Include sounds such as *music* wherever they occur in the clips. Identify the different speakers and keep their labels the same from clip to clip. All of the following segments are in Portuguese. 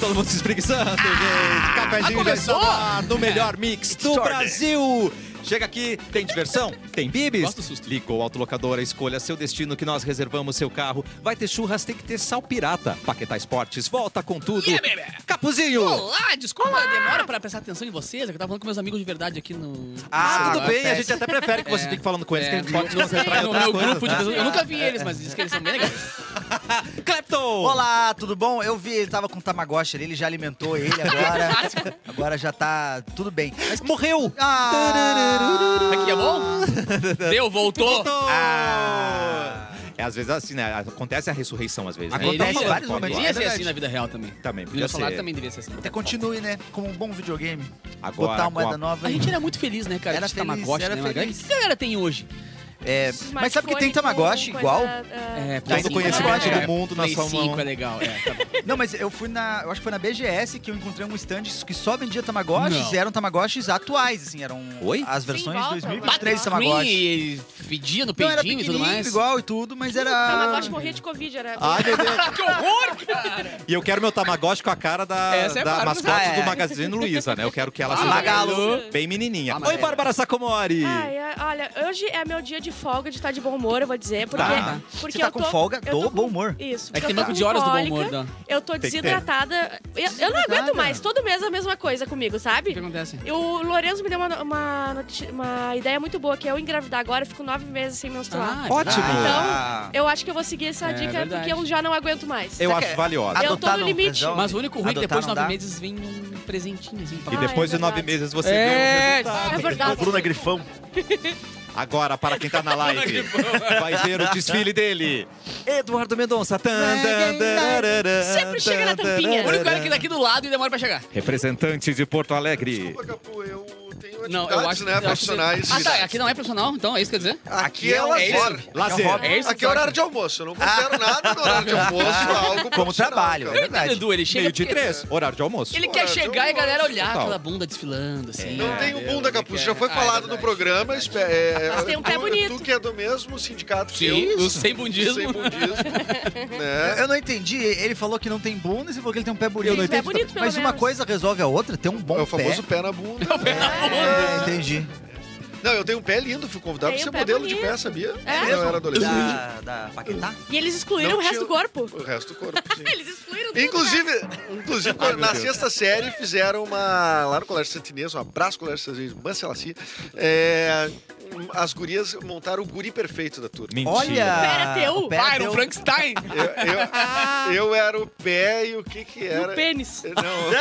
Speaker 1: todo mundo se espreguiçando, gente.
Speaker 2: já
Speaker 1: Cafézinho
Speaker 2: Ah, começou? É.
Speaker 1: no melhor mix do Brasil. Chega aqui, tem diversão, tem bibis.
Speaker 2: Gosto do susto.
Speaker 1: Ligou o autolocadora, escolha seu destino que nós reservamos seu carro. Vai ter churras, tem que ter sal pirata. Paquetá Esportes, volta com tudo.
Speaker 2: Yeah, baby.
Speaker 1: Capuzinho!
Speaker 2: Olá, desculpa a demora pra prestar atenção em vocês. É que eu tava falando com meus amigos de verdade aqui no.
Speaker 1: Ah, tudo bem, a
Speaker 3: acontece.
Speaker 1: gente até prefere que você
Speaker 2: tá É.
Speaker 1: fique falando com eles,
Speaker 2: É,
Speaker 1: que a gente pode te *laughs*
Speaker 2: no,
Speaker 1: concentrar em
Speaker 2: no
Speaker 1: outras
Speaker 2: meu
Speaker 1: coisas,
Speaker 2: grupo de
Speaker 1: né?
Speaker 2: pessoas. Eu nunca vi eles, mas diz que eles são bem legais.
Speaker 1: Clapton!
Speaker 3: Olá, tudo bom? Eu vi, ele tava com tamagotchi ali, ele já alimentou ele agora. agora já tá tudo bem. Mas-
Speaker 1: Morreu!
Speaker 3: Ah!
Speaker 2: Aqui é bom? Deu, voltou.
Speaker 1: Voltou!
Speaker 3: Ah.
Speaker 1: É, às vezes assim, né? Acontece a ressurreição, às vezes. né?
Speaker 3: Acontece
Speaker 1: Então,
Speaker 3: em vários
Speaker 1: pode-
Speaker 3: momentos.
Speaker 2: é Devia ser
Speaker 3: verdade.
Speaker 2: assim na vida real também.
Speaker 1: Também,
Speaker 2: No meu
Speaker 1: podia
Speaker 2: salário
Speaker 1: ser.
Speaker 2: também devia ser assim.
Speaker 3: Até continue, né? Como um bom videogame.
Speaker 1: Agora,
Speaker 3: botar uma
Speaker 1: com a-
Speaker 3: moeda nova
Speaker 2: A
Speaker 3: e.
Speaker 2: gente era muito feliz, né, cara?
Speaker 3: Era
Speaker 2: de
Speaker 3: feliz,
Speaker 2: Tamagotchi,
Speaker 3: era
Speaker 2: né, uma
Speaker 3: feliz.
Speaker 2: galera? O que a galera tem hoje?
Speaker 3: É, mas sabe que tem
Speaker 4: Smartphone
Speaker 3: Tamagotchi
Speaker 4: com
Speaker 3: igual?
Speaker 4: coisa, ah,
Speaker 2: É, Play
Speaker 1: Todo
Speaker 2: cinco,
Speaker 1: conhecimento
Speaker 2: né?
Speaker 1: do mundo na
Speaker 2: Play
Speaker 1: sua mão.
Speaker 2: 5 é legal, é. tá bom.
Speaker 3: Não, mas eu fui na. Eu acho que foi na BGS que eu encontrei um stand que só vendia Tamagotchis
Speaker 2: Não.
Speaker 3: e eram Tamagotchis atuais, assim, eram
Speaker 1: Oi?
Speaker 3: as
Speaker 4: Sim,
Speaker 3: versões
Speaker 4: volta,
Speaker 3: 2023
Speaker 4: volta.
Speaker 2: Screen
Speaker 3: Tamagotchi.
Speaker 2: e fedia no
Speaker 3: Não, era
Speaker 2: peitinho e tudo
Speaker 3: pequenininho
Speaker 2: mais.
Speaker 3: igual e tudo, mas era...
Speaker 4: O Tamagotchi é morria de Covid, era.
Speaker 1: Ai, Ah, meu Deus.
Speaker 2: *laughs* Que horror, cara!
Speaker 1: E eu quero meu tamagotchi com a cara da,
Speaker 2: Essa é
Speaker 1: da
Speaker 2: bárbara.
Speaker 1: mascote
Speaker 3: Ah, é.
Speaker 1: do Magazine Luiza, né? Eu quero que ela
Speaker 2: Ah,
Speaker 1: seja
Speaker 2: Magalu.
Speaker 1: bem menininha.
Speaker 2: Ah, mas
Speaker 1: Oi,
Speaker 2: é.
Speaker 1: Bárbara Sacomori!
Speaker 4: Ai, ai, olha, hoje é meu dia de folga, de estar de bom humor, eu vou dizer, porque...
Speaker 1: Tá.
Speaker 4: porque
Speaker 3: Você tá
Speaker 4: eu
Speaker 3: com
Speaker 4: tô,
Speaker 3: folga
Speaker 4: eu tô
Speaker 3: do
Speaker 4: com-
Speaker 3: bom humor.
Speaker 4: Isso.
Speaker 2: É que
Speaker 4: porque
Speaker 2: tem
Speaker 4: eu tô
Speaker 2: banco
Speaker 4: com
Speaker 2: de horas do bom
Speaker 4: cólica,
Speaker 2: humor, né? Dan.
Speaker 4: Eu tô
Speaker 1: Tem que ter.
Speaker 4: desidratada. Eu, eu não aguento
Speaker 3: Desidratada.
Speaker 4: mais, todo mês a mesma coisa comigo,
Speaker 2: O que
Speaker 4: sabe?
Speaker 2: acontece?
Speaker 4: E o Lourenço me deu uma, uma, noti- uma ideia muito boa, que é eu engravidar agora, eu fico nove meses sem menstruar. Então,
Speaker 2: Ah,
Speaker 1: Ótimo!
Speaker 3: Ah.
Speaker 4: Eu acho que eu vou seguir essa
Speaker 2: É
Speaker 4: dica,
Speaker 2: verdade.
Speaker 4: porque eu já não aguento mais.
Speaker 1: eu
Speaker 3: Você
Speaker 1: acho
Speaker 3: quer-
Speaker 1: valiosa.
Speaker 4: eu tô
Speaker 3: Adotar
Speaker 4: no
Speaker 3: não
Speaker 4: limite.
Speaker 1: Então,
Speaker 3: resolve.
Speaker 2: Mas o único ruim é que
Speaker 3: Adotar
Speaker 2: depois de
Speaker 3: não
Speaker 2: nove
Speaker 3: dá?
Speaker 2: meses vem um presentinho, assim. pra
Speaker 1: E
Speaker 4: Ah,
Speaker 2: pagar.
Speaker 1: depois
Speaker 4: é
Speaker 1: de nove
Speaker 4: verdade.
Speaker 1: meses você
Speaker 2: É,
Speaker 1: vê o
Speaker 4: é
Speaker 1: resultado.
Speaker 4: verdade.
Speaker 5: Bruna Grifão.
Speaker 1: Agora, para quem tá
Speaker 2: *laughs*
Speaker 1: na live, vai ver o desfile dele. Eduardo Mendonça. tan, tan, tararã,
Speaker 4: Sempre chega na
Speaker 1: tan,
Speaker 4: tampinha.
Speaker 2: O
Speaker 1: tararã.
Speaker 2: único cara que daqui do lado e demora pra chegar.
Speaker 1: Representante de Porto Alegre.
Speaker 5: Desculpa, Capu, eu tenho atividades,
Speaker 2: Não, eu acho...
Speaker 5: né,
Speaker 2: eu acho-
Speaker 5: profissionais.
Speaker 2: Ah, tá. Aqui não é profissional, então é isso que quer dizer?
Speaker 1: Tá,
Speaker 5: Aqui é lazer.
Speaker 1: Lazer.
Speaker 2: É isso
Speaker 5: Aqui é horário de almoço. Eu não considero nada do horário de almoço algo
Speaker 3: Como trabalho, é
Speaker 5: né?
Speaker 2: O
Speaker 3: verdade.
Speaker 2: Tá, Edu, ele chega...
Speaker 1: Meio de
Speaker 2: porque-
Speaker 1: três, horário de almoço.
Speaker 2: Ele quer
Speaker 5: Horário de
Speaker 2: chegar e a galera olhar
Speaker 1: Total.
Speaker 2: aquela bunda desfilando, assim.
Speaker 5: Não
Speaker 2: né?
Speaker 5: tenho bunda, Capu.
Speaker 2: quer-
Speaker 5: Já foi
Speaker 2: Ah, é
Speaker 5: falado no
Speaker 2: verdade,
Speaker 5: programa. espe- é,
Speaker 4: Mas tem um
Speaker 5: tu-
Speaker 4: pé bonito.
Speaker 5: Tu que é do mesmo sindicato que
Speaker 2: Sim,
Speaker 5: eu.
Speaker 2: do sem bundismo.
Speaker 5: Sem bundismo.
Speaker 3: Eu-
Speaker 5: né?
Speaker 3: Eu não entendi. Ele falou que não tem bunda e falou que ele tem um pé bonito.
Speaker 4: Eu não Tem um pé entendi. bonito, pelo
Speaker 3: Mas uma
Speaker 4: menos.
Speaker 3: coisa resolve a outra, ter um
Speaker 5: É
Speaker 3: bom
Speaker 5: o famoso
Speaker 3: pé.
Speaker 5: pé na bunda.
Speaker 3: É, entendi.
Speaker 5: Não, eu tenho um pé lindo. Fui convidado pra
Speaker 4: Tem
Speaker 5: ser
Speaker 4: um pé
Speaker 5: modelo de
Speaker 4: bonito.
Speaker 5: pé, sabia? Quando
Speaker 4: É
Speaker 5: Eu era adolescente.
Speaker 3: Da, da Paquetá?
Speaker 4: E eles excluíram
Speaker 5: Não
Speaker 4: o resto
Speaker 5: tinha-
Speaker 4: do corpo.
Speaker 5: O resto do corpo, sim.
Speaker 4: Eles excluíram tudo.
Speaker 5: Inclusive, inclusive
Speaker 1: Ai, meu
Speaker 5: na
Speaker 1: Deus.
Speaker 5: sexta série fizeram uma. Lá no Colégio Santo Inês, um abraço, Colégio Santo Inês, Bancelaci. É, as gurias montaram o guri perfeito da turma.
Speaker 1: Mentira.
Speaker 3: Olha!
Speaker 4: Pera, teu.
Speaker 3: o pé
Speaker 2: Vai,
Speaker 3: teu.
Speaker 2: no Frankenstein.
Speaker 5: Eu, eu, eu era o pé e o que que
Speaker 4: né?
Speaker 5: era?
Speaker 4: O pênis.
Speaker 5: Não.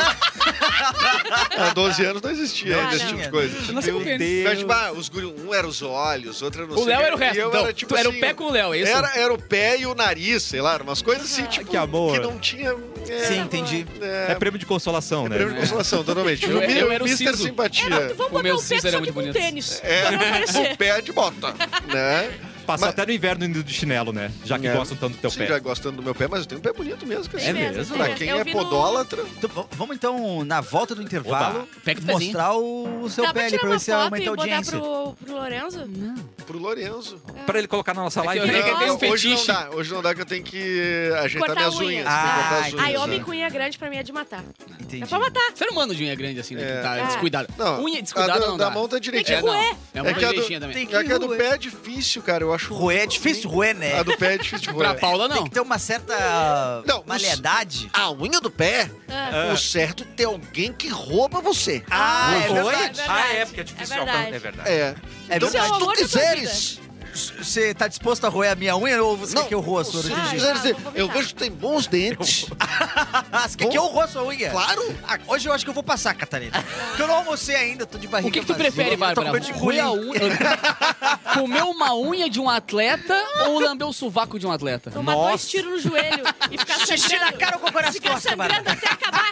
Speaker 5: Há 12 anos não existia
Speaker 4: Não,
Speaker 5: ainda esse
Speaker 4: não.
Speaker 5: tipo de coisa.
Speaker 2: não sei
Speaker 5: Eu-
Speaker 2: o que.
Speaker 5: Mas, tipo, ah, os guri, um era os olhos, outro era não
Speaker 2: O
Speaker 5: sei
Speaker 2: Léo
Speaker 5: quê,
Speaker 2: era o resto.
Speaker 5: e eu
Speaker 2: Então,
Speaker 5: era, tipo,
Speaker 2: tu era o
Speaker 5: assim,
Speaker 2: pé com o Léo, é isso? Ah,
Speaker 5: Era, era o pé e o nariz, sei lá, eram umas coisas assim, tipo,
Speaker 1: que amor.
Speaker 5: não tinha. é,
Speaker 3: Sim, entendi.
Speaker 5: é,
Speaker 1: É prêmio de consolação,
Speaker 5: É
Speaker 1: né?
Speaker 5: prêmio de consolação, totalmente.
Speaker 2: Eu-
Speaker 5: o Mi-
Speaker 2: eu era o
Speaker 5: Mr.
Speaker 2: Siso.
Speaker 5: Simpatia.
Speaker 4: Era, Ah, vamos
Speaker 2: O meu
Speaker 4: botar o pé
Speaker 2: siso
Speaker 4: só
Speaker 2: era
Speaker 4: que
Speaker 2: muito
Speaker 4: com
Speaker 2: bonito.
Speaker 4: tênis.
Speaker 5: É,
Speaker 4: Pra não
Speaker 5: o *laughs*
Speaker 4: aparecer.
Speaker 5: pé de bota, né?
Speaker 1: Passar
Speaker 5: Mas-
Speaker 1: até no inverno indo de chinelo, né? Já que
Speaker 5: É.
Speaker 1: gostam tanto do teu
Speaker 5: Sim,
Speaker 1: pé.
Speaker 5: já gostando do meu pé, mas eu tenho um pé bonito mesmo. Cara.
Speaker 4: Tem
Speaker 1: É mesmo?
Speaker 4: tem
Speaker 5: Pra quem
Speaker 4: Eu
Speaker 5: é
Speaker 4: vi no-
Speaker 5: podólatra,
Speaker 3: Então, v- vamos então, na volta do intervalo,
Speaker 2: Pega o pezinho.
Speaker 3: mostrar o seu pé
Speaker 4: Dá pra
Speaker 3: ali
Speaker 4: tirar
Speaker 3: pra é
Speaker 4: uma
Speaker 3: ver se
Speaker 4: foto e
Speaker 3: aumenta a
Speaker 4: mandar
Speaker 3: audiência.
Speaker 4: pro, pro Lorenzo?
Speaker 5: pro Lorenzo.
Speaker 4: É.
Speaker 1: Pra ele colocar na nossa
Speaker 2: Aqui,
Speaker 1: live.
Speaker 2: ó,
Speaker 1: né?
Speaker 2: já- tem um
Speaker 5: hoje não
Speaker 2: fetiche.
Speaker 5: dá, hoje não dá que eu tenho que ajeitar
Speaker 4: Cortar
Speaker 5: minhas
Speaker 4: a unha.
Speaker 5: unhas.
Speaker 3: Ah,
Speaker 5: cortar as unhas,
Speaker 4: Aí homem
Speaker 5: né?
Speaker 4: com unha grande pra mim é de matar.
Speaker 3: Entendi.
Speaker 4: É pra matar.
Speaker 2: Ser humano de unha grande, assim, né?
Speaker 5: É.
Speaker 2: Que tá
Speaker 4: É.
Speaker 2: descuidado.
Speaker 5: Não,
Speaker 2: unha descuidada
Speaker 5: a da,
Speaker 2: não
Speaker 5: da
Speaker 2: dá.
Speaker 5: mão tá direitinho.
Speaker 2: é,
Speaker 4: Ruê.
Speaker 2: não. É uma
Speaker 5: É que a do-
Speaker 2: direitinha também.
Speaker 3: tem-
Speaker 5: É que a do
Speaker 3: ruê.
Speaker 5: pé é difícil, cara. Eu acho.
Speaker 3: Ruê é difícil, ruê, né?
Speaker 5: A do pé é difícil de ruê.
Speaker 2: Pra Paula, não.
Speaker 3: Tem que ter uma certa
Speaker 5: Não, os-
Speaker 3: maleidade.
Speaker 5: A unha do pé,
Speaker 4: Ah.
Speaker 5: o certo é ter alguém que rouba você.
Speaker 3: Ah, é
Speaker 1: Oi?
Speaker 3: verdade.
Speaker 1: Ah, é, porque é
Speaker 4: É
Speaker 1: difícil. É
Speaker 4: verdade.
Speaker 1: verdade. É verdade.
Speaker 5: É.
Speaker 3: É
Speaker 5: Então,
Speaker 4: Isso é
Speaker 3: verdade.
Speaker 4: o
Speaker 5: se tu
Speaker 4: amor da tua
Speaker 5: quiseres.
Speaker 3: Você tá disposto a roer a minha unha ou você quer que eu roa a sua? Eu
Speaker 5: se
Speaker 3: não
Speaker 5: tu
Speaker 4: Ah,
Speaker 3: entendi.
Speaker 5: quiseres
Speaker 4: tá,
Speaker 5: dizer,
Speaker 4: vou
Speaker 5: eu
Speaker 4: vomitar.
Speaker 5: vejo que tu tem bons dentes.
Speaker 3: Ah, você quer que eu roa a sua unha?
Speaker 5: Claro.
Speaker 3: Ah, hoje eu acho que eu vou passar, Catarina. Porque eu não almocei ainda, tô de barriga
Speaker 2: O que, que tu
Speaker 3: vazia.
Speaker 2: prefere,
Speaker 3: Eu tô com
Speaker 2: Bárbara?
Speaker 3: medo de
Speaker 2: Roer a
Speaker 3: ruim.
Speaker 2: unha... *laughs* Comer uma unha de um atleta ou lamber o sovaco de um atleta?
Speaker 4: Tomar
Speaker 1: Nossa.
Speaker 4: dois tiros no joelho e ficar sangrando.
Speaker 3: Xixi na cara ou cocô nas
Speaker 4: Ficar
Speaker 3: costas,
Speaker 4: sangrando até acabar.
Speaker 2: *laughs*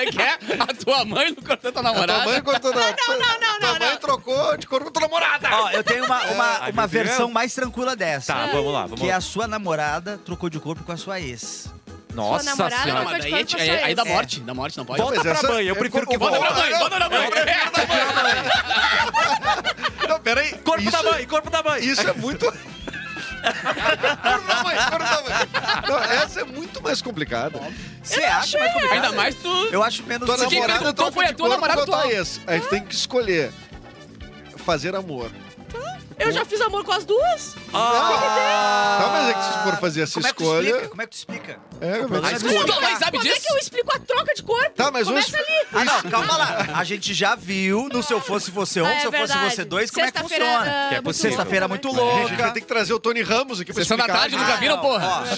Speaker 2: É que é a tua mãe não cortando tua
Speaker 5: Tua mãe
Speaker 2: namorada.
Speaker 5: cortou na... Não, não, não, Tua mãe trocou de corpo com tua namorada.
Speaker 3: Ó, eu tenho uma,
Speaker 5: Ah,
Speaker 3: uma,
Speaker 1: Ai,
Speaker 3: uma
Speaker 1: meu Deus.
Speaker 3: versão mais tranquila dessa.
Speaker 1: Tá, vamos lá, vamos
Speaker 3: Que é
Speaker 1: lá.
Speaker 3: a sua namorada trocou de corpo com a sua ex.
Speaker 1: Nossa
Speaker 4: namorada
Speaker 2: Ah, não,
Speaker 1: senhora.
Speaker 4: vai-
Speaker 2: mas daí, é,
Speaker 4: Pode
Speaker 2: aí-
Speaker 4: passar
Speaker 2: aí dá
Speaker 4: isso.
Speaker 2: morte. Dá morte, não pode.
Speaker 1: Volta
Speaker 5: Mas
Speaker 1: pra
Speaker 5: essa-
Speaker 1: mãe, eu
Speaker 5: é
Speaker 1: prefiro
Speaker 5: como-
Speaker 1: que
Speaker 2: Bota
Speaker 1: volte.
Speaker 2: na mãe, bota na mãe.
Speaker 5: Não, peraí.
Speaker 1: Corpo
Speaker 5: isso,
Speaker 1: da mãe, corpo da mãe.
Speaker 5: Isso é muito... corpo da mãe, corpo da mãe. Não, essa é muito mais complicada.
Speaker 3: Você acha mais complicado?
Speaker 2: Ainda mais tu.
Speaker 3: Eu acho menos
Speaker 5: Tua
Speaker 2: Quem
Speaker 5: namorada
Speaker 2: perguntou
Speaker 5: toca
Speaker 2: foi a
Speaker 5: de
Speaker 2: tua
Speaker 5: corno,
Speaker 2: namorada
Speaker 5: botar
Speaker 2: atual.
Speaker 5: esse. A gente tem que escolher. Fazer amor.
Speaker 4: Eu já fiz amor com as duas.
Speaker 3: Ah.
Speaker 5: Tá, mas é que se for fazer essa
Speaker 3: Como é que tu
Speaker 5: escolha.
Speaker 3: explica? Como é que tu explica?
Speaker 5: É,
Speaker 3: problema é
Speaker 5: mas
Speaker 3: tu
Speaker 5: escolha.
Speaker 2: Tua mãe sabe
Speaker 4: Como é
Speaker 2: disso?
Speaker 4: que eu explico a troca de corpo?
Speaker 5: Tá, mas vamos.
Speaker 4: Começa ali.
Speaker 3: Ah, não, calma lá. A gente já viu no Se Eu Fosse Você Um,
Speaker 4: Ah, é
Speaker 3: Se Eu Fosse
Speaker 4: verdade.
Speaker 3: Você Dois, como é que
Speaker 4: Sexta-feira,
Speaker 3: funciona.
Speaker 4: ah,
Speaker 1: Que é
Speaker 4: muito
Speaker 1: possível.
Speaker 4: louca,
Speaker 3: Sexta-feira
Speaker 4: né?
Speaker 3: muito
Speaker 5: A gente vai
Speaker 3: louca.
Speaker 5: ter que trazer o Tony Ramos aqui pra
Speaker 2: Sessão da
Speaker 5: explicar.
Speaker 2: é
Speaker 5: Ah,
Speaker 2: tarde, nunca viram,
Speaker 3: não,
Speaker 2: porra?
Speaker 3: ó,
Speaker 5: Não,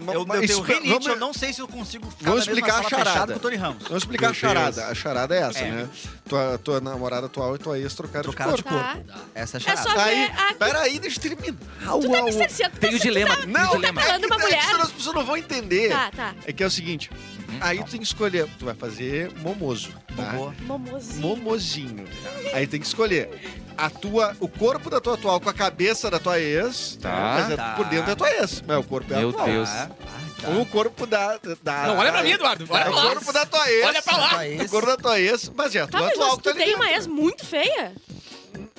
Speaker 5: mas-
Speaker 3: Eu, eu tenho
Speaker 5: explica-
Speaker 3: rinite,
Speaker 5: vamos-
Speaker 3: eu não sei se eu consigo ficar
Speaker 5: Vamos
Speaker 3: na mesma
Speaker 5: explicar a
Speaker 3: sala
Speaker 5: charada.
Speaker 3: fechada com o Tony Ramos.
Speaker 5: Vamos explicar a
Speaker 1: Meu
Speaker 5: charada.
Speaker 1: Deus.
Speaker 5: A charada é essa,
Speaker 3: É.
Speaker 5: né? Tua, tua namorada atual e tua ex trocaram,
Speaker 3: Trocaram de
Speaker 5: de corpo.
Speaker 4: Tá.
Speaker 3: Essa é a
Speaker 4: É
Speaker 3: charada.
Speaker 4: só
Speaker 5: Aí,
Speaker 4: ver a...
Speaker 5: peraí, deixa eu terminar.
Speaker 4: Tu tá me cerceando.
Speaker 1: Tem o dilema, tem o
Speaker 5: Não,
Speaker 1: dilema.
Speaker 5: é
Speaker 4: tá falando
Speaker 5: que-
Speaker 4: pra
Speaker 5: é que
Speaker 4: mulher.
Speaker 5: senão as pessoas não vão entender.
Speaker 4: Tá, tá.
Speaker 5: É que é o seguinte, aí tu tem que escolher, tu vai fazer momoso, tá?
Speaker 3: Boa.
Speaker 4: Momozinho.
Speaker 5: Momozinho. Aí tem que escolher a tua, o corpo da tua atual com a cabeça da tua ex,
Speaker 1: Tá.
Speaker 5: mas é-
Speaker 3: Tá.
Speaker 5: por dentro é tua ex, mas o corpo é
Speaker 1: Meu
Speaker 5: atual.
Speaker 1: Deus.
Speaker 3: Ah, tá.
Speaker 5: Ou o corpo da, da...
Speaker 2: Não, olha pra mim, Eduardo.
Speaker 5: É
Speaker 2: Olha
Speaker 5: o
Speaker 2: pra lá.
Speaker 5: corpo da tua ex.
Speaker 2: Olha pra lá.
Speaker 3: Tá
Speaker 5: O
Speaker 3: esse.
Speaker 5: corpo da tua ex, mas é a
Speaker 4: Tá,
Speaker 5: tua
Speaker 4: mas
Speaker 5: atual
Speaker 4: você-
Speaker 5: que
Speaker 4: tu
Speaker 5: tá ali
Speaker 4: tem uma
Speaker 5: dentro.
Speaker 4: ex muito feia?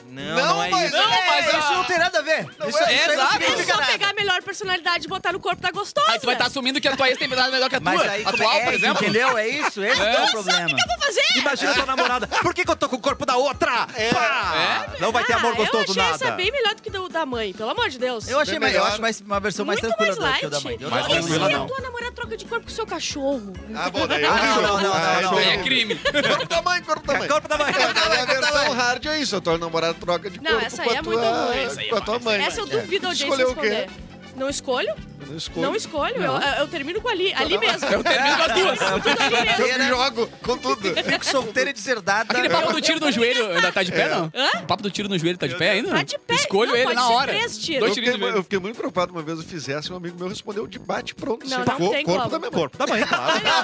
Speaker 5: Não,
Speaker 1: Não, não é
Speaker 5: mas-
Speaker 1: isso.
Speaker 2: Não, mas
Speaker 3: Isso não
Speaker 2: a...
Speaker 3: tem nada a ver.
Speaker 5: Não,
Speaker 3: Isso,
Speaker 5: é-
Speaker 3: isso aí não
Speaker 2: exato.
Speaker 4: É
Speaker 3: significa
Speaker 4: só
Speaker 3: nada.
Speaker 4: pegar a melhor personalidade e botar no corpo da gostosa.
Speaker 2: Aí tu vai estar assumindo que a tua ex tem verdade melhor que a tua
Speaker 3: Mas aí, como
Speaker 2: atual,
Speaker 3: é,
Speaker 2: por
Speaker 3: que
Speaker 2: exemplo.
Speaker 3: entendeu? É isso? Esse que é o problema.
Speaker 4: Eu vou fazer?
Speaker 1: Imagina tua namorada. Por que, que eu tô com o corpo da outra? Pá! Não vai ter
Speaker 4: Ah,
Speaker 1: amor gostoso
Speaker 4: Eu achei
Speaker 1: nada.
Speaker 4: essa bem melhor do que do, da mãe, pelo amor de Deus.
Speaker 3: Eu achei,
Speaker 5: Bem
Speaker 3: mais, eu
Speaker 5: melhor.
Speaker 3: acho mais, uma versão mais
Speaker 4: muito
Speaker 3: tranquila
Speaker 4: mais
Speaker 3: do que
Speaker 4: light.
Speaker 3: o da mãe. Eu
Speaker 1: Mais
Speaker 3: não-
Speaker 4: Ou
Speaker 1: tranquila,
Speaker 4: se a
Speaker 1: não.
Speaker 4: tua namorada troca de corpo com o seu cachorro.
Speaker 5: Ah, bom,
Speaker 4: tá
Speaker 5: daí é
Speaker 3: Ah,
Speaker 5: horrível.
Speaker 3: não, não, não,
Speaker 5: Ah, é
Speaker 3: não,
Speaker 5: horrível.
Speaker 2: É crime.
Speaker 5: Corpo da mãe, corpo da mãe.
Speaker 1: Corpo
Speaker 5: *laughs*
Speaker 1: da mãe.
Speaker 5: É, a versão hard é isso, a tua namorada troca de
Speaker 4: Não,
Speaker 5: corpo
Speaker 4: essa
Speaker 5: com a
Speaker 4: aí é
Speaker 5: tua,
Speaker 4: muito ruim.
Speaker 2: Essa aí é
Speaker 5: com a tua mãe.
Speaker 4: Essa eu
Speaker 5: É.
Speaker 4: duvido a
Speaker 5: Tu
Speaker 4: audiência
Speaker 5: escolheu o quê?
Speaker 4: responder. Não escolho?
Speaker 5: Eu Não escolho.
Speaker 4: Não escolho. Eu, eu termino com ali, ali
Speaker 5: não,
Speaker 4: mesmo.
Speaker 2: Eu termino com as duas.
Speaker 4: Tudo ali mesmo.
Speaker 5: Eu me jogo
Speaker 4: *laughs*
Speaker 5: com tudo.
Speaker 3: Fico solteira e deserdada.
Speaker 2: Aquele papo do tiro no joelho ainda tá de pé, não?
Speaker 4: Hã?
Speaker 2: O papo do tiro no joelho tá de pé ainda?
Speaker 4: Tá de pé.
Speaker 2: Escolho
Speaker 4: Não,
Speaker 2: ele
Speaker 4: pode
Speaker 2: na
Speaker 4: ser
Speaker 2: hora.
Speaker 4: três tiros.
Speaker 5: Eu
Speaker 2: Dois tiros
Speaker 5: fiquei,
Speaker 2: no joelho.
Speaker 5: eu fiquei muito preocupado uma vez eu fizesse, um amigo meu respondeu de assim, bate pronto.
Speaker 4: Não,
Speaker 5: Você
Speaker 4: não
Speaker 5: ficou
Speaker 4: tem
Speaker 5: corpo
Speaker 4: como.
Speaker 5: da minha mãe.
Speaker 1: Corpo da mãe, claro.
Speaker 4: Não,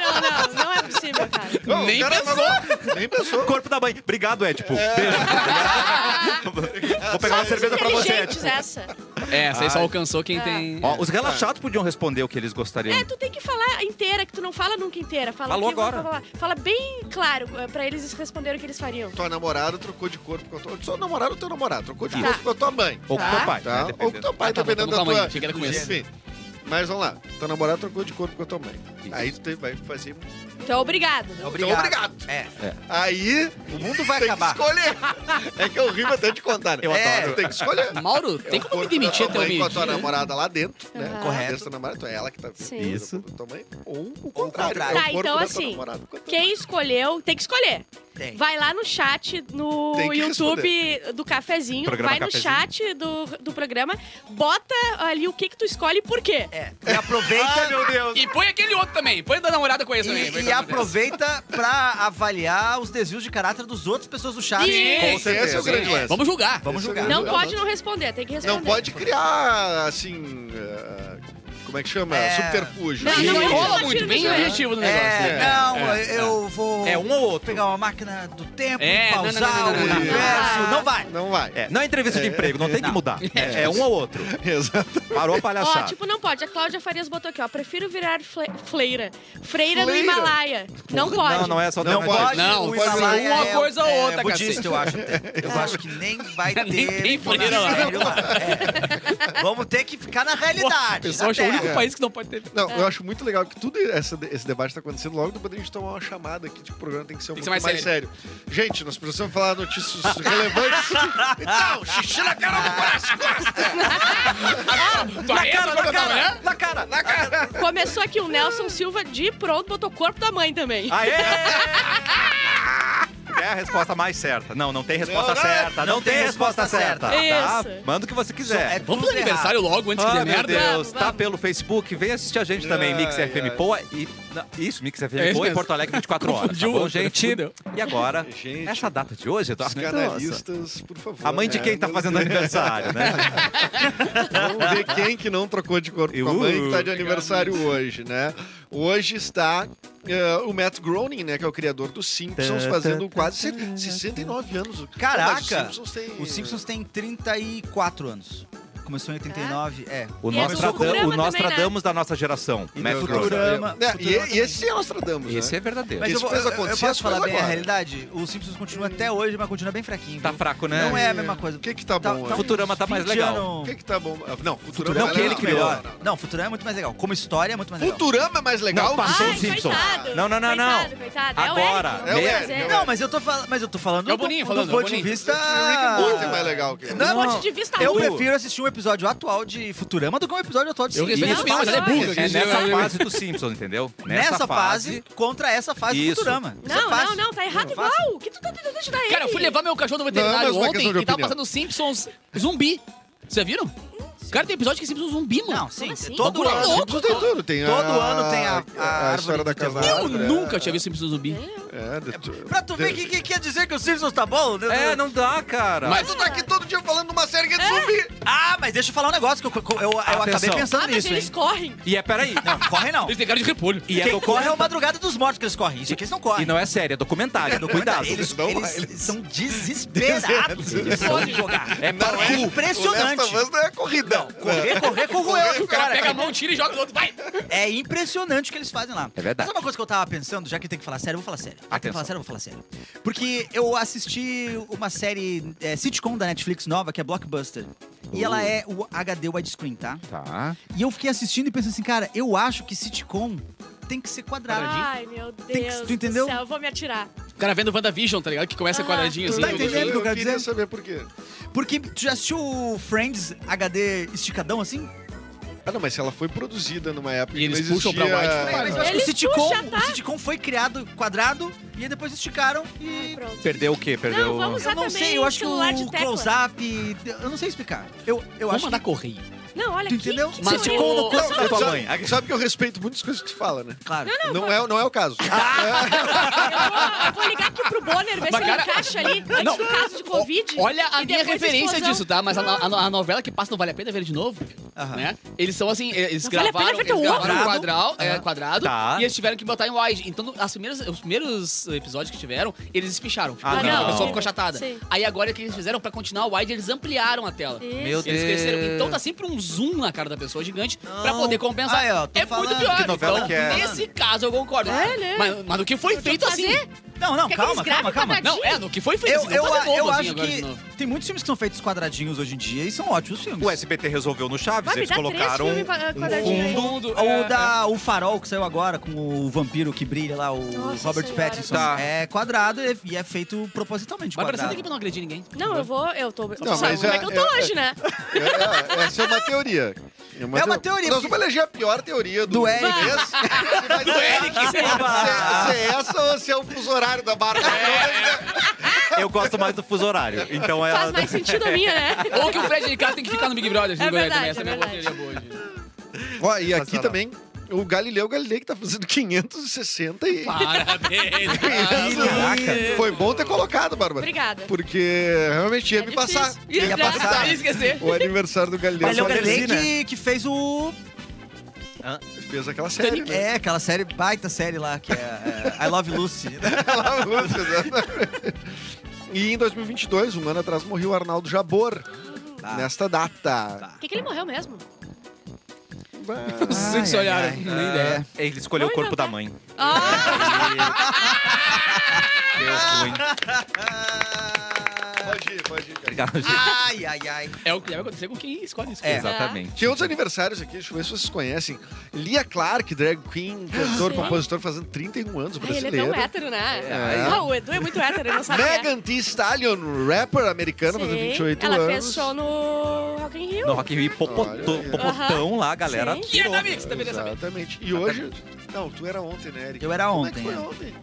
Speaker 4: não, não, não, não, não. Não é possível, cara.
Speaker 5: Não,
Speaker 2: Nem
Speaker 5: o cara é Não, nem pensou.
Speaker 1: Corpo da mãe. Obrigado, Edipo. Beijo. Vou pegar uma cerveja pra você,
Speaker 4: Inteligentes
Speaker 1: Edipo.
Speaker 4: essa.
Speaker 2: É, essa aí só alcançou quem tem.
Speaker 1: Ó, os relaxados podiam responder o que eles gostariam.
Speaker 4: É, tu tem que falar inteira, que tu não fala nunca inteira. Fala
Speaker 1: Falou
Speaker 4: o que eu vou
Speaker 1: agora.
Speaker 4: falar. Fala bem claro eh, pra eles responderem o que eles fariam.
Speaker 5: Tua namorada trocou de corpo com a tua... Só namorado ou teu namorado? Trocou de
Speaker 4: Tá.
Speaker 5: corpo com a tua mãe.
Speaker 1: Ou com
Speaker 4: Tá.
Speaker 1: teu pai.
Speaker 5: Tá?
Speaker 1: né,
Speaker 5: Ou com
Speaker 1: dependendo.
Speaker 5: teu pai,
Speaker 2: Ah, tá,
Speaker 5: dependendo
Speaker 2: bom,
Speaker 5: da
Speaker 2: tô com a
Speaker 5: tua...
Speaker 2: mãe, achei que era com esse.
Speaker 5: Enfim. Mas vamos lá. Teu namorado trocou de corpo com a tua mãe.
Speaker 1: Isso.
Speaker 5: Aí tu tem- vai fazer...
Speaker 4: Então, obrigado.
Speaker 3: Obrigado.
Speaker 5: obrigado.
Speaker 3: É.
Speaker 5: Aí...
Speaker 3: O mundo vai
Speaker 5: tem
Speaker 3: acabar.
Speaker 5: que escolher. É que é horrível até de contar.
Speaker 1: Eu
Speaker 5: é,
Speaker 1: adoro.
Speaker 5: Tem que escolher.
Speaker 2: Mauro, tem
Speaker 5: É o
Speaker 2: como me
Speaker 5: corpo
Speaker 2: demitir
Speaker 5: da
Speaker 2: até
Speaker 5: tua
Speaker 2: eu
Speaker 5: mãe
Speaker 2: me.
Speaker 5: com a tua namorada lá dentro, né?
Speaker 4: Aham.
Speaker 5: Correto.
Speaker 3: Correto.
Speaker 5: Tua namorada, é ela que tá
Speaker 4: Sim.
Speaker 1: Isso.
Speaker 5: com tua mãe. Ou o
Speaker 3: Ou o
Speaker 5: contrário.
Speaker 3: contrário.
Speaker 5: É o
Speaker 4: Tá,
Speaker 5: corpo
Speaker 4: então
Speaker 5: da tua
Speaker 4: assim,
Speaker 5: namorada com a tua mãe.
Speaker 4: Quem escolheu, tem que escolher.
Speaker 3: Tem.
Speaker 4: Vai lá no chat, no
Speaker 5: Tem que
Speaker 4: YouTube do cafezinho,
Speaker 1: Programa
Speaker 4: vai no
Speaker 1: Cafezinho.
Speaker 4: chat do, do programa, bota ali o que, que tu escolhe e por quê.
Speaker 3: É. E aproveita.
Speaker 1: Ai, meu Deus.
Speaker 2: E põe aquele outro também. Põe da namorada com esse também.
Speaker 3: E,
Speaker 2: Põe
Speaker 3: e
Speaker 2: pra-
Speaker 3: aproveita pra avaliar os desvios de caráter dos outros pessoas do chat.
Speaker 2: Sim.
Speaker 5: Com certeza. Esse é o grande lance.
Speaker 2: Vamos julgar.
Speaker 3: Vamos
Speaker 5: Esse é
Speaker 3: julgar.
Speaker 5: o
Speaker 4: Não
Speaker 5: grande
Speaker 4: pode
Speaker 5: lance.
Speaker 4: não responder, tem que responder.
Speaker 5: Não pode criar, assim... eh, Como é que chama?
Speaker 3: É.
Speaker 5: Subterfúgio.
Speaker 4: Não,
Speaker 2: Não
Speaker 4: Sim.
Speaker 2: enrola
Speaker 4: Sim.
Speaker 2: muito, bem
Speaker 4: É.
Speaker 2: objetivo do negócio.
Speaker 3: É,
Speaker 2: né?
Speaker 3: não,
Speaker 2: É.
Speaker 3: eu vou.
Speaker 1: É um ou outro.
Speaker 3: Pegar uma máquina do tempo,
Speaker 2: É, não, não,
Speaker 3: pausar
Speaker 2: não, não,
Speaker 5: não, não,
Speaker 3: o
Speaker 5: não.
Speaker 3: universo.
Speaker 4: Ah.
Speaker 3: Não vai.
Speaker 5: Não vai.
Speaker 1: É, não é entrevista de emprego, não tem que
Speaker 3: Não.
Speaker 1: mudar. É, é um ou outro.
Speaker 5: *laughs* Exato.
Speaker 1: Parou a
Speaker 4: Ó,
Speaker 1: palhaçada.
Speaker 4: tipo, não pode. A Cláudia Farias botou aqui, ó. Prefiro virar fle fleira. Freira no
Speaker 5: Fleira?
Speaker 4: Himalaia. Não pode.
Speaker 1: Não, não é só
Speaker 5: Não
Speaker 1: alternativa.
Speaker 5: pode.
Speaker 2: Não,
Speaker 3: o
Speaker 2: pode ser
Speaker 3: Himalaia
Speaker 2: uma
Speaker 3: é-
Speaker 2: coisa ou
Speaker 3: é
Speaker 2: outra,
Speaker 3: budista,
Speaker 2: cacete.
Speaker 3: eu acho.
Speaker 2: *laughs*
Speaker 3: Eu acho que nem vai ter
Speaker 2: Nem tem freira lá.
Speaker 3: monastério lá. É. Vamos ter que ficar na
Speaker 2: Pô, O
Speaker 3: realidade.
Speaker 2: pessoal
Speaker 3: na
Speaker 2: achou o
Speaker 3: terra.
Speaker 2: único país que não pode ter.
Speaker 5: Não, eu acho muito legal que tudo essa- esse debate está acontecendo logo depois da gente tomar uma chamada aqui de que o programa tem que ser um
Speaker 2: Tem que ser
Speaker 5: pouco mais,
Speaker 2: mais
Speaker 5: sério. Gente, nós precisamos falar notícias relevantes. Então, xixi na cara do coração.
Speaker 2: Tu é essa pra cantar amanhã?
Speaker 1: na cara, na
Speaker 5: Tá,
Speaker 1: cara.
Speaker 4: Começou aqui o Nelson Silva de pronto, botou corpo da mãe também.
Speaker 1: Aê! É a resposta mais certa. Não, não tem resposta
Speaker 5: Não, não é.
Speaker 1: certa. Não, tem, resposta certa.
Speaker 4: certa.
Speaker 1: Tá?
Speaker 4: Isso.
Speaker 1: Manda o que você
Speaker 3: Isso é
Speaker 1: quiser.
Speaker 2: Vamos
Speaker 3: tudo
Speaker 2: pro aniversário logo, antes que
Speaker 1: Ah,
Speaker 2: dê
Speaker 1: meu
Speaker 2: merda.
Speaker 1: Deus,
Speaker 4: Vamos,
Speaker 1: tá
Speaker 4: vamos.
Speaker 1: pelo Facebook, vem assistir a gente também, Mix
Speaker 5: Ai, ai.
Speaker 1: FM Poa e... não, isso, Mix FM
Speaker 2: É
Speaker 1: Poa e
Speaker 2: mesmo.
Speaker 1: Porto Alegre
Speaker 4: *laughs*
Speaker 1: 24 horas, tá
Speaker 2: Confundiu
Speaker 1: bom,
Speaker 2: outra,
Speaker 1: gente?
Speaker 2: fudeu.
Speaker 1: E agora,
Speaker 5: Gente.
Speaker 1: essa data de hoje, Eduardo?
Speaker 5: Os canalistas, por favor.
Speaker 1: A mãe de
Speaker 5: né?
Speaker 1: quem tá
Speaker 5: Não-
Speaker 1: fazendo aniversário,
Speaker 4: *laughs*
Speaker 1: né?
Speaker 5: Vamos ver quem que não trocou de corpo com a mãe que tá de aniversário hoje, né? Hoje está eh, o Matt Groening, né? Que é o criador dos Simpsons, fazendo quase 69 anos.
Speaker 3: Caraca!
Speaker 5: Mas os Simpsons têm...
Speaker 3: Os Simpsons têm 34 anos. Começou em 89, é.
Speaker 1: O
Speaker 4: E é do Futurama
Speaker 1: Nostradam- o
Speaker 4: também, né?
Speaker 1: Nostradamus da nossa geração. Matt Groening.
Speaker 3: Futurama-
Speaker 5: Né, e,
Speaker 3: Futurama
Speaker 5: e esse é Nostradamus,
Speaker 1: Esse
Speaker 5: né?
Speaker 1: é verdadeiro.
Speaker 3: Mas
Speaker 5: Isso
Speaker 3: eu, vou,
Speaker 5: fez
Speaker 3: eu, eu
Speaker 5: acontecer, isso
Speaker 3: posso falar
Speaker 5: fez
Speaker 3: bem a
Speaker 5: agora.
Speaker 3: realidade? O Simpsons continua até hoje, mas continua bem fraquinho.
Speaker 1: Tá
Speaker 3: viu?
Speaker 1: fraco, né?
Speaker 3: Não é a mesma coisa.
Speaker 5: O que que tá bom?
Speaker 1: tá
Speaker 5: hoje?
Speaker 1: Futurama tá mais
Speaker 3: 20
Speaker 1: legal.
Speaker 5: O
Speaker 3: anos-
Speaker 5: que que tá bom? Não, Futurama
Speaker 3: Futurama
Speaker 1: Não,
Speaker 5: é
Speaker 1: que ele
Speaker 5: legal.
Speaker 1: criou.
Speaker 5: Não, não, não.
Speaker 3: Não, Futurama é muito mais legal. Como história é muito mais legal.
Speaker 5: Futurama é mais legal?
Speaker 1: Não, passou
Speaker 4: Ai,
Speaker 1: o Simpson.
Speaker 4: coitado.
Speaker 1: Não, não, não, não.
Speaker 4: Coitado, coitado.
Speaker 1: Agora.
Speaker 4: É o Eric, não
Speaker 5: É o
Speaker 4: tem
Speaker 5: Eric,
Speaker 4: mais
Speaker 5: não
Speaker 3: Não, mas eu tô falando, mas eu tô falando
Speaker 2: É o Boninho
Speaker 3: do,
Speaker 2: falando,
Speaker 3: do
Speaker 2: é o
Speaker 3: ponto de
Speaker 2: Boninho.
Speaker 3: vista.
Speaker 5: Rick and Morty é mais legal que ele.
Speaker 4: Do
Speaker 3: Não,
Speaker 4: ponto de vista
Speaker 3: eu
Speaker 4: ruim.
Speaker 3: prefiro assistir um episódio atual de Futurama do que um episódio atual de
Speaker 2: Eu
Speaker 3: Simpsons.
Speaker 2: respeito
Speaker 4: Não,
Speaker 2: mesmo, mas ela é
Speaker 4: não,
Speaker 2: burra.
Speaker 1: É
Speaker 2: gente.
Speaker 1: nessa fase do Simpsons, *laughs* entendeu?
Speaker 3: Nessa fase, contra essa fase
Speaker 1: Isso.
Speaker 3: do Futurama. Isso é
Speaker 4: Não,
Speaker 3: fácil.
Speaker 4: não, não, tá errado
Speaker 3: Não,
Speaker 4: igual.
Speaker 3: fácil.
Speaker 4: O que tu tá tentando ajudar ele?
Speaker 2: *laughs* Cara, eu fui levar meu cachorro no
Speaker 5: Não,
Speaker 2: veterinário
Speaker 5: mas uma
Speaker 2: ontem
Speaker 5: questão de
Speaker 2: e tava
Speaker 5: opinião.
Speaker 2: passando Simpsons zumbi. Vocês já viram? Cara, tem episódio que é Simpsons zumbi, mano.
Speaker 3: Não, sim.
Speaker 4: Como assim?
Speaker 3: Todo
Speaker 2: Bagulho é
Speaker 3: ano.
Speaker 2: louco.
Speaker 5: Simpsons tem tudo. Tem
Speaker 3: Todo
Speaker 5: a-
Speaker 3: ano tem a- a
Speaker 5: a
Speaker 3: árvore
Speaker 5: história da
Speaker 3: do teu-
Speaker 5: casada.
Speaker 2: Eu nunca tinha visto Simpsons zumbi.
Speaker 5: É, de tu-
Speaker 3: Pra tu ver o que, que quer dizer que o Simpsons tá bom?
Speaker 1: É, não dá, cara.
Speaker 5: Mas tu tá aqui todo dia falando de uma série que é de zumbi.
Speaker 3: Ah, mas deixa eu falar um negócio que eu, eu, eu acabei
Speaker 1: Atenção.
Speaker 3: pensando
Speaker 4: Ah, mas
Speaker 3: nisso,
Speaker 4: eles
Speaker 3: hein?
Speaker 4: correm.
Speaker 1: E é, peraí. Não.
Speaker 3: Não, corre não.
Speaker 2: Eles têm cara de repolho.
Speaker 1: E, é
Speaker 3: Quem
Speaker 1: docu-
Speaker 3: corre é o Madrugada dos Mortos que eles correm. Isso aqui eles não correm.
Speaker 1: e não é sério, é documentário. Cuidado.
Speaker 3: Eles,
Speaker 5: Não,
Speaker 3: eles
Speaker 5: eles-
Speaker 3: são *laughs* desesperados. Eles podem jogar.
Speaker 1: É para cu.
Speaker 5: é. O Last of
Speaker 3: Impressionante.
Speaker 5: Us não é corrida.
Speaker 3: Correr, correr com o
Speaker 5: Correr,
Speaker 3: roeu,
Speaker 2: O cara
Speaker 3: cara.
Speaker 2: pega a mão, tira e joga no outro. Vai!
Speaker 3: É impressionante o que eles fazem lá.
Speaker 1: É verdade.
Speaker 3: Sabe uma coisa que eu tava pensando, já que tem que falar sério, eu vou falar sério. Já que Tem que
Speaker 1: Atenção.
Speaker 3: falar sério, eu vou falar sério. Porque eu assisti uma série é, sitcom da Netflix nova, que é Blockbuster. E
Speaker 1: Uh.
Speaker 3: ela é o HD widescreen, tá?
Speaker 1: Tá.
Speaker 3: E eu fiquei assistindo e pensando assim, cara, eu acho que sitcom tem que ser quadradinho.
Speaker 4: Ai, meu
Speaker 3: Tá. que-
Speaker 4: Deus.
Speaker 3: tu entendeu?
Speaker 4: do céu, eu vou me atirar.
Speaker 2: O cara vendo WandaVision, tá ligado? Que começa
Speaker 4: Ah,
Speaker 2: quadradinho
Speaker 3: tu
Speaker 2: assim.
Speaker 3: tá entendendo? o que eu quero
Speaker 5: queria
Speaker 3: dizer?
Speaker 5: saber por quê.
Speaker 3: Porque tu já assistiu o Friends HD esticadão assim?
Speaker 5: Ah, não, mas se ela foi produzida numa época
Speaker 2: E
Speaker 5: que não
Speaker 2: eles puxam pra
Speaker 5: existia-
Speaker 2: White Friday.
Speaker 3: Mas eu acho que o
Speaker 4: Ele
Speaker 3: sitcom,
Speaker 4: puxa, tá?
Speaker 3: o sitcom foi criado quadrado e aí depois esticaram
Speaker 4: Ai,
Speaker 3: e
Speaker 4: pronto.
Speaker 1: Perdeu o quê? Perdeu.
Speaker 4: Não, vamos-
Speaker 3: Eu não
Speaker 4: Exatamente,
Speaker 3: sei, eu acho que o
Speaker 4: celular de tecla.
Speaker 3: close-up. Eu não sei explicar. Eu, eu
Speaker 2: Vamos
Speaker 3: acho.
Speaker 2: mandar correio.
Speaker 4: Não, olha
Speaker 3: Tu
Speaker 4: aqui.
Speaker 3: entendeu?
Speaker 4: Que
Speaker 2: Mas
Speaker 4: teoria.
Speaker 2: como-
Speaker 5: Não,
Speaker 1: da tua
Speaker 5: sabe-
Speaker 1: mãe.
Speaker 5: Sabe que eu respeito muitas coisas que tu fala, né?
Speaker 3: que, claro.
Speaker 5: Não é, não é o caso.
Speaker 3: Ah,
Speaker 4: Eu vou, eu vou ligar aqui pro Bonner, ver se
Speaker 2: Mas,
Speaker 4: ele
Speaker 2: cara-
Speaker 4: encaixa ali antes
Speaker 2: Não.
Speaker 4: do caso de Covid.
Speaker 2: Olha a
Speaker 4: e
Speaker 2: minha
Speaker 4: depois
Speaker 2: referência
Speaker 4: explosão.
Speaker 2: disso, tá? Mas a, no- a no- a novela que passa não vale a pena ver de novo,
Speaker 3: Aham.
Speaker 2: né? Eles são assim, eh, eles
Speaker 4: Não vale a
Speaker 2: gravaram,
Speaker 4: pena ver
Speaker 2: eles
Speaker 4: teu
Speaker 2: gravaram
Speaker 3: ovo.
Speaker 2: um quadral, é,
Speaker 3: Aham.
Speaker 2: quadrado
Speaker 1: Tá.
Speaker 2: e eles tiveram que botar em wide. Então, no- as primeiras, os primeiros episódios que tiveram, eles espicharam. Ficou
Speaker 1: Ah,
Speaker 2: horrível,
Speaker 1: não.
Speaker 2: A pessoa ficou achatada.
Speaker 4: Sim.
Speaker 2: Aí agora o que eles fizeram pra continuar o wide, eles ampliaram a tela.
Speaker 4: Isso.
Speaker 1: Meu
Speaker 2: Eles cresceram.
Speaker 1: Deus.
Speaker 2: Então tá sempre um zoom na cara da pessoa gigante pra poder compensar.
Speaker 3: Aí, ó, tô
Speaker 2: é
Speaker 3: falando
Speaker 2: muito pior.
Speaker 1: que novela
Speaker 2: então,
Speaker 1: que é.
Speaker 2: Nesse caso eu concordo.
Speaker 4: É, né?
Speaker 2: mas, mas do que foi
Speaker 4: Eu tenho
Speaker 2: feito
Speaker 4: que
Speaker 2: assim.
Speaker 4: fazer.
Speaker 3: Não, não,
Speaker 4: Quer que
Speaker 3: calma, calma,
Speaker 4: eles gravem
Speaker 3: calma.
Speaker 4: quadradinho?
Speaker 2: Não, é, no que foi feito
Speaker 3: Eu,
Speaker 2: assim.
Speaker 3: eu,
Speaker 2: não fazer bobo assim
Speaker 3: eu acho
Speaker 2: agora de novo.
Speaker 3: que tem muitos filmes que são feitos quadradinhos hoje em dia e são ótimos filmes.
Speaker 1: O SBT resolveu no Chaves,
Speaker 4: Vai me
Speaker 1: eles
Speaker 4: dar três
Speaker 1: colocaram.
Speaker 4: filmes qua- quadradinhos aí.
Speaker 2: fundo.
Speaker 3: Ou
Speaker 2: é.
Speaker 3: da O Farol, que saiu agora, com o vampiro que brilha lá, o
Speaker 4: Nossa
Speaker 3: Robert
Speaker 4: Senhora.
Speaker 3: Pattinson.
Speaker 1: Tá.
Speaker 3: É quadrado e e é feito propositalmente
Speaker 2: Vai aparecendo
Speaker 3: quadrado.
Speaker 2: aqui pra não agredir ninguém.
Speaker 4: Não, eu vou. Eu tô.
Speaker 5: Não,
Speaker 4: sabe
Speaker 5: mas
Speaker 4: como
Speaker 5: é-
Speaker 4: é que eu tô
Speaker 5: é-
Speaker 4: hoje, né?
Speaker 5: É, é, essa é uma teoria.
Speaker 3: É uma teoria,
Speaker 5: Nós
Speaker 3: porque-
Speaker 5: vamos eleger a pior teoria do,
Speaker 3: Do Eric. *laughs*
Speaker 5: mês. E vai ser- se, se é essa ou se é o fuso horário da barca.
Speaker 1: *laughs*
Speaker 3: É.
Speaker 1: Eu gosto mais do fuso horário. Então ela.
Speaker 4: Faz
Speaker 1: *laughs*
Speaker 4: mais sentido a minha, né?
Speaker 2: *laughs* Ou que o Fred de Castro tem que ficar no Big Brother.
Speaker 4: É
Speaker 2: né, Goiás,
Speaker 4: verdade,
Speaker 2: também.
Speaker 4: é
Speaker 2: Essa é minha boa hoje.
Speaker 5: Ó, e aqui
Speaker 1: Sensacional.
Speaker 5: também o Galileu Galilei que tá fazendo 560 e...
Speaker 3: Ah,
Speaker 2: *laughs* Parabéns.
Speaker 5: Caraca. Foi bom ter colocado, Bárbara.
Speaker 4: Obrigada.
Speaker 5: Porque realmente ia
Speaker 3: É
Speaker 5: me passar.
Speaker 4: Ia
Speaker 3: Ia
Speaker 4: passar.
Speaker 3: passar.
Speaker 2: Ia esquecer.
Speaker 5: O aniversário do Galileu né?
Speaker 3: Mas é o
Speaker 1: Só
Speaker 3: Galilei
Speaker 1: Teresina.
Speaker 2: né?
Speaker 3: que, que fez o.
Speaker 5: fez aquela série, né?
Speaker 3: É, aquela série, baita série lá, que é, é I Love Lucy.
Speaker 1: né?
Speaker 5: Aquela música, exatamente. E em 2022, um ano atrás, morreu o Arnaldo Jabor.
Speaker 3: Tá.
Speaker 5: Nesta data.
Speaker 4: Por que, que ele morreu mesmo?
Speaker 5: Bah.
Speaker 2: Os cinco se
Speaker 3: Ai,
Speaker 2: olharam.
Speaker 3: ai.
Speaker 2: Nem ideia.
Speaker 1: Ele escolheu o
Speaker 4: Vamos
Speaker 1: corpo da
Speaker 4: inventar.
Speaker 1: mãe.
Speaker 4: Ah,
Speaker 1: Deu ruim.
Speaker 5: Pode ir, pode ir. cara.
Speaker 1: Obrigado, *laughs* gente.
Speaker 3: Ai, ai, ai.
Speaker 2: É o que deve acontecer com quem escolhe isso.
Speaker 3: É.
Speaker 1: Exatamente.
Speaker 5: Tinha outros aniversários aqui, deixa eu ver se vocês conhecem. Lia Clark, drag queen, cantor,
Speaker 4: Ah, sim.
Speaker 5: compositor, fazendo 31
Speaker 4: ai, ele é
Speaker 5: anos,
Speaker 4: tão
Speaker 5: brasileiro.
Speaker 4: hétero, né?
Speaker 5: É.
Speaker 4: Ah, o Edu é muito hétero, ele não sabe. né?
Speaker 5: Megan Thee Stallion, rapper americana, fazendo
Speaker 4: Sim,
Speaker 5: 28
Speaker 4: Ela
Speaker 5: anos.
Speaker 4: fez show no Rock in Rio.
Speaker 1: No Rock in Rio, popotão,
Speaker 5: Olha aí.
Speaker 1: popotão lá, a galera.
Speaker 4: Sim.
Speaker 2: E é da
Speaker 4: tá
Speaker 2: Mix, deveria saber.
Speaker 5: Exatamente. E hoje... Não, tu era ontem, né, Eric?
Speaker 3: Eu era
Speaker 5: Como é que
Speaker 3: ontem,
Speaker 5: foi
Speaker 3: é.
Speaker 5: ontem?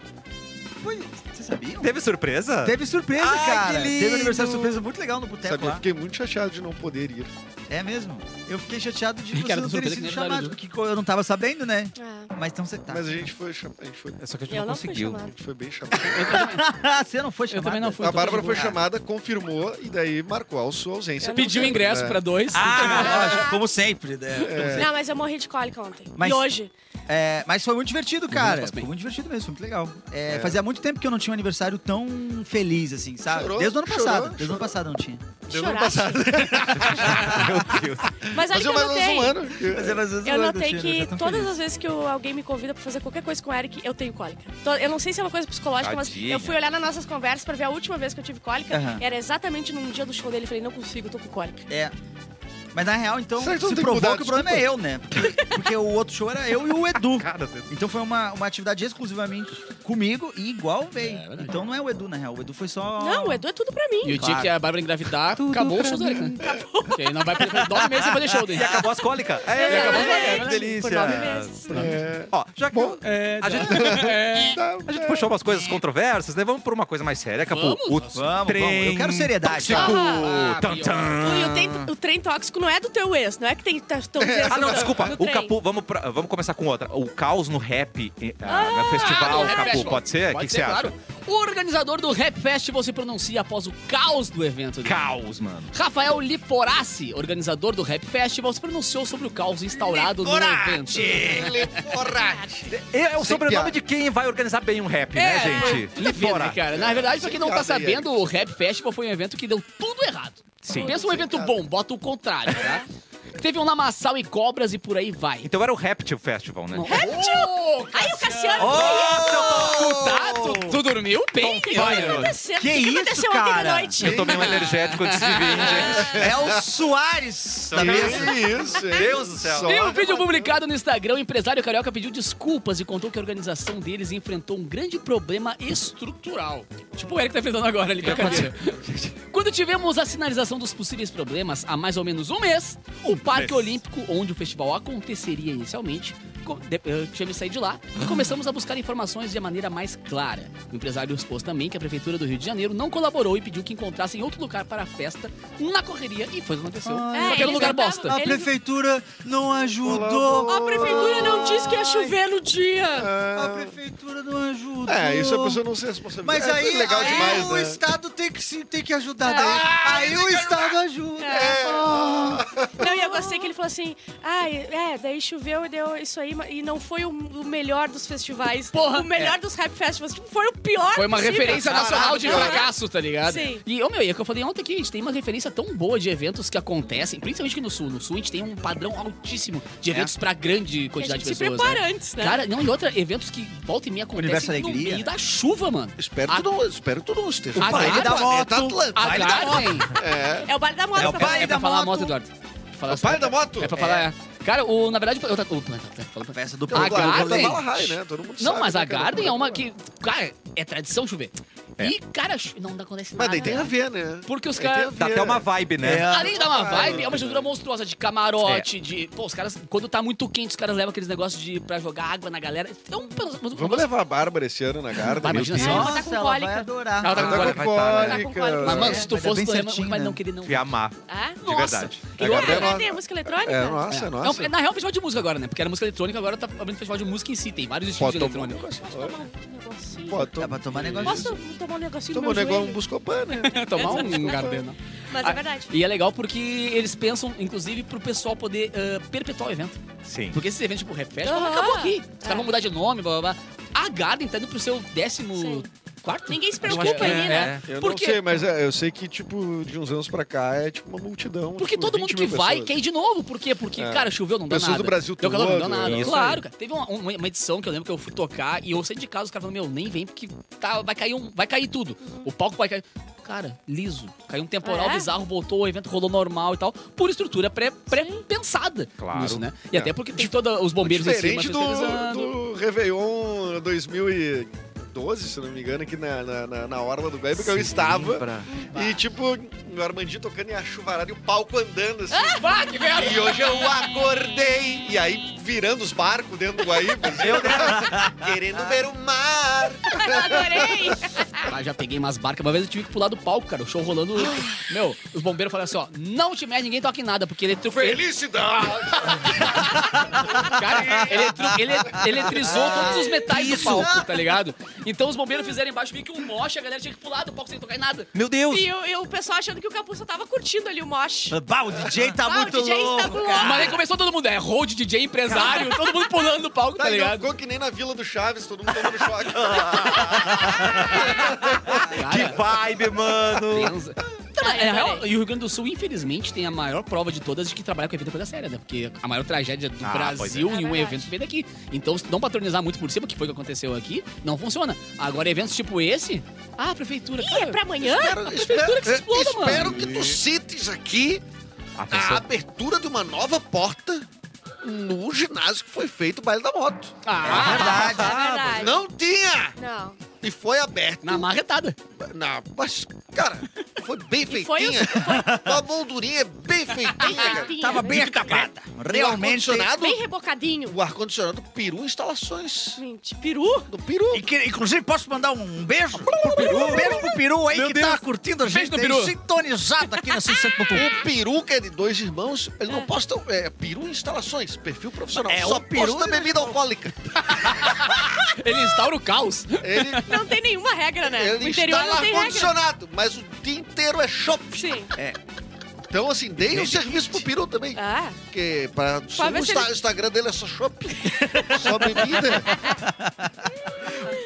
Speaker 3: Foi, vocês sabiam?
Speaker 1: Teve surpresa?
Speaker 3: Teve surpresa,
Speaker 1: Ai,
Speaker 3: cara.
Speaker 1: que
Speaker 3: Teve
Speaker 1: lindo.
Speaker 3: aniversário surpresa muito legal no boteco
Speaker 5: Sabe, eu
Speaker 3: lá.
Speaker 5: fiquei muito chateado de não poder ir.
Speaker 3: É mesmo? Eu fiquei chateado de vocês
Speaker 2: Cara,
Speaker 3: não
Speaker 2: tô
Speaker 3: terem
Speaker 2: surpreso que
Speaker 3: sido
Speaker 2: nem ajudaram,
Speaker 3: chamados, porque eu não tava sabendo, né?
Speaker 4: Ah,
Speaker 3: Mas então você tá.
Speaker 5: Mas a gente foi cham- a gente foi,
Speaker 1: É Só que a gente
Speaker 4: Eu
Speaker 1: não
Speaker 4: não fui
Speaker 1: conseguiu.
Speaker 5: a
Speaker 4: chamada.
Speaker 5: gente foi
Speaker 3: *laughs*
Speaker 5: bem chamado.
Speaker 3: você não foi chamado.
Speaker 2: também não fui.
Speaker 5: A Bárbara foi
Speaker 3: Ah.
Speaker 5: chamada, confirmou e daí marcou a sua ausência.
Speaker 2: Pediu ingresso
Speaker 5: É.
Speaker 2: pra dois.
Speaker 3: Ah, lógico, como sempre, né?
Speaker 4: Não, mas eu morri de cólica ontem.
Speaker 3: Mas-
Speaker 4: E hoje.
Speaker 3: É, mas foi muito divertido, cara.
Speaker 2: faz bem.
Speaker 3: Foi muito divertido mesmo, foi muito legal. É, Fazia muito tempo que eu não tinha um aniversário tão feliz, assim, sabe?
Speaker 5: Chorou?
Speaker 3: Desde o ano
Speaker 5: Chorou?
Speaker 3: passado. Desde o
Speaker 5: Chorou?
Speaker 3: ano passado eu não tinha.
Speaker 5: Deu ano
Speaker 4: Chorar.
Speaker 5: passado.
Speaker 1: *laughs* Meu Deus.
Speaker 4: Mas olha que
Speaker 5: Fazia
Speaker 4: eu
Speaker 5: mais ou menos um
Speaker 4: notei.
Speaker 5: ano. que-
Speaker 3: é,
Speaker 4: Eu notei
Speaker 3: né?
Speaker 4: que todas as vezes que o- alguém me convida pra fazer qualquer coisa com o Eric, eu tenho cólica. To- Eu não sei se é uma coisa psicológica,
Speaker 1: Tadinha.
Speaker 4: mas eu fui olhar nas nossas conversas pra ver a última vez que eu tive cólica.
Speaker 3: Aham.
Speaker 4: Era exatamente num dia do show dele. Eu falei, não consigo, eu tô com cólica.
Speaker 3: É. Mas na real, então,
Speaker 5: Será que tu não
Speaker 3: se
Speaker 5: tem que
Speaker 3: provou
Speaker 5: mudar?
Speaker 3: que o problema é eu, né? Porque, porque o outro show era eu e o Edu.
Speaker 1: Cara,
Speaker 3: Então foi uma, uma atividade exclusivamente comigo e igual veio. então não é o Edu, na real. O Edu foi só.
Speaker 4: Não, o Edu é tudo pra
Speaker 2: E
Speaker 4: mim.
Speaker 2: o dia
Speaker 3: Claro.
Speaker 2: que a Bárbara engravidar, acabou o show do Eric, né? Acabou. Porque ele não vai poder nove meses sem fazer show dele.
Speaker 1: E acabou as cólicas. É,
Speaker 4: Exatamente.
Speaker 1: acabou as cólicas. Que
Speaker 4: Por
Speaker 1: delícia.
Speaker 4: nove meses.
Speaker 5: É,
Speaker 1: Ó, já que
Speaker 2: É,
Speaker 1: a,
Speaker 2: tá.
Speaker 1: gente,
Speaker 5: tá,
Speaker 1: a gente puxou umas coisas controversas, né? Vamos por uma coisa mais séria, Capu.
Speaker 2: Vamos,
Speaker 1: O
Speaker 2: vamos,
Speaker 3: vamos.
Speaker 1: trem
Speaker 3: Eu quero seriedade,
Speaker 1: tóxico.
Speaker 2: tá? Ah,
Speaker 1: Tan,
Speaker 2: pior.
Speaker 1: tan.
Speaker 4: E o, tem- o trem tóxico não é do teu ex, não é que tem tá- tão
Speaker 1: Ah, não, desculpa.
Speaker 4: No
Speaker 1: O
Speaker 4: trem.
Speaker 1: Capu, vamos, pra- vamos começar com outra. O caos no rap eh, ah, no festival,
Speaker 2: Ah, no Rap
Speaker 1: Capu.
Speaker 2: Festival.
Speaker 1: Pode ser? O É, que,
Speaker 2: Pode
Speaker 1: que você
Speaker 2: ser, claro.
Speaker 1: acha?
Speaker 2: O organizador do Rap Festival se pronuncia após o caos do evento. dele.
Speaker 1: Caos, mano.
Speaker 2: Rafael Liporassi, organizador do Rap Festival, se pronunciou sobre o caos instaurado no evento.
Speaker 1: É, é o
Speaker 5: Sem
Speaker 1: sobrenome
Speaker 5: piada.
Speaker 1: de quem vai organizar bem um rap, né, gente?
Speaker 2: Liporassi,
Speaker 1: Fora.
Speaker 2: cara. Na verdade, pra quem não tá
Speaker 5: Sem piada,
Speaker 2: sabendo, o Rap Festival foi um evento que deu tudo errado.
Speaker 1: Sim.
Speaker 2: Pensa um evento bom, bota o contrário, tá? Teve um lamaçal e cobras e por aí vai.
Speaker 1: Então era o Raptil Festival, né?
Speaker 2: Ô,
Speaker 4: Aí o Cassiano.
Speaker 2: Tá, tu, tu dormiu bem?
Speaker 4: O que
Speaker 1: Fire.
Speaker 4: aconteceu?
Speaker 3: Que
Speaker 4: o que
Speaker 3: isso,
Speaker 4: aconteceu ontem
Speaker 3: cara?
Speaker 4: de noite?
Speaker 1: Eu tomei um energético antes de vir, gente.
Speaker 3: É o Soares
Speaker 5: Tá
Speaker 3: da mesa.
Speaker 5: Que isso, hein?
Speaker 1: Deus do céu.
Speaker 5: Só
Speaker 2: Em um vídeo publicado no Instagram, o empresário carioca pediu desculpas e contou que a organização deles enfrentou um grande problema estrutural. Tipo o Eric tá enfrentando agora ali, brincadeira. Quando tivemos a sinalização dos possíveis problemas há mais ou menos um mês, o Parque Olímpico, onde o festival aconteceria inicialmente, co- de- eh, tivemos que sair de lá e começamos a buscar informações de maneira mais clara. O empresário expôs também que a Prefeitura do Rio de Janeiro não colaborou e pediu que encontrassem outro lugar para a festa na correria e foi o que aconteceu.
Speaker 4: É,
Speaker 2: Só que era um
Speaker 4: eles
Speaker 2: lugar
Speaker 4: tentavam-
Speaker 2: bosta.
Speaker 3: A
Speaker 4: Eles-
Speaker 3: prefeitura não ajudou.
Speaker 4: A prefeitura não disse que ia chover no dia.
Speaker 3: A
Speaker 5: Ah,
Speaker 3: prefeitura não ajudou.
Speaker 5: É, isso a pessoa não se responsabiliza.
Speaker 3: Mas
Speaker 5: É
Speaker 3: aí, um
Speaker 5: legal
Speaker 3: aí
Speaker 5: demais,
Speaker 3: o
Speaker 5: né?
Speaker 3: Estado tem que, se- tem que ajudar. daí.
Speaker 4: Ah,
Speaker 3: aí o Estado ajuda.
Speaker 4: É.
Speaker 3: É.
Speaker 4: Não, e eu gostei que ele falou assim: ah, é, daí choveu e deu isso aí, ma- e não foi o, o melhor dos festivais.
Speaker 2: Porra,
Speaker 4: o melhor dos rap festivals. Tipo, foi o pior
Speaker 2: Foi uma
Speaker 4: possível.
Speaker 2: referência nacional de
Speaker 4: Aham.
Speaker 2: fracasso, tá ligado?
Speaker 4: Sim.
Speaker 2: E, ô meu, e é o que eu falei ontem aqui, a gente tem uma referência tão boa de eventos que acontecem, principalmente aqui no Sul. No Sul a gente tem um padrão altíssimo de eventos pra grande
Speaker 4: Que a
Speaker 2: quantidade
Speaker 4: gente
Speaker 2: de
Speaker 4: se
Speaker 2: pessoas.
Speaker 4: prepara
Speaker 2: né?
Speaker 4: antes, né?
Speaker 2: Cara, não, e outra, eventos que volta e meia
Speaker 3: Universo
Speaker 2: acontecem
Speaker 3: da
Speaker 2: no
Speaker 3: Alegria,
Speaker 2: meio
Speaker 3: né?
Speaker 2: da chuva, mano.
Speaker 5: Espero,
Speaker 2: A-
Speaker 5: que tu não, espero que tu não esteja.
Speaker 2: A- é
Speaker 3: Baile da
Speaker 5: planeta
Speaker 3: moto.
Speaker 5: Atlântico.
Speaker 2: A
Speaker 3: Baile da
Speaker 2: Garden...
Speaker 5: É.
Speaker 4: É o baile da moto.
Speaker 3: É o
Speaker 4: né?
Speaker 3: baile
Speaker 2: Ah, É pra
Speaker 3: da
Speaker 2: falar a
Speaker 3: moto.
Speaker 2: moto, Eduardo. Falar
Speaker 5: O pai da moto?
Speaker 2: É pra falar... é. Cara, o, na verdade... Eu, tá, o planeta Atlântico, fala-
Speaker 3: Festa do
Speaker 2: A
Speaker 5: Eu- eu- eu- eu- eu-
Speaker 2: Garden?
Speaker 5: Bala High, né? Todo mundo
Speaker 2: Não,
Speaker 5: sabe,
Speaker 2: mas
Speaker 5: né,
Speaker 2: a
Speaker 5: cara?
Speaker 2: Garden é uma que... Cara, é tradição chover. E, cara, chu- não acontece nada.
Speaker 5: Mas daí tem a ver, né?
Speaker 2: Porque os
Speaker 5: Aí tem
Speaker 2: caras-
Speaker 5: a ver.
Speaker 1: Dá até uma vibe, né?
Speaker 3: É.
Speaker 4: Ah,
Speaker 2: Além da uma vibe, é uma
Speaker 4: né?
Speaker 2: estrutura monstruosa de camarote,
Speaker 4: É.
Speaker 2: de. Pô, os caras, quando tá muito quente, os caras levam aqueles negócios de pra jogar água na galera. Então, pelo menos.
Speaker 5: Vamos levar a Bárbara esse ano na Garden.
Speaker 2: Ah, imagina
Speaker 5: meu
Speaker 2: só.
Speaker 5: Deus.
Speaker 4: Ela tá com
Speaker 3: ela
Speaker 4: cólica.
Speaker 3: vai adorar.
Speaker 2: Ela tá com
Speaker 5: Tá
Speaker 2: Agora
Speaker 5: com
Speaker 1: vai tá, né?
Speaker 5: cólica.
Speaker 4: Tá com
Speaker 2: Mas, mano,
Speaker 4: É,
Speaker 2: se tu
Speaker 3: vai dar
Speaker 2: fosse
Speaker 3: bem
Speaker 2: tu
Speaker 3: certinho,
Speaker 2: mas
Speaker 3: né?
Speaker 2: não querer não.
Speaker 1: E amar.
Speaker 4: Ah,
Speaker 1: De verdade.
Speaker 2: E
Speaker 4: Ah,
Speaker 2: outra,
Speaker 5: Agora é
Speaker 4: agora
Speaker 5: nossa.
Speaker 4: tem música eletrônica?
Speaker 5: É nossa, é
Speaker 2: Não,
Speaker 5: nossa.
Speaker 2: na real, festival de música agora, né? Porque era música eletrônica, agora tá abrindo festival de música em si, tem vários estilos
Speaker 5: Pode
Speaker 2: de
Speaker 5: tomar
Speaker 4: *laughs*
Speaker 5: um
Speaker 2: eletrônica.
Speaker 5: negócio.
Speaker 4: Posso tomar um negocinho?
Speaker 5: Pode
Speaker 3: Dá pra tomar negócio.
Speaker 4: Posso tomar um negocinho
Speaker 5: Toma um
Speaker 4: do meu
Speaker 5: negócio, um
Speaker 4: joelho?
Speaker 5: buscopan,
Speaker 2: *laughs*
Speaker 5: né?
Speaker 2: Tomar um gardena.
Speaker 4: Mas é verdade.
Speaker 2: E é legal porque eles pensam, inclusive, pro pessoal poder ah, perpetuar o evento.
Speaker 1: Sim.
Speaker 2: Porque esses eventos tipo Rap Fest,
Speaker 4: Aham.
Speaker 2: acabou aqui. Os caras
Speaker 4: É.
Speaker 2: vão mudar de nome, blá blá blá. A Garden tá indo pro seu décimo
Speaker 4: Sim.
Speaker 2: quarto.
Speaker 4: Ninguém se
Speaker 2: Eu acho
Speaker 4: preocupa
Speaker 2: que-
Speaker 4: ali,
Speaker 2: é,
Speaker 4: né?
Speaker 2: é.
Speaker 5: Eu
Speaker 2: Por
Speaker 5: não
Speaker 2: quê?
Speaker 5: sei, mas é, eu sei que, tipo, de uns anos pra cá é tipo uma multidão.
Speaker 2: Porque
Speaker 5: tipo,
Speaker 2: todo
Speaker 5: 20
Speaker 2: mundo que
Speaker 5: mil
Speaker 2: vai
Speaker 5: pessoas.
Speaker 2: quer ir de novo. Por quê? Porque,
Speaker 5: É.
Speaker 2: cara, choveu, não deu
Speaker 5: Pessoas
Speaker 2: nada.
Speaker 5: do Brasil
Speaker 2: Deu calor, não deu
Speaker 5: todo,
Speaker 2: nada.
Speaker 5: é.
Speaker 2: Claro, cara. Teve uma, uma- uma edição que eu lembro que eu fui tocar e eu saí de casa, os caras falaram, meu, nem vem porque tá, vai, cair um, vai cair tudo. O palco vai cair. Cara, liso. Caiu um temporal
Speaker 4: É?
Speaker 2: bizarro, voltou, o evento rolou normal e tal. Por estrutura pré- pré-pensada.
Speaker 1: Claro.
Speaker 2: nisso, né? E
Speaker 5: É.
Speaker 2: até porque tem todos os bombeiros em cima.
Speaker 5: Diferente do,
Speaker 2: fiscalizando.
Speaker 5: do Réveillon 2012, se não me engano, aqui na, na, na, na Orla do Guaíba, que É eu estava.
Speaker 1: Pra-
Speaker 5: E, tipo, o Armandinho tocando em a chuvarada e o palco andando, assim.
Speaker 2: Bah, que merda!
Speaker 5: E hoje eu acordei. E aí, virando os barcos *laughs* né? dentro do Guaíba. assim, Querendo ver o mar.
Speaker 4: *laughs* Adorei!
Speaker 2: Ah, já peguei umas barcas. Uma vez eu tive que pular do palco, cara. O show rolando. Meu, os bombeiros falaram assim: ó, não te mede, ninguém toca em nada, porque ele
Speaker 5: Felicidade!
Speaker 2: Cara, ele, ele, eletrizou todos os metais do palco, tá ligado? Então os bombeiros fizeram embaixo meio que um moche, a galera tinha que pular do palco sem tocar em nada.
Speaker 1: Meu Deus!
Speaker 4: E, o- e o pessoal achando que o Capuça tava curtindo ali o mosh.
Speaker 3: Bah, o DJ tá
Speaker 4: Ah, o
Speaker 3: muito
Speaker 4: DJ está
Speaker 3: louco.
Speaker 4: louco.
Speaker 2: Mas aí começou todo mundo, é road, DJ, empresário, todo mundo pulando do palco,
Speaker 5: Tá,
Speaker 2: tá
Speaker 5: e não
Speaker 2: ligado?
Speaker 5: ficou que nem na Vila do Chaves, todo mundo tomando choque.
Speaker 2: *laughs*
Speaker 1: Que
Speaker 2: Cara,
Speaker 1: vibe, mano!
Speaker 2: pensa. Então, mas, é real, e o Rio Grande do Sul, infelizmente, tem a maior prova de todas de que trabalhar com evento é coisa séria, né? Porque a maior tragédia do
Speaker 1: Ah,
Speaker 2: Brasil
Speaker 4: pois é.
Speaker 2: em
Speaker 4: É
Speaker 2: um
Speaker 4: verdade.
Speaker 2: evento vem daqui. Então, se não patronizar muito por cima, que foi o que aconteceu aqui, não funciona. Agora, eventos tipo esse, ah, a prefeitura.
Speaker 4: Ih,
Speaker 2: cara,
Speaker 4: é pra amanhã?
Speaker 5: Espero,
Speaker 2: prefeitura que se exploda,
Speaker 5: espero
Speaker 2: mano.
Speaker 5: que tu cites aqui
Speaker 1: A
Speaker 5: a
Speaker 6: Ah,
Speaker 1: pessoa...
Speaker 5: abertura de uma nova porta no ginásio que foi feito o baile da moto.
Speaker 2: Ah,
Speaker 3: Verdade.
Speaker 4: É verdade.
Speaker 5: Não tinha!
Speaker 4: Não.
Speaker 5: E foi aberto.
Speaker 2: na marretada.
Speaker 5: Na, mas, cara, foi bem
Speaker 4: E foi
Speaker 5: feitinha. Com a moldurinha bem feitinha, cara.
Speaker 4: Limpinha,
Speaker 3: Tava
Speaker 4: né?
Speaker 3: bem acabada. Realmente.
Speaker 5: O ar-condicionado,
Speaker 4: Bem rebocadinho.
Speaker 5: o ar-condicionado Peru Instalações.
Speaker 4: Gente, peru?
Speaker 5: Do Peru.
Speaker 3: E que- inclusive, posso mandar um beijo pro Peru? Um beijo pro Peru aí
Speaker 1: Meu
Speaker 3: que
Speaker 1: Deus.
Speaker 3: tá curtindo a
Speaker 2: Beijo
Speaker 3: gente
Speaker 2: no
Speaker 3: aí,
Speaker 2: Peru.
Speaker 3: sintonizado aqui na 107.1.
Speaker 5: O Peru, que é de dois irmãos, ele não posta. É, peru Instalações, perfil profissional.
Speaker 3: É,
Speaker 5: Só
Speaker 3: o Peru
Speaker 5: posta
Speaker 3: é-
Speaker 5: bebida alcoólica.
Speaker 2: Ele instaura o caos.
Speaker 4: *laughs*
Speaker 5: Ele,
Speaker 4: Não tem nenhuma regra, né?
Speaker 5: ele
Speaker 4: o interior
Speaker 5: instala
Speaker 4: não tem regra.
Speaker 5: ar-condicionado, mas o dia inteiro é shopping.
Speaker 4: Sim.
Speaker 5: Então, assim, deem o serviço pro Peru também.
Speaker 4: Ah,
Speaker 5: Porque pra, só
Speaker 4: Pra ver
Speaker 5: o
Speaker 4: se
Speaker 5: Insta-
Speaker 4: ele-
Speaker 5: Instagram dele é só shopping, só bebida.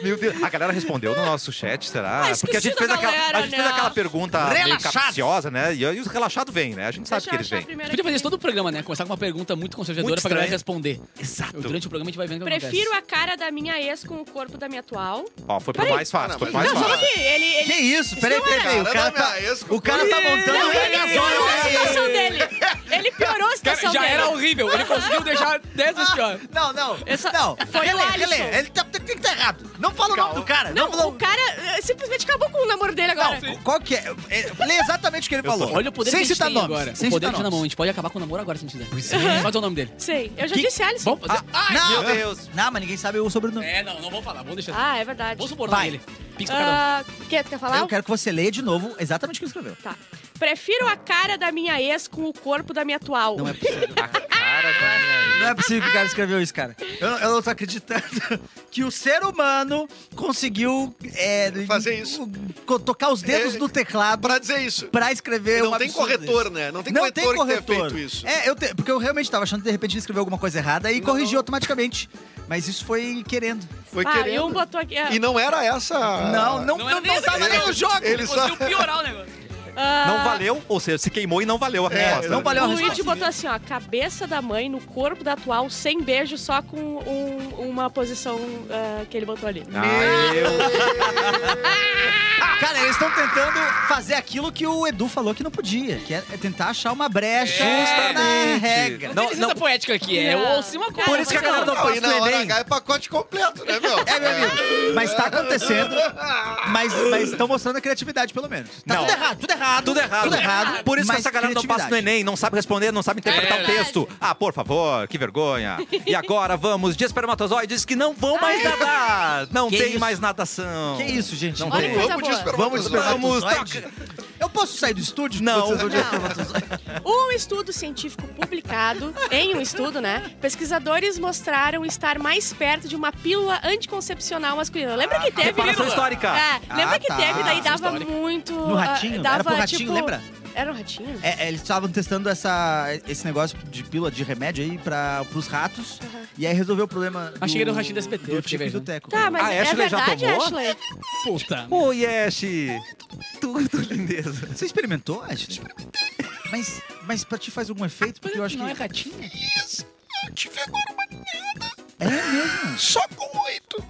Speaker 1: Meu Deus, a galera respondeu no nosso chat, será?
Speaker 4: Ah,
Speaker 1: Porque a gente fez,
Speaker 4: esqueci da
Speaker 1: aquela,
Speaker 4: galera,
Speaker 1: a gente fez
Speaker 4: né?
Speaker 1: aquela pergunta meio
Speaker 3: Relaxado.
Speaker 1: capciosa, né? E, e os relaxados vêm, né? A gente sabe
Speaker 4: deixa
Speaker 1: que
Speaker 4: eu
Speaker 1: eles
Speaker 4: achar
Speaker 1: vêm.
Speaker 4: a primeira
Speaker 2: Podia fazer
Speaker 4: aqui.
Speaker 2: isso todo o programa, né? Começar com uma pergunta muito constrangedora
Speaker 1: Muito
Speaker 2: pra galera
Speaker 1: estranho.
Speaker 2: responder.
Speaker 3: um.
Speaker 4: *laughs*
Speaker 1: Exato.
Speaker 2: Durante o programa a gente vai vendo o que
Speaker 4: Prefiro
Speaker 2: acontece.
Speaker 4: a cara da minha ex com o corpo da minha atual.
Speaker 1: Ó, foi pro mais fácil, foi pro mais
Speaker 4: Não, só *laughs*
Speaker 1: fácil.
Speaker 4: que ele... ele...
Speaker 3: Que isso? Peraí,
Speaker 4: Isso é não
Speaker 3: peraí,
Speaker 4: *laughs*
Speaker 3: peraí.
Speaker 4: é-
Speaker 3: O cara tá, o cara tá montando
Speaker 4: Não,
Speaker 3: um
Speaker 4: ele piorou a situação dele. Ele piorou
Speaker 2: Cara,
Speaker 4: a situação
Speaker 2: já
Speaker 4: dele. Ah.
Speaker 2: era um horrível. Ele conseguiu deixar assim, 10 vezes pior.
Speaker 3: Não, não.
Speaker 4: Essa-
Speaker 3: Não.
Speaker 4: Foi
Speaker 3: Relê,
Speaker 4: o Alisson.
Speaker 3: relê. Ele tá, tem que estar errado. Não fala o nome do cara. Não,
Speaker 4: Não,
Speaker 3: fala
Speaker 4: o cara eh, simplesmente acabou com o namoro dele agora.
Speaker 3: Não, qual que é? É, Lê exatamente o que ele falou.
Speaker 2: Olha o poder
Speaker 3: Sem
Speaker 2: que a gente
Speaker 3: citar
Speaker 2: tem
Speaker 3: nomes.
Speaker 2: agora.
Speaker 3: Sem
Speaker 2: o poder
Speaker 3: citar
Speaker 2: que a gente tem na mão. A
Speaker 3: nomes.
Speaker 2: gente pode acabar com o namoro agora se a gente quiser.
Speaker 1: Pois
Speaker 2: Qual é o nome dele?
Speaker 4: Sei, eu já
Speaker 3: Que-
Speaker 4: disse Alisson.
Speaker 2: Vamos fazer... Ah, Ai,
Speaker 3: Ah, Não,
Speaker 1: Meu Deus.
Speaker 3: não, mas ninguém sabe o sobrenome.
Speaker 2: É, não, não vou falar. Vou deixar. assim.
Speaker 4: Ah, é verdade.
Speaker 2: vou suportar
Speaker 3: Vai.
Speaker 2: ele. Pix pra cada um.
Speaker 4: Ah, quer, tu quer falar?
Speaker 3: Eu quero que você leia de novo exatamente o que ele escreveu.
Speaker 4: Tá. Prefiro a cara da minha ex com o corpo da minha atual.
Speaker 3: Não é possível.
Speaker 1: A cara da
Speaker 3: Não é possível que o cara escreveu isso, cara. Eu, eu não tô acreditando *laughs* que o ser humano conseguiu é,
Speaker 5: Fazer isso.
Speaker 3: co- tocar os dedos
Speaker 5: É,
Speaker 3: no
Speaker 4: tá
Speaker 3: teclado
Speaker 5: Pra dizer isso.
Speaker 3: pra escrever
Speaker 5: Não
Speaker 3: um
Speaker 5: tem
Speaker 3: absurdo
Speaker 5: corretor,
Speaker 3: desse.
Speaker 5: né? Não tem
Speaker 3: não
Speaker 5: corretor
Speaker 3: tem
Speaker 5: que tenha
Speaker 3: corretor.
Speaker 5: feito
Speaker 4: Ah,
Speaker 5: isso.
Speaker 3: É, eu te- porque eu realmente tava achando que de repente ele escreveu alguma coisa errada e corrigi automaticamente. Mas isso foi querendo.
Speaker 5: Foi
Speaker 4: ah, e
Speaker 5: querendo.
Speaker 4: um botou aqui. ah,
Speaker 5: E não era essa.
Speaker 3: não, não,
Speaker 2: Não
Speaker 3: não,
Speaker 2: era nem
Speaker 3: não tava
Speaker 2: essa-
Speaker 3: nem o jogo.
Speaker 5: Ele só-
Speaker 2: Conseguiu piorar o negócio.
Speaker 4: ah,
Speaker 1: Não valeu, ou seja, se queimou e não valeu a
Speaker 5: É,
Speaker 1: resposta. né?
Speaker 3: não valeu a
Speaker 4: O Luigi
Speaker 3: resposta.
Speaker 4: botou assim, ó, cabeça da mãe no corpo da atual, sem beijo, só com um- uma posição ah, que ele botou ali.
Speaker 1: Ah, eu...
Speaker 3: Cara, eles estão tentando fazer aquilo que o Edu falou que não podia, que é tentar achar uma brecha na
Speaker 1: É, Justamente.
Speaker 3: regra.
Speaker 2: Não, não. poética aqui. É
Speaker 4: Não.
Speaker 2: ou se uma coisa. é
Speaker 3: Por isso que a galera não
Speaker 5: Não,
Speaker 3: passa
Speaker 5: e
Speaker 3: no
Speaker 5: na hora
Speaker 3: Enem.
Speaker 5: H é pacote completo, né, meu?
Speaker 3: É, meu amigo. Mas tá acontecendo. Mas estão mostrando a criatividade, pelo menos. Tá
Speaker 1: Não.
Speaker 3: tudo errado, tudo errado.
Speaker 1: Ah, Tudo errado.
Speaker 3: Tudo errado.
Speaker 1: Por isso que
Speaker 3: mas
Speaker 1: essa galera não passa no
Speaker 3: criatividade.
Speaker 1: Enem, não sabe responder, não sabe interpretar
Speaker 2: É
Speaker 1: o texto. Ah, por favor, que vergonha. E agora vamos de espermatozoides que não vão mais nadar. Não
Speaker 3: Que
Speaker 1: tem
Speaker 3: isso?
Speaker 1: mais nadação.
Speaker 3: Que isso, gente?
Speaker 1: Não
Speaker 4: Olha
Speaker 1: tem.
Speaker 4: que coisa
Speaker 5: É. Vamos de
Speaker 4: boa.
Speaker 5: espermatozoide.
Speaker 1: Vamos,
Speaker 3: Eu posso sair do estúdio?
Speaker 1: Não.
Speaker 3: Vocês vão de espermatozoide?
Speaker 4: Um estudo científico publicado, em um estudo, né? Pesquisadores mostraram estar mais perto de uma pílula anticoncepcional masculina. Lembra que teve.
Speaker 1: comparação histórica.
Speaker 4: É, lembra
Speaker 3: Ah,
Speaker 4: que
Speaker 3: tá.
Speaker 4: teve, daí
Speaker 2: Comparação
Speaker 4: dava
Speaker 2: histórica.
Speaker 4: muito.
Speaker 3: No
Speaker 4: ah,
Speaker 3: ratinho?
Speaker 4: dava,
Speaker 3: Era pro ratinho,
Speaker 4: tipo,
Speaker 3: lembra?
Speaker 4: Era um ratinho?
Speaker 3: É, é, eles estavam testando essa, esse negócio de pílula de remédio aí pra, pros ratos. E aí resolveu o problema. Do,
Speaker 2: Achei que era o ratinho do SBT, eu
Speaker 3: Do
Speaker 2: fiquei
Speaker 3: Tico e do
Speaker 2: vendo.
Speaker 3: Teco.
Speaker 4: Tá, mas
Speaker 1: A
Speaker 4: é
Speaker 1: Ashley já
Speaker 4: verdade,
Speaker 1: tomou?
Speaker 4: Ashley?
Speaker 2: Puta.
Speaker 1: Oi, Ash. Tudo, lindeza.
Speaker 3: Você experimentou, Ash? Experimentei. Mas, mas pra ti faz algum efeito? Porque eu acho
Speaker 2: Não é
Speaker 3: que.
Speaker 2: ratinho?
Speaker 5: Eu tive agora uma ninhada
Speaker 3: É mesmo.
Speaker 5: só com oito.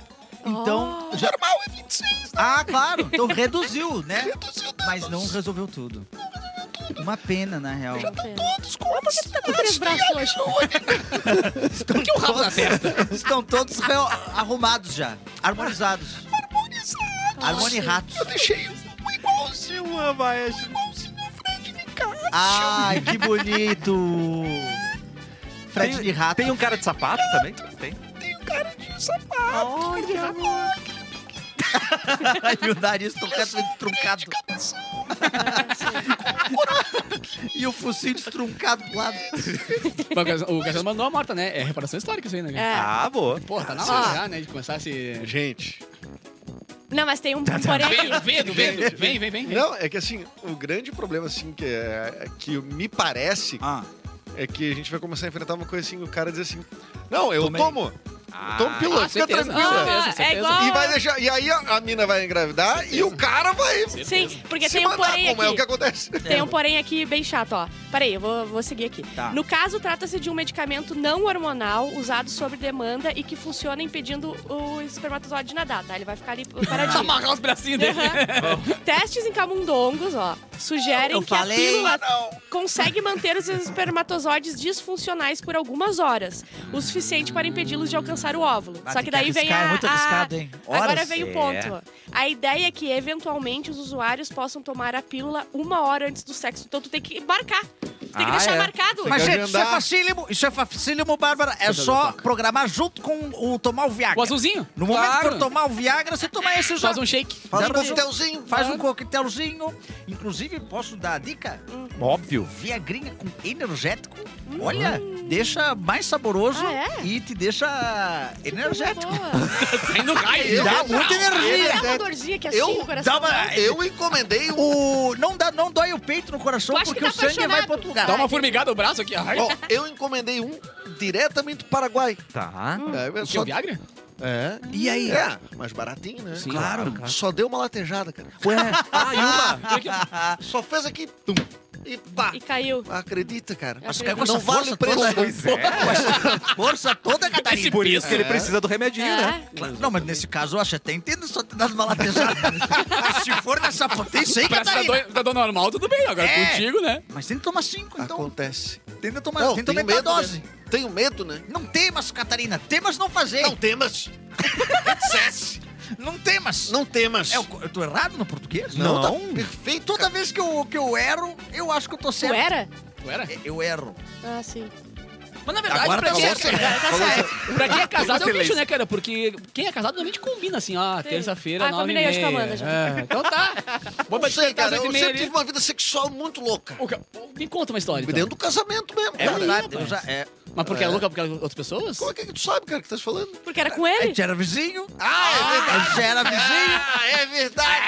Speaker 2: Oh!
Speaker 3: Então.
Speaker 5: O
Speaker 3: já-
Speaker 5: normal é 26.
Speaker 3: Ah, claro. Então reduziu, né?
Speaker 5: Reduziu danos.
Speaker 3: Mas não resolveu tudo. Uma pena, na real.
Speaker 5: tá Todos com
Speaker 4: é
Speaker 5: Mas por que tu tá
Speaker 4: Com três braços hoje.
Speaker 2: Por que o rabo na testa?
Speaker 3: Estão todos re- arrumados já. Harmonizados. Harmoni ratos.
Speaker 5: Eu deixei um igualzinho, Um
Speaker 1: Eu amo a Ash.
Speaker 5: igualzinho o Fred de casa.
Speaker 3: Ai, que bonito. Fred de rato.
Speaker 1: Tem um cara de sapato também? Tem.
Speaker 5: Tem o cara de sapato.
Speaker 3: Olha, amor. e o nariz truncado, truncado. e o focinho destruncado do lado.
Speaker 2: O Gajano mandou a morta, né? É reparação histórica isso aí, né? cara?
Speaker 4: É.
Speaker 1: Ah, boa.
Speaker 2: Pô, tá na
Speaker 4: Ó.
Speaker 2: hora já, né? De começar a se.
Speaker 5: Gente,
Speaker 4: Não, mas tem um porém aqui.
Speaker 2: Vendo, vendo. Vem, vem, vem.
Speaker 5: não, é que assim, o grande problema, assim, que, é, que me parece
Speaker 3: Ah,
Speaker 5: é que a gente vai começar a enfrentar uma coisa assim, o cara diz assim, não, eu
Speaker 3: Tomei.
Speaker 5: tomo. Eu tomo pílula,
Speaker 2: ah,
Speaker 5: fica
Speaker 2: certeza.
Speaker 5: tranquila.
Speaker 2: certeza,
Speaker 4: Ah, é
Speaker 2: certeza.
Speaker 4: igual.
Speaker 5: E vai deixar. E aí a, a mina vai engravidar e o cara vai
Speaker 4: Sim, porque
Speaker 5: se
Speaker 4: tem um
Speaker 5: matar,
Speaker 4: porém
Speaker 5: como é o que
Speaker 4: aqui.
Speaker 5: acontece.
Speaker 4: Tem um porém aqui bem chato, ó. Peraí, eu vou, vou seguir aqui.
Speaker 3: Tá.
Speaker 4: No caso, trata-se de um medicamento não hormonal usado sob demanda e que funciona impedindo o espermatozoide de nadar, tá? Ele vai ficar ali paradinho.
Speaker 2: Amarrar os bracinhos dele.
Speaker 4: Aham. *laughs* Testes em camundongos, ó, sugerem
Speaker 3: Eu
Speaker 4: que
Speaker 3: falei.
Speaker 4: a pílula consegue manter os espermatozoides disfuncionais por algumas horas, o suficiente para impedi-los de alcançar o óvulo.
Speaker 3: Ah,
Speaker 4: Só
Speaker 3: tem
Speaker 4: que daí vem
Speaker 3: arriscar,
Speaker 4: a,
Speaker 3: É muito
Speaker 4: a-
Speaker 3: arriscado, hein?
Speaker 4: Agora
Speaker 3: Horas?
Speaker 4: vem o
Speaker 1: É.
Speaker 4: ponto. A ideia é que, eventualmente, os usuários possam tomar a pílula uma hora antes do sexo. Então, tu tem que marcar. Tu tem
Speaker 1: Ah,
Speaker 4: que deixar
Speaker 1: é.
Speaker 4: marcado.
Speaker 3: Mas,
Speaker 5: que
Speaker 3: gente, isso é
Speaker 5: agendar.
Speaker 3: facílimo, isso é facílimo, Bárbara. É
Speaker 2: Deixa eu
Speaker 3: só
Speaker 2: ver o
Speaker 3: programar junto com o tomar o Viagra.
Speaker 2: O azulzinho.
Speaker 3: No momento
Speaker 2: Claro.
Speaker 3: que for tomar o Viagra, você toma esse já.
Speaker 2: Faz um shake.
Speaker 3: Faz um
Speaker 5: Faz um
Speaker 3: Claro.
Speaker 5: coquetelzinho.
Speaker 3: Faz um coquetelzinho. Inclusive, posso dar a dica?
Speaker 1: Óbvio.
Speaker 3: Viagrinha com energético. Olha, deixa mais saboroso
Speaker 4: Ah, é?
Speaker 3: e te deixa energético.
Speaker 4: Boa.
Speaker 2: Aí no raio.
Speaker 3: Dá muita
Speaker 4: Dá
Speaker 3: energia.
Speaker 4: uma dorzinha que assim
Speaker 5: Eu-
Speaker 4: no coração.
Speaker 3: Dá uma...
Speaker 5: Eu encomendei um.
Speaker 3: O... Não, dá, não dói o peito no coração
Speaker 4: Tu acha
Speaker 3: porque
Speaker 4: que tá
Speaker 3: o sangue vai
Speaker 4: apaixonado?
Speaker 3: pro outro lugar.
Speaker 2: Dá uma formigada no braço aqui. Ai.
Speaker 5: Ó, eu encomendei um diretamente do Paraguai.
Speaker 1: Tá.
Speaker 5: É,
Speaker 2: O que,
Speaker 5: só-
Speaker 2: o Viagra?
Speaker 5: é.
Speaker 3: E aí?
Speaker 5: É, mais baratinho, né?
Speaker 1: Sim,
Speaker 5: claro.
Speaker 1: claro.
Speaker 5: Só deu uma latejada, cara.
Speaker 1: Ué. Ah, e uma.
Speaker 5: Só fez aqui, tum, e pá.
Speaker 4: E caiu.
Speaker 5: Acredita, cara.
Speaker 4: Mas
Speaker 3: caiu com
Speaker 5: não
Speaker 3: essa
Speaker 5: vale
Speaker 3: força
Speaker 5: o preço.
Speaker 3: toda.
Speaker 1: Pois é.
Speaker 3: Força toda, Catarina.
Speaker 2: Esse
Speaker 1: Por isso que ele
Speaker 5: É.
Speaker 1: precisa do remedinho, né?
Speaker 4: É.
Speaker 3: Claro, não, mas nesse caso eu acho até entendo só ter dado uma
Speaker 2: *laughs*
Speaker 3: latejada. Mas se for nessa potência aí,
Speaker 2: Parece que
Speaker 3: Catarina.
Speaker 2: tá do- tá dando normal, tudo bem. Agora
Speaker 3: É.
Speaker 2: contigo, né?
Speaker 3: Mas tenta tomar cinco, então.
Speaker 5: Acontece.
Speaker 3: Tenta tomar,
Speaker 5: Não,
Speaker 3: tenta
Speaker 5: tenho
Speaker 3: aumentar a
Speaker 5: medo, né?
Speaker 3: dose.
Speaker 5: Tenho medo, né?
Speaker 3: Não temas, Catarina. Temas não fazer.
Speaker 5: Não temas. Cesse.
Speaker 3: Não temas.
Speaker 5: Não temas.
Speaker 3: É, eu, eu tô errado no português?
Speaker 1: Não.
Speaker 3: tá perfeito. Toda vez que eu, que eu erro, eu acho que eu tô
Speaker 4: É? Tu
Speaker 3: certo.
Speaker 4: era?
Speaker 2: Tu era?
Speaker 3: É, Eu erro.
Speaker 4: Ah, sim.
Speaker 2: Mas na verdade,
Speaker 3: Agora
Speaker 2: pra,
Speaker 3: tá
Speaker 2: quem é,
Speaker 3: certo,
Speaker 2: *laughs* pra quem é casado é o bicho,
Speaker 1: Silêncio.
Speaker 2: né, cara? Porque quem é casado normalmente combina assim, ó,
Speaker 4: Sim.
Speaker 2: terça-feira,
Speaker 4: Ah,
Speaker 2: nove e
Speaker 4: combinei
Speaker 2: meia.
Speaker 4: hoje com a Amanda já.
Speaker 2: É, então tá. Vou
Speaker 5: Não sei,
Speaker 2: despertar às
Speaker 5: cara.
Speaker 2: oito e
Speaker 5: Eu
Speaker 2: meia
Speaker 5: sempre tive
Speaker 2: ali.
Speaker 5: uma vida sexual muito louca.
Speaker 2: O ca- Me conta uma história, então.
Speaker 5: Dentro do casamento mesmo,
Speaker 2: É
Speaker 5: cara.
Speaker 2: mesmo?
Speaker 3: Verdade, eu já, é.
Speaker 2: Mas porque é louca porque era outras pessoas?
Speaker 5: Como é que tu sabe, cara, que tá se falando?
Speaker 4: Porque era com
Speaker 3: A
Speaker 4: ele?
Speaker 3: gente era vizinho.
Speaker 5: Ah, é
Speaker 3: A
Speaker 5: verdade.
Speaker 3: gente era vizinho.
Speaker 5: Ah, é verdade.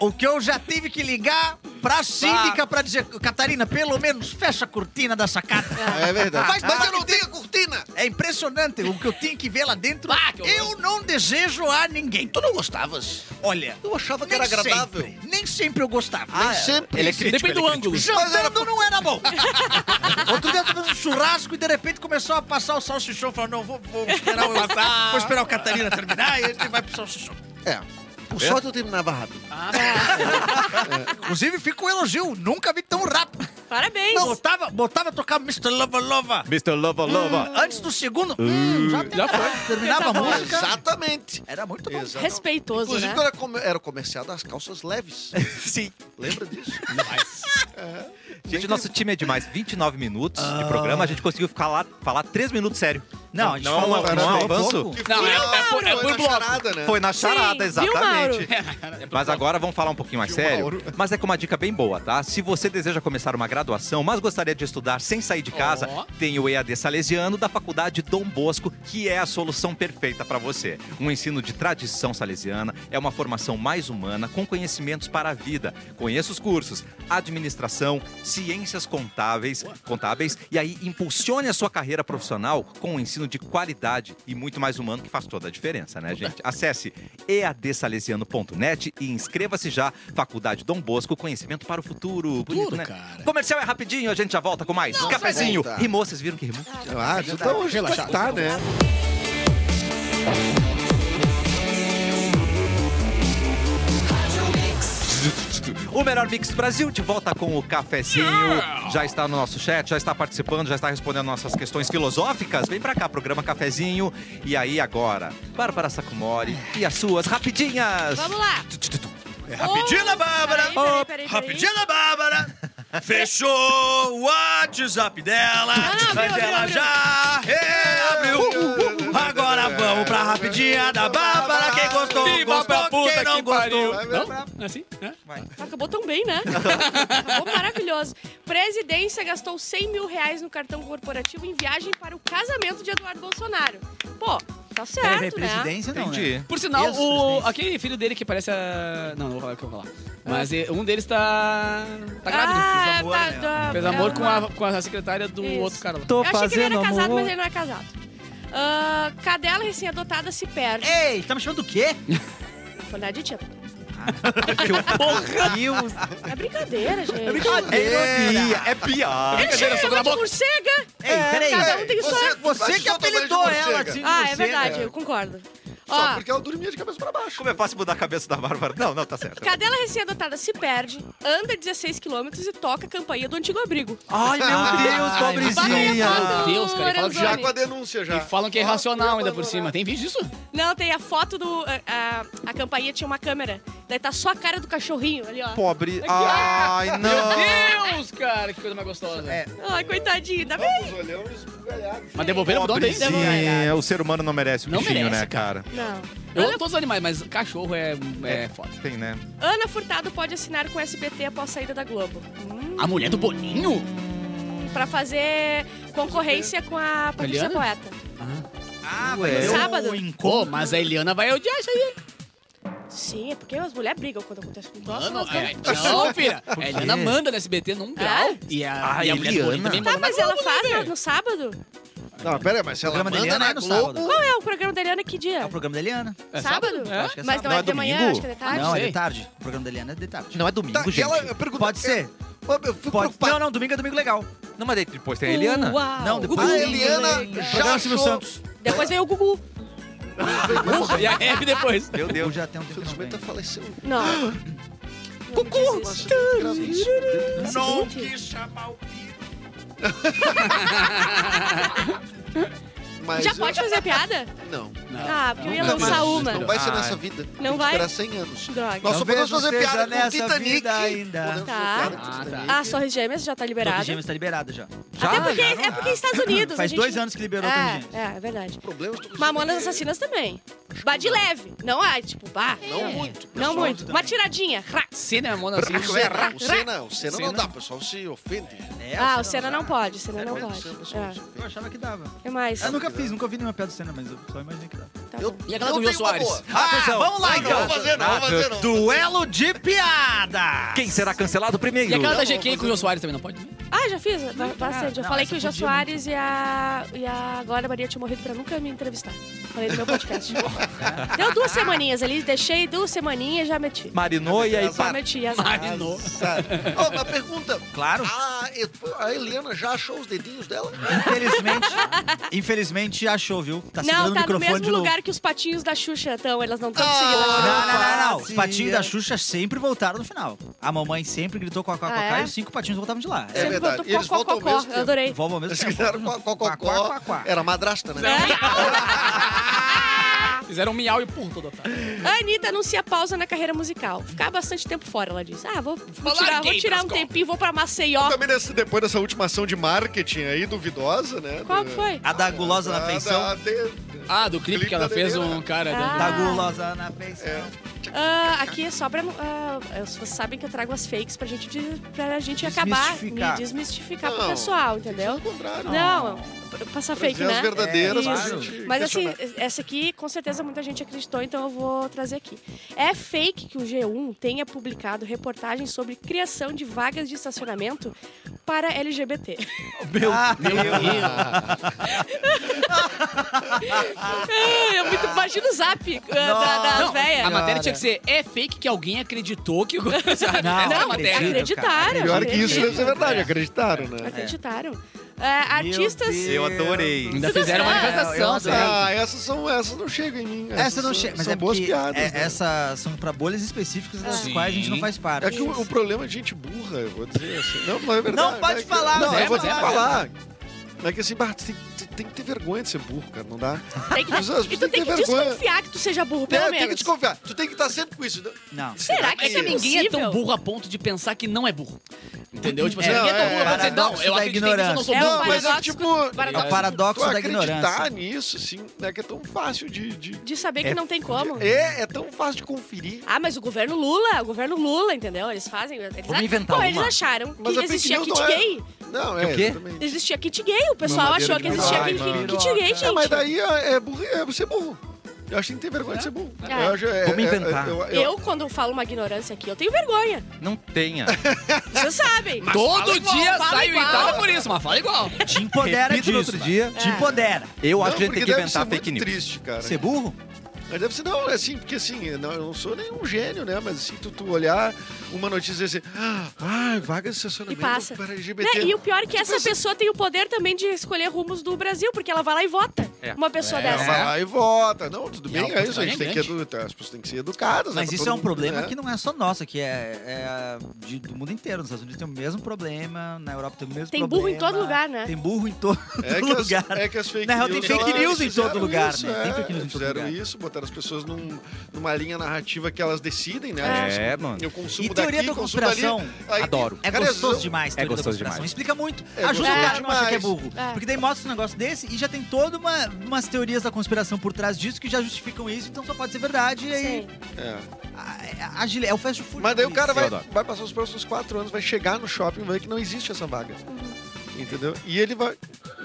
Speaker 3: O que eu já tive que ligar pra
Speaker 5: Ah.
Speaker 3: síndica pra dizer, Catarina, pelo menos fecha a cortina da
Speaker 5: *laughs*
Speaker 3: sacada.
Speaker 5: É verdade.
Speaker 3: Mas-
Speaker 5: Mas,
Speaker 3: mas
Speaker 5: eu não tenho a cortina.
Speaker 3: É impressionante o que eu tinha que ver lá dentro.
Speaker 2: Ah, que horror.
Speaker 3: eu não desejo a ninguém. Tu não gostavas? Olha,
Speaker 5: Eu achava que
Speaker 3: nem
Speaker 5: era agradável.
Speaker 3: sempre, nem sempre eu gostava.
Speaker 5: Nem sempre.
Speaker 1: Ele é
Speaker 5: sempre.
Speaker 1: crítico.
Speaker 2: Depende do
Speaker 3: né?
Speaker 1: ele é
Speaker 2: ângulo.
Speaker 3: Jantando não era bom. *laughs* Outro dia eu tava fazendo um churrasco e de repente começou a passar o salsichão. Falei, não, vou, vou esperar o Vou esperar o Catarina terminar e a gente vai pro salsichão. Ah,
Speaker 5: É. Por sorte eu terminava rápido.
Speaker 3: Inclusive, fica um elogio. Nunca vi tão rápido.
Speaker 4: Parabéns.
Speaker 3: Botava, botava tocar Mr. Lova Lova.
Speaker 1: Mr. Lova Lova.
Speaker 3: Antes do segundo, hum, já,
Speaker 2: Já foi.
Speaker 3: terminava a música.
Speaker 5: Exatamente.
Speaker 3: Era muito bom.
Speaker 5: Exato.
Speaker 4: Respeitoso,
Speaker 5: Inclusive,
Speaker 4: né?
Speaker 5: quando era, com- era comercial das calças leves.
Speaker 1: Sim.
Speaker 5: Lembra disso?
Speaker 1: Gente, nosso time é demais. 29 minutos de programa, a gente conseguiu ficar lá, falar 3 minutos sério.
Speaker 3: Ah. Não, a gente
Speaker 1: Não, não,
Speaker 3: falou, a gente
Speaker 1: não,
Speaker 5: né?
Speaker 3: falou
Speaker 1: avanço.
Speaker 3: pouco.
Speaker 2: Não,
Speaker 5: foi
Speaker 2: é-
Speaker 5: na-
Speaker 2: é por- é
Speaker 5: foi
Speaker 2: por
Speaker 5: na
Speaker 2: bloco.
Speaker 5: charada, né?
Speaker 1: Foi na charada,
Speaker 4: viu,
Speaker 1: exatamente.
Speaker 2: É pro
Speaker 1: Mas agora vamos falar um pouquinho mais
Speaker 5: Viu,
Speaker 1: sério.
Speaker 5: Mauro?
Speaker 1: Mas é com uma dica bem boa, tá? Se você deseja começar uma graduação, mas gostaria de estudar sem sair de casa,
Speaker 2: Ó.
Speaker 1: tem o EAD Salesiano da Faculdade Dom Bosco, que é a solução perfeita para você. Um ensino de tradição salesiana é uma formação mais humana com conhecimentos para a vida. Conheça os cursos: administração, ciências contábeis, contábeis e aí impulsione a sua carreira profissional com um ensino de qualidade e muito mais humano que faz toda a diferença, né, gente? Acesse eadsalesiano.net e inscreva-se já. Faculdade Dom Bosco, conhecimento para o futuro. Bonito, né?
Speaker 2: cara.
Speaker 1: Comercial é rapidinho, a gente já volta com mais. Cafezinho.
Speaker 5: volta.
Speaker 1: Rimou, vocês viram que rimou?
Speaker 5: Ah, então hoje
Speaker 2: Relaxado.
Speaker 5: tá, né?
Speaker 1: O melhor mix do Brasil de volta com o cafezinho. Já está no nosso chat, já está participando, já está respondendo nossas questões filosóficas. Vem pra cá, programa Cafezinho. E aí agora, Bárbara Sacumori e as suas rapidinhas.
Speaker 4: Vamos lá. Tá
Speaker 7: Rapidinho,
Speaker 1: né,
Speaker 7: Bárbara!
Speaker 4: Peraí, peraí, peraí, peraí.
Speaker 7: Rapidinho da Bárbara fechou o WhatsApp dela,
Speaker 4: Ah, não,
Speaker 7: mas
Speaker 4: abriu,
Speaker 7: ela
Speaker 4: abriu,
Speaker 7: já reabriu. Agora vamos pra
Speaker 3: Pra rapidinha da Bárbara, quem gostou,
Speaker 2: Viva pra
Speaker 3: gostou,
Speaker 2: puta
Speaker 3: quem não
Speaker 2: que
Speaker 3: gostou.
Speaker 2: pariu. Não?
Speaker 5: né?
Speaker 2: Não é assim? É?
Speaker 4: Acabou tão bem, né? Acabou maravilhoso. Presidência gastou 100 mil reais no cartão corporativo em viagem para o casamento de Eduardo Bolsonaro. Pô, tá certo,
Speaker 6: Peraí, peraí,
Speaker 4: né?
Speaker 6: presidência não, né?
Speaker 1: Entendi.
Speaker 2: Por sinal,
Speaker 6: Isso,
Speaker 2: o,
Speaker 6: presidente.
Speaker 2: aquele filho dele que parece a... Não, não vou falar o que eu vou falar. Mas eh, um deles tá... Tá grávido.
Speaker 4: Ah,
Speaker 6: amor,
Speaker 4: tá,
Speaker 6: né?
Speaker 4: tá-
Speaker 2: Fez
Speaker 4: é
Speaker 2: amor com
Speaker 4: uma-
Speaker 2: a, com a secretária do
Speaker 4: Isso.
Speaker 2: outro cara lá.
Speaker 6: Tô
Speaker 4: Eu achei que ele
Speaker 6: fazendo
Speaker 4: era casado,
Speaker 6: amor.
Speaker 4: mas ele não é casado. Ah, cadela recém-adotada se perde.
Speaker 6: Ei, tá me chamando do quê?
Speaker 4: Foi na Ditinha.
Speaker 6: *laughs* Porra! Deus.
Speaker 4: É brincadeira, gente. É
Speaker 1: É piada.
Speaker 4: Ele chama ela de morcega.
Speaker 6: Ei, peraí.
Speaker 4: Cada um tem sua...
Speaker 5: Você-
Speaker 6: Você que
Speaker 5: Mas totalmente
Speaker 6: apelidou
Speaker 5: morcega.
Speaker 6: ela, assim.
Speaker 4: Ah, é
Speaker 6: você,
Speaker 4: verdade,
Speaker 6: né?
Speaker 4: eu concordo.
Speaker 5: Só
Speaker 4: Ó,
Speaker 5: porque ela dormia de cabeça pra baixo.
Speaker 1: Como é fácil mudar a cabeça da Bárbara? Não, não, tá certo.
Speaker 4: cadela recém-adotada se perde, anda 16 km e toca a campainha do antigo abrigo.
Speaker 6: Ai, meu Deus, pobrezinha.
Speaker 2: É Meu Deus, cara, fala que
Speaker 5: Ah, Já
Speaker 4: Lorenzoni.
Speaker 5: com a denúncia, já.
Speaker 2: E falam que é
Speaker 5: Ó,
Speaker 2: irracional ainda por
Speaker 5: abandonar.
Speaker 2: cima. Tem vídeo disso?
Speaker 4: Não, tem a foto do... A, a, a campainha tinha uma câmera. Daí tá só a cara do cachorrinho ali, ó.
Speaker 1: Pobre. Ai, não.
Speaker 2: Meu Deus, cara, que coisa mais gostosa.
Speaker 6: É.
Speaker 4: Ai, coitadinho. Dá bem?
Speaker 5: Os olhão esbugalhados.
Speaker 2: Mas devolveram o dono dele?
Speaker 1: Pobrezinha. O ser humano não merece o
Speaker 2: Não
Speaker 1: bichinho,
Speaker 2: merece,
Speaker 1: né, cara?
Speaker 4: Não.
Speaker 2: Eu amo todos os animais, mas cachorro é, é foda.
Speaker 1: Tem, né?
Speaker 4: Ana Furtado pode assinar com o SBT após saída da Globo. Hum,
Speaker 2: A mulher do Boninho?
Speaker 4: pra fazer concorrência com a Patrícia
Speaker 2: Eliana?
Speaker 4: Poeta.
Speaker 6: Ah,
Speaker 1: Ué.
Speaker 3: É.
Speaker 6: velho.
Speaker 4: Sábado.
Speaker 2: Pô, mas a Eliana vai odiar isso aí.
Speaker 4: Sim, é porque as mulheres brigam quando acontece com
Speaker 2: Mano,
Speaker 4: gosto, elas
Speaker 2: é,
Speaker 4: brigam.
Speaker 2: não, filha.
Speaker 1: Por
Speaker 2: A
Speaker 1: quê?
Speaker 2: Eliana manda no SBT num grau.
Speaker 4: É?
Speaker 2: E a,
Speaker 1: Ah,
Speaker 2: e a mulher do Boninho
Speaker 1: Eliana.
Speaker 2: também manda. né,
Speaker 4: Tá, mas ela faz
Speaker 2: é.
Speaker 4: no, no sábado?
Speaker 5: Não, pera aí, mas se
Speaker 6: O
Speaker 5: ela
Speaker 6: programa da
Speaker 5: manda
Speaker 6: Eliana
Speaker 5: na
Speaker 6: é no
Speaker 5: Globo...
Speaker 6: sábado.
Speaker 4: Qual é o programa da Eliana? Que
Speaker 6: É
Speaker 4: dia?
Speaker 6: o programa da Eliana?
Speaker 2: É
Speaker 4: sábado?
Speaker 2: sábado? É.
Speaker 6: Acho que é
Speaker 4: Mas não
Speaker 1: sábado.
Speaker 4: é de
Speaker 1: Não é
Speaker 4: manhã,
Speaker 1: domingo?
Speaker 4: acho que é de tarde.
Speaker 6: não, é
Speaker 2: sei.
Speaker 6: de tarde. O programa da Eliana é de tarde.
Speaker 1: Não é domingo,
Speaker 5: Tá, e
Speaker 1: gente.
Speaker 5: ela- eu pergunto-
Speaker 6: Pode ser?
Speaker 5: Eu fico preocupado.
Speaker 6: Não, não, domingo é domingo legal.
Speaker 1: Não, mas daí depois tem a Eliana.
Speaker 4: Uau.
Speaker 6: Não, depois é
Speaker 5: A
Speaker 4: é
Speaker 5: Eliana já
Speaker 6: Programa Silvio
Speaker 5: achou-
Speaker 6: Santos.
Speaker 4: Depois veio o Gugu.
Speaker 2: Porra, e a Hebe depois.
Speaker 1: Meu
Speaker 6: Eu
Speaker 1: Deus.
Speaker 6: já tenho um tempo que não
Speaker 5: Infelizmente, ela
Speaker 6: vem.
Speaker 5: faleceu.
Speaker 4: Não. Cucu!
Speaker 5: Nossa, que gravíssimo.
Speaker 3: Não quis chamar o
Speaker 5: *laughs*
Speaker 3: Pio.
Speaker 5: Mas
Speaker 4: Já
Speaker 5: eu-
Speaker 4: pode fazer piada?
Speaker 5: Não.
Speaker 4: Ah, porque eu ia
Speaker 5: Nunca
Speaker 4: lançar
Speaker 5: mais.
Speaker 4: uma.
Speaker 5: Não vai ser
Speaker 1: Ah,
Speaker 5: nessa vida. Tem que
Speaker 4: vai?
Speaker 5: Esperar 100 anos.
Speaker 4: Droga.
Speaker 5: Nós só
Speaker 6: Não
Speaker 5: podemos
Speaker 6: vejo
Speaker 5: fazer
Speaker 6: seja
Speaker 5: piada com o
Speaker 6: nessa
Speaker 5: Titanic.
Speaker 6: vida ainda.
Speaker 5: Podemos
Speaker 4: Tá.
Speaker 5: fazer piada com o
Speaker 2: Ah, tá.
Speaker 5: Titanic.
Speaker 4: Ah, Sorris Gêmeas já tá
Speaker 6: Torre
Speaker 4: liberado.
Speaker 6: Gêmeas tá liberada já.
Speaker 4: Até porque é porque é Estados Unidos. a
Speaker 6: Faz
Speaker 4: gente
Speaker 6: dois
Speaker 4: não-
Speaker 6: anos que liberou Torre Gêmeas.
Speaker 4: É, é, é verdade.
Speaker 5: Problemas todos os
Speaker 4: Mamonas
Speaker 5: dias.
Speaker 4: Assassinas também. Bah de leve. Não ah, tipo, bah.
Speaker 5: Não muito.
Speaker 4: Não
Speaker 5: pessoal.
Speaker 4: muito. Uma tiradinha. Rá.
Speaker 2: Cena, mona, assim.
Speaker 5: O Senna, o
Speaker 4: Ra-
Speaker 5: Senna, o Senna não
Speaker 2: Senna.
Speaker 5: dá, o pessoal se ofende.
Speaker 6: É,
Speaker 4: Ah, o
Speaker 6: Senna
Speaker 4: Senna
Speaker 6: já-
Speaker 4: não pode. O Senna não
Speaker 5: É, o
Speaker 4: pode.
Speaker 5: Senna, o pessoal se
Speaker 4: É.
Speaker 5: ofende.
Speaker 6: Eu achava que dava.
Speaker 4: que mais?
Speaker 6: Eu nunca fiz, nunca ouvi nenhuma piada do Senna, mas eu só imaginei que dava.
Speaker 4: Tá
Speaker 5: Eu-
Speaker 4: bom.
Speaker 2: E aquela
Speaker 5: eu
Speaker 2: do Jô
Speaker 5: tenho uma
Speaker 2: Soares?
Speaker 5: boa.
Speaker 1: tá
Speaker 6: Atenção.
Speaker 5: vamos lá, então. Não vou fazer,
Speaker 6: Ah,
Speaker 5: não vou fazer, não.
Speaker 6: Duelo de piada!
Speaker 1: Quem será cancelado primeiro?
Speaker 2: E aquela da
Speaker 5: Não,
Speaker 2: GK com o Jô Soares também, não pode? né?
Speaker 4: Ah, já fiz? Ba- Bastante. Eu
Speaker 6: não,
Speaker 4: falei
Speaker 6: essa
Speaker 4: que o Jô
Speaker 6: podia
Speaker 4: Soares e a, e a Glória Maria tinham morrido pra nunca me entrevistar. Falei no meu podcast.
Speaker 6: *laughs*
Speaker 4: Deu duas semaninhas ali, deixei duas semaninhas e já meti.
Speaker 1: Marinou e aí
Speaker 4: Já
Speaker 1: pá.
Speaker 4: meti as
Speaker 2: Marinou.
Speaker 5: Sabe? Ó, uma pergunta.
Speaker 6: Claro.
Speaker 5: A, a Eliana já achou os dedinhos dela?
Speaker 6: Infelizmente, infelizmente achou, viu? Tá segurando
Speaker 4: Não,
Speaker 6: o
Speaker 4: tá no
Speaker 6: microfone
Speaker 4: mesmo
Speaker 6: de novo.
Speaker 4: lugar que os patinhos da Xuxa estão. Elas não estão
Speaker 5: Ah,
Speaker 4: conseguindo
Speaker 6: Não,
Speaker 4: achar.
Speaker 6: não, não, não. Os
Speaker 1: Sim,
Speaker 6: patinhos
Speaker 1: é.
Speaker 6: da Xuxa sempre voltaram no final. A mamãe sempre gritou com a Coca
Speaker 4: Ah, é?
Speaker 6: e os cinco patinhos voltavam de lá.
Speaker 5: É
Speaker 4: Sempre
Speaker 5: verdade,
Speaker 4: botou
Speaker 5: eles voltam ao
Speaker 4: cocó,
Speaker 5: mesmo
Speaker 4: Eu adorei.
Speaker 6: Volta ao mesmo
Speaker 5: Eles
Speaker 6: tempo.
Speaker 5: fizeram com a
Speaker 6: Quá, quá, quá, quá.
Speaker 5: Cocó. Era madrasta, né?
Speaker 2: Fizeram um miau e pum, todo otário.
Speaker 4: A Anitta anuncia pausa na carreira musical. Ficar bastante tempo fora, ela diz. Ah, vou, vou
Speaker 2: Falar
Speaker 4: tirar, vou
Speaker 2: gay
Speaker 4: tirar
Speaker 2: pras
Speaker 4: um
Speaker 2: costas.
Speaker 4: tempinho, vou pra Maceió.
Speaker 5: Também nesse- depois dessa última ação de marketing aí, duvidosa, né?
Speaker 4: Qual
Speaker 5: Do-
Speaker 4: que foi?
Speaker 6: A da gulosa na
Speaker 5: Da-
Speaker 6: feição.
Speaker 5: da- de-
Speaker 2: Ah, do clipe
Speaker 5: Clipe
Speaker 2: que ela
Speaker 5: da
Speaker 2: fez
Speaker 5: Lelê,
Speaker 2: um
Speaker 5: né?
Speaker 2: cara.
Speaker 4: Ah.
Speaker 6: Da gulosa na feição.
Speaker 4: Ah, aqui é só pra. ah, vocês sabem que eu trago as fakes pra gente, de- pra gente acabar, me
Speaker 6: Desmistificar.
Speaker 4: desmistificar pro
Speaker 5: Não,
Speaker 4: pessoal,
Speaker 5: tem que ser
Speaker 4: entendeu?
Speaker 5: o contrário.
Speaker 4: Não, p- passar
Speaker 5: Pra
Speaker 4: fake,
Speaker 5: dizer as
Speaker 4: né?
Speaker 5: verdadeiras
Speaker 4: É,
Speaker 5: pra
Speaker 6: claro.
Speaker 5: gente
Speaker 4: Mas assim,
Speaker 5: questionar.
Speaker 4: essa aqui com certeza muita gente acreditou, então eu vou trazer aqui. É fake que o G1 tenha publicado reportagens sobre criação de vagas de estacionamento para *laughs* LGBT.
Speaker 6: Meu Deus.
Speaker 5: Ah,
Speaker 4: É muito imagina o zap ah, da, das
Speaker 2: Não,
Speaker 4: véias.
Speaker 2: a matéria tinha que ser, é fake que alguém acreditou *laughs* que... Não,
Speaker 6: Não,
Speaker 2: é
Speaker 4: Não,
Speaker 6: matéria.
Speaker 4: acreditaram.
Speaker 5: Pior que isso né?
Speaker 4: gente.
Speaker 5: deve ser verdade, acreditaram, né?
Speaker 4: Acreditaram.
Speaker 5: É.
Speaker 4: Ah,
Speaker 6: Meu
Speaker 4: artistas.
Speaker 6: Deus.
Speaker 1: Eu adorei.
Speaker 2: Ainda fizeram
Speaker 4: certo.
Speaker 2: manifestação.
Speaker 6: Eu
Speaker 2: sabe?
Speaker 5: Ah, essas, são, essas não chegam em mim.
Speaker 6: É. Essa não
Speaker 5: são-
Speaker 6: chega, mas
Speaker 5: são
Speaker 6: é
Speaker 5: boas
Speaker 6: porque
Speaker 5: piadas.
Speaker 6: é-
Speaker 5: né?
Speaker 6: essas são pra bolhas específicas das
Speaker 2: Sim.
Speaker 6: quais a gente não faz parte.
Speaker 5: É que o, o problema é gente burra, eu vou dizer assim. Não, não é verdade.
Speaker 6: Não pode
Speaker 5: é que-
Speaker 6: falar,
Speaker 5: Não,
Speaker 2: Zé,
Speaker 5: eu vou ter
Speaker 2: Zé,
Speaker 5: que
Speaker 2: Zé.
Speaker 5: falar. É que assim, bah, tu tem, tu tem que ter vergonha de ser burro, cara, não dá.
Speaker 4: Tem que,
Speaker 5: As pessoas
Speaker 4: e tu tem
Speaker 5: têm
Speaker 4: que
Speaker 5: que ter vergonha.
Speaker 4: desconfiar que tu seja burro, pelo
Speaker 5: É, tem que
Speaker 4: menos.
Speaker 5: desconfiar. Tu tem que estar sempre com isso. né?
Speaker 6: Não.
Speaker 4: Será que
Speaker 2: É
Speaker 4: isso
Speaker 2: que
Speaker 4: é
Speaker 2: ninguém é tão
Speaker 4: possível?
Speaker 2: burro a ponto de pensar que não é burro. Entendeu? Tipo assim,
Speaker 5: Não,
Speaker 2: ninguém é tão
Speaker 5: é,
Speaker 2: burro pra dizer, não,
Speaker 3: paradoxo
Speaker 2: eu
Speaker 3: da
Speaker 2: acreditei nisso, eu não sou
Speaker 4: É
Speaker 2: burro.
Speaker 4: um
Speaker 5: não, mas é
Speaker 4: paradoxo
Speaker 5: tipo.
Speaker 4: do-
Speaker 5: tu
Speaker 4: paradoxo.
Speaker 3: O paradoxo da ignorância.
Speaker 5: acreditar nisso, sim, não é que é tão fácil de. de-
Speaker 4: De saber que
Speaker 5: É
Speaker 4: não tem como.
Speaker 5: É, é tão fácil de conferir.
Speaker 4: Ah, mas o governo Lula, o governo Lula, entendeu? Eles fazem. Eles
Speaker 1: Vamos inventar
Speaker 4: Bom, eles
Speaker 1: uma.
Speaker 4: acharam que
Speaker 5: Mas a fake
Speaker 4: existia
Speaker 5: news
Speaker 4: kit
Speaker 5: não é-
Speaker 4: gay.
Speaker 5: Não, é.
Speaker 1: o quê?
Speaker 5: também.
Speaker 4: Existia kit gay, o pessoal
Speaker 5: Mamadeira
Speaker 4: achou que
Speaker 5: de
Speaker 4: existia
Speaker 5: piroca.
Speaker 4: kit,
Speaker 5: Ai,
Speaker 4: kit gay, gente.
Speaker 5: É, mas daí é, é, burro, é você é burro. Eu acho que tem que ter vergonha de ser burro.
Speaker 4: É.
Speaker 5: Eu acho- é-
Speaker 1: Vamos
Speaker 5: é-
Speaker 1: inventar.
Speaker 5: é- eu- eu-
Speaker 4: Eu, quando falo uma ignorância aqui, eu tenho vergonha.
Speaker 1: Não tenha.
Speaker 4: Vocês sabem.
Speaker 2: Todo dia
Speaker 4: fala
Speaker 2: saio
Speaker 4: igual.
Speaker 2: irritado por isso, mas fala igual.
Speaker 3: Te empodera
Speaker 1: Repito no
Speaker 3: disso.
Speaker 1: outro
Speaker 3: mano.
Speaker 1: dia.
Speaker 3: Te empodera.
Speaker 1: Eu
Speaker 5: Não,
Speaker 1: acho que a gente
Speaker 5: porque
Speaker 1: tem que
Speaker 5: deve
Speaker 1: inventar
Speaker 5: ser
Speaker 1: fake
Speaker 5: muito
Speaker 1: news.
Speaker 5: triste, cara.
Speaker 3: Ser burro?
Speaker 5: Mas deve ser, não, assim, porque assim, eu não, eu não sou nenhum gênio, né? Mas assim, tu, tu olhar uma notícia e dizer assim, ah, ai, vaga de estacionamento
Speaker 4: E passa.
Speaker 5: para
Speaker 4: Né?
Speaker 5: LGBT.
Speaker 4: E o pior é que essa pessoa tem o poder também de escolher rumos do Brasil, porque ela vai lá e vota.
Speaker 1: É.
Speaker 4: Uma pessoa
Speaker 5: É,
Speaker 4: dessa.
Speaker 5: vai lá e vota. Não, tudo
Speaker 1: um
Speaker 5: bem, é isso. A
Speaker 2: oportunidade
Speaker 5: gente tem que
Speaker 2: grande.
Speaker 5: educar, as pessoas têm que ser educadas. né,
Speaker 3: Mas
Speaker 5: pra
Speaker 3: isso
Speaker 5: todo
Speaker 3: é um
Speaker 5: mundo,
Speaker 3: problema
Speaker 5: né?
Speaker 3: que não é só nosso, que é, é de- do mundo inteiro. Nos Estados Unidos tem o mesmo problema, na Europa tem o mesmo
Speaker 4: Tem
Speaker 3: problema.
Speaker 4: burro em todo lugar, né?
Speaker 3: Tem burro em todo
Speaker 5: É que, as,
Speaker 3: lugar.
Speaker 5: é que as fake
Speaker 3: Na real,
Speaker 5: news...
Speaker 3: tem fake
Speaker 5: elas
Speaker 3: news em
Speaker 5: fizeram
Speaker 3: todo lugar,
Speaker 5: isso,
Speaker 3: né? Tem
Speaker 5: é,
Speaker 3: fake news em todo
Speaker 5: fizeram
Speaker 3: lugar.
Speaker 5: isso, botaram as pessoas num- numa linha narrativa que elas decidem, né?
Speaker 1: É, mano.
Speaker 5: Eu
Speaker 3: E
Speaker 5: consumo
Speaker 3: teoria
Speaker 5: daqui,
Speaker 3: da
Speaker 5: consumo dali,
Speaker 3: conspiração?
Speaker 5: aí-
Speaker 1: Adoro.
Speaker 3: É
Speaker 5: Cara,
Speaker 3: gostoso
Speaker 5: eu-
Speaker 3: demais,
Speaker 1: É
Speaker 3: teoria da
Speaker 1: gostoso
Speaker 3: conspiração.
Speaker 1: demais.
Speaker 3: Explica muito.
Speaker 5: É
Speaker 3: Ajuda o
Speaker 4: gostoso
Speaker 3: cara a não achar que é
Speaker 5: demais.
Speaker 3: burro.
Speaker 4: É.
Speaker 3: Porque daí mostra um negócio desse e já tem toda uma, umas teorias da conspiração por trás disso que já justificam isso, então só pode ser verdade. E aí,
Speaker 4: Sim.
Speaker 5: É.
Speaker 3: a- a- a gile- é o fast food.
Speaker 5: Mas daí o
Speaker 3: por
Speaker 5: cara
Speaker 3: isso.
Speaker 5: vai,
Speaker 1: Eu adoro.
Speaker 5: vai passar os próximos quatro anos, vai chegar no shopping e vai ver que não existe essa vaga. Entendeu? E ele vai.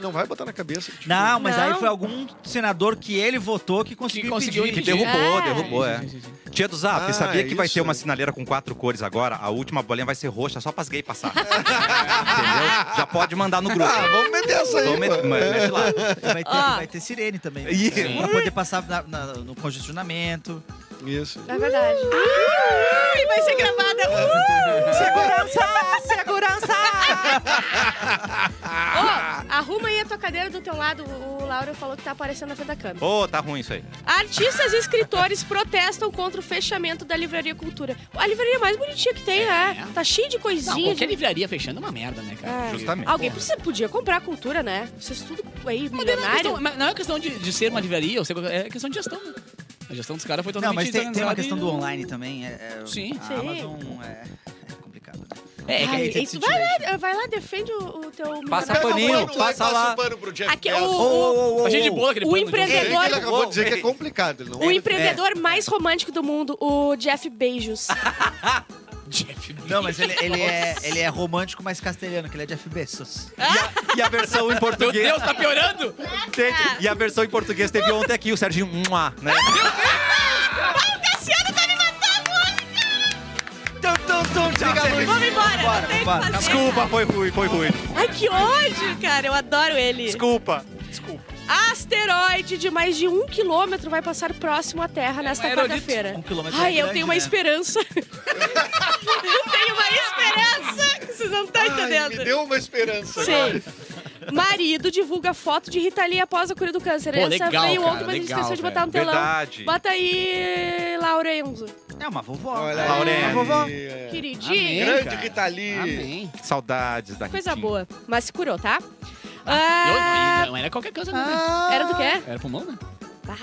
Speaker 5: Não vai botar na cabeça. tipo,
Speaker 3: Não, mas aí
Speaker 4: Não.
Speaker 3: foi algum senador que ele votou que conseguiu,
Speaker 2: conseguiu
Speaker 1: Que
Speaker 3: impedir.
Speaker 2: impedir.
Speaker 1: derrubou,
Speaker 4: É.
Speaker 1: derrubou, é. Tia do Zap,
Speaker 5: Ah,
Speaker 1: sabia
Speaker 5: é
Speaker 1: que vai
Speaker 5: isso.
Speaker 1: ter uma sinaleira com quatro cores agora? A última bolinha vai ser roxa só pras gays passar. *laughs* Entendeu? Já pode mandar no grupo.
Speaker 5: Ah, vamos meter essa aí.
Speaker 1: Então, mete-
Speaker 5: pô.
Speaker 1: mano,
Speaker 5: É.
Speaker 1: mete lá.
Speaker 3: Vai ter,
Speaker 4: Ó.
Speaker 3: vai ter sirene também.
Speaker 1: Ih.
Speaker 3: Sim. Pra poder passar na- na- no congestionamento.
Speaker 5: Isso.
Speaker 4: É verdade. Uh! Ai, vai ser gravada.
Speaker 3: Segurança! Segurança!
Speaker 4: Ó, arruma aí a tua cadeira do teu lado. O Lauro falou que tá aparecendo na frente da câmera.
Speaker 1: Ô, tá ruim isso aí.
Speaker 4: Artistas e escritores *laughs* protestam contra o fechamento da Livraria Cultura. A livraria mais bonitinha que tem, né? Tá cheia de
Speaker 2: É. Não,
Speaker 4: coisinha.
Speaker 2: qualquer
Speaker 4: de-
Speaker 2: livraria fechando é uma merda, né, cara?
Speaker 4: É.
Speaker 1: Justamente.
Speaker 4: Alguém precisa, podia comprar a cultura, né? Vocês tudo aí,
Speaker 2: Mas daí não é questão-
Speaker 4: milionário.
Speaker 2: mas Não é questão de, de ser uma livraria, ou ser qualquer- é questão de gestão. né? A gestão dos caras foi totalmente
Speaker 3: Não, mas tem, tem uma
Speaker 2: desorganizada
Speaker 3: questão
Speaker 2: e-
Speaker 3: do online também. É, é,
Speaker 2: Sim.
Speaker 3: a
Speaker 4: Sim.
Speaker 3: Amazon é, é complicado. né?
Speaker 2: É,
Speaker 4: Ai,
Speaker 3: aí tem
Speaker 4: isso
Speaker 3: que tipo
Speaker 4: vai,
Speaker 3: sentir-
Speaker 4: lá, vai lá, defende o, o teu
Speaker 1: Passa
Speaker 4: milionário.
Speaker 1: paninho,
Speaker 5: Pano lá e
Speaker 1: passa lá.
Speaker 5: o pano pro Jeff
Speaker 4: Aqui,
Speaker 5: Bezos.
Speaker 4: o-
Speaker 2: A gente boa aquele
Speaker 4: o
Speaker 2: plano de-
Speaker 5: Ele,
Speaker 4: empreendedor-
Speaker 5: ele acabou
Speaker 1: Uou,
Speaker 5: de dizer que é
Speaker 1: ei.
Speaker 5: complicado. ele não
Speaker 4: O
Speaker 5: é-
Speaker 4: empreendedor mais romântico do mundo, o Jeff
Speaker 2: *laughs*
Speaker 4: Bezos.
Speaker 2: Jeff Bezos.
Speaker 3: Não, mas ele, ele é, ele é romântico, mas castelhano, que ele é Jeff Bezos.
Speaker 1: E a versão em
Speaker 2: Meu
Speaker 1: português.
Speaker 2: Deus, tá *laughs* piorando? Ah.
Speaker 1: Entende? E a versão em português teve ontem aqui, o Serginho. Mua, né?
Speaker 3: Tum, tum, tum,
Speaker 5: Liga a luz.
Speaker 4: Vamos embora,
Speaker 3: Bora,
Speaker 4: não tem o que
Speaker 3: bora.
Speaker 4: fazer.
Speaker 2: é.
Speaker 1: Desculpa, foi ruim, foi ruim.
Speaker 4: Ai, que ódio, cara. Eu adoro ele.
Speaker 1: Desculpa. Desculpa.
Speaker 4: Asteroide de mais de um quilômetro vai passar próximo à Terra nesta
Speaker 2: aerolito.
Speaker 4: quarta-feira.
Speaker 3: Um quilômetro é
Speaker 4: Ai, eu
Speaker 3: grande,
Speaker 4: tenho uma
Speaker 2: *laughs*
Speaker 3: né?
Speaker 4: esperança. eu tenho uma esperança que vocês não estão
Speaker 5: Ai,
Speaker 4: entendendo.
Speaker 5: me deu uma esperança.
Speaker 4: Sim. Marido divulga foto de Rita Lee após a cura do câncer.
Speaker 2: Pô,
Speaker 4: Essa
Speaker 2: legal,
Speaker 4: veio
Speaker 2: cara,
Speaker 4: ontem, mas a gente
Speaker 2: legal,
Speaker 4: esqueceu de botar
Speaker 2: velho.
Speaker 1: Então,
Speaker 4: no telão.
Speaker 1: Verdade.
Speaker 4: Bota aí, Laurenzo.
Speaker 3: É uma vovó.
Speaker 5: Olha
Speaker 1: Laurene.
Speaker 3: Uma vovó.
Speaker 5: aí. é.
Speaker 4: Queridinho.
Speaker 2: Amém.
Speaker 5: Grande
Speaker 2: cara.
Speaker 5: Rita Lee.
Speaker 4: Ah,
Speaker 2: Amém.
Speaker 1: Saudades da
Speaker 4: Coisa
Speaker 1: Ritinha.
Speaker 4: boa. Mas se curou, tá?
Speaker 2: Eu-
Speaker 4: Ah,
Speaker 2: e não era qualquer coisa, não.
Speaker 3: Ah.
Speaker 4: Era do quê?
Speaker 2: Era pulmão, né?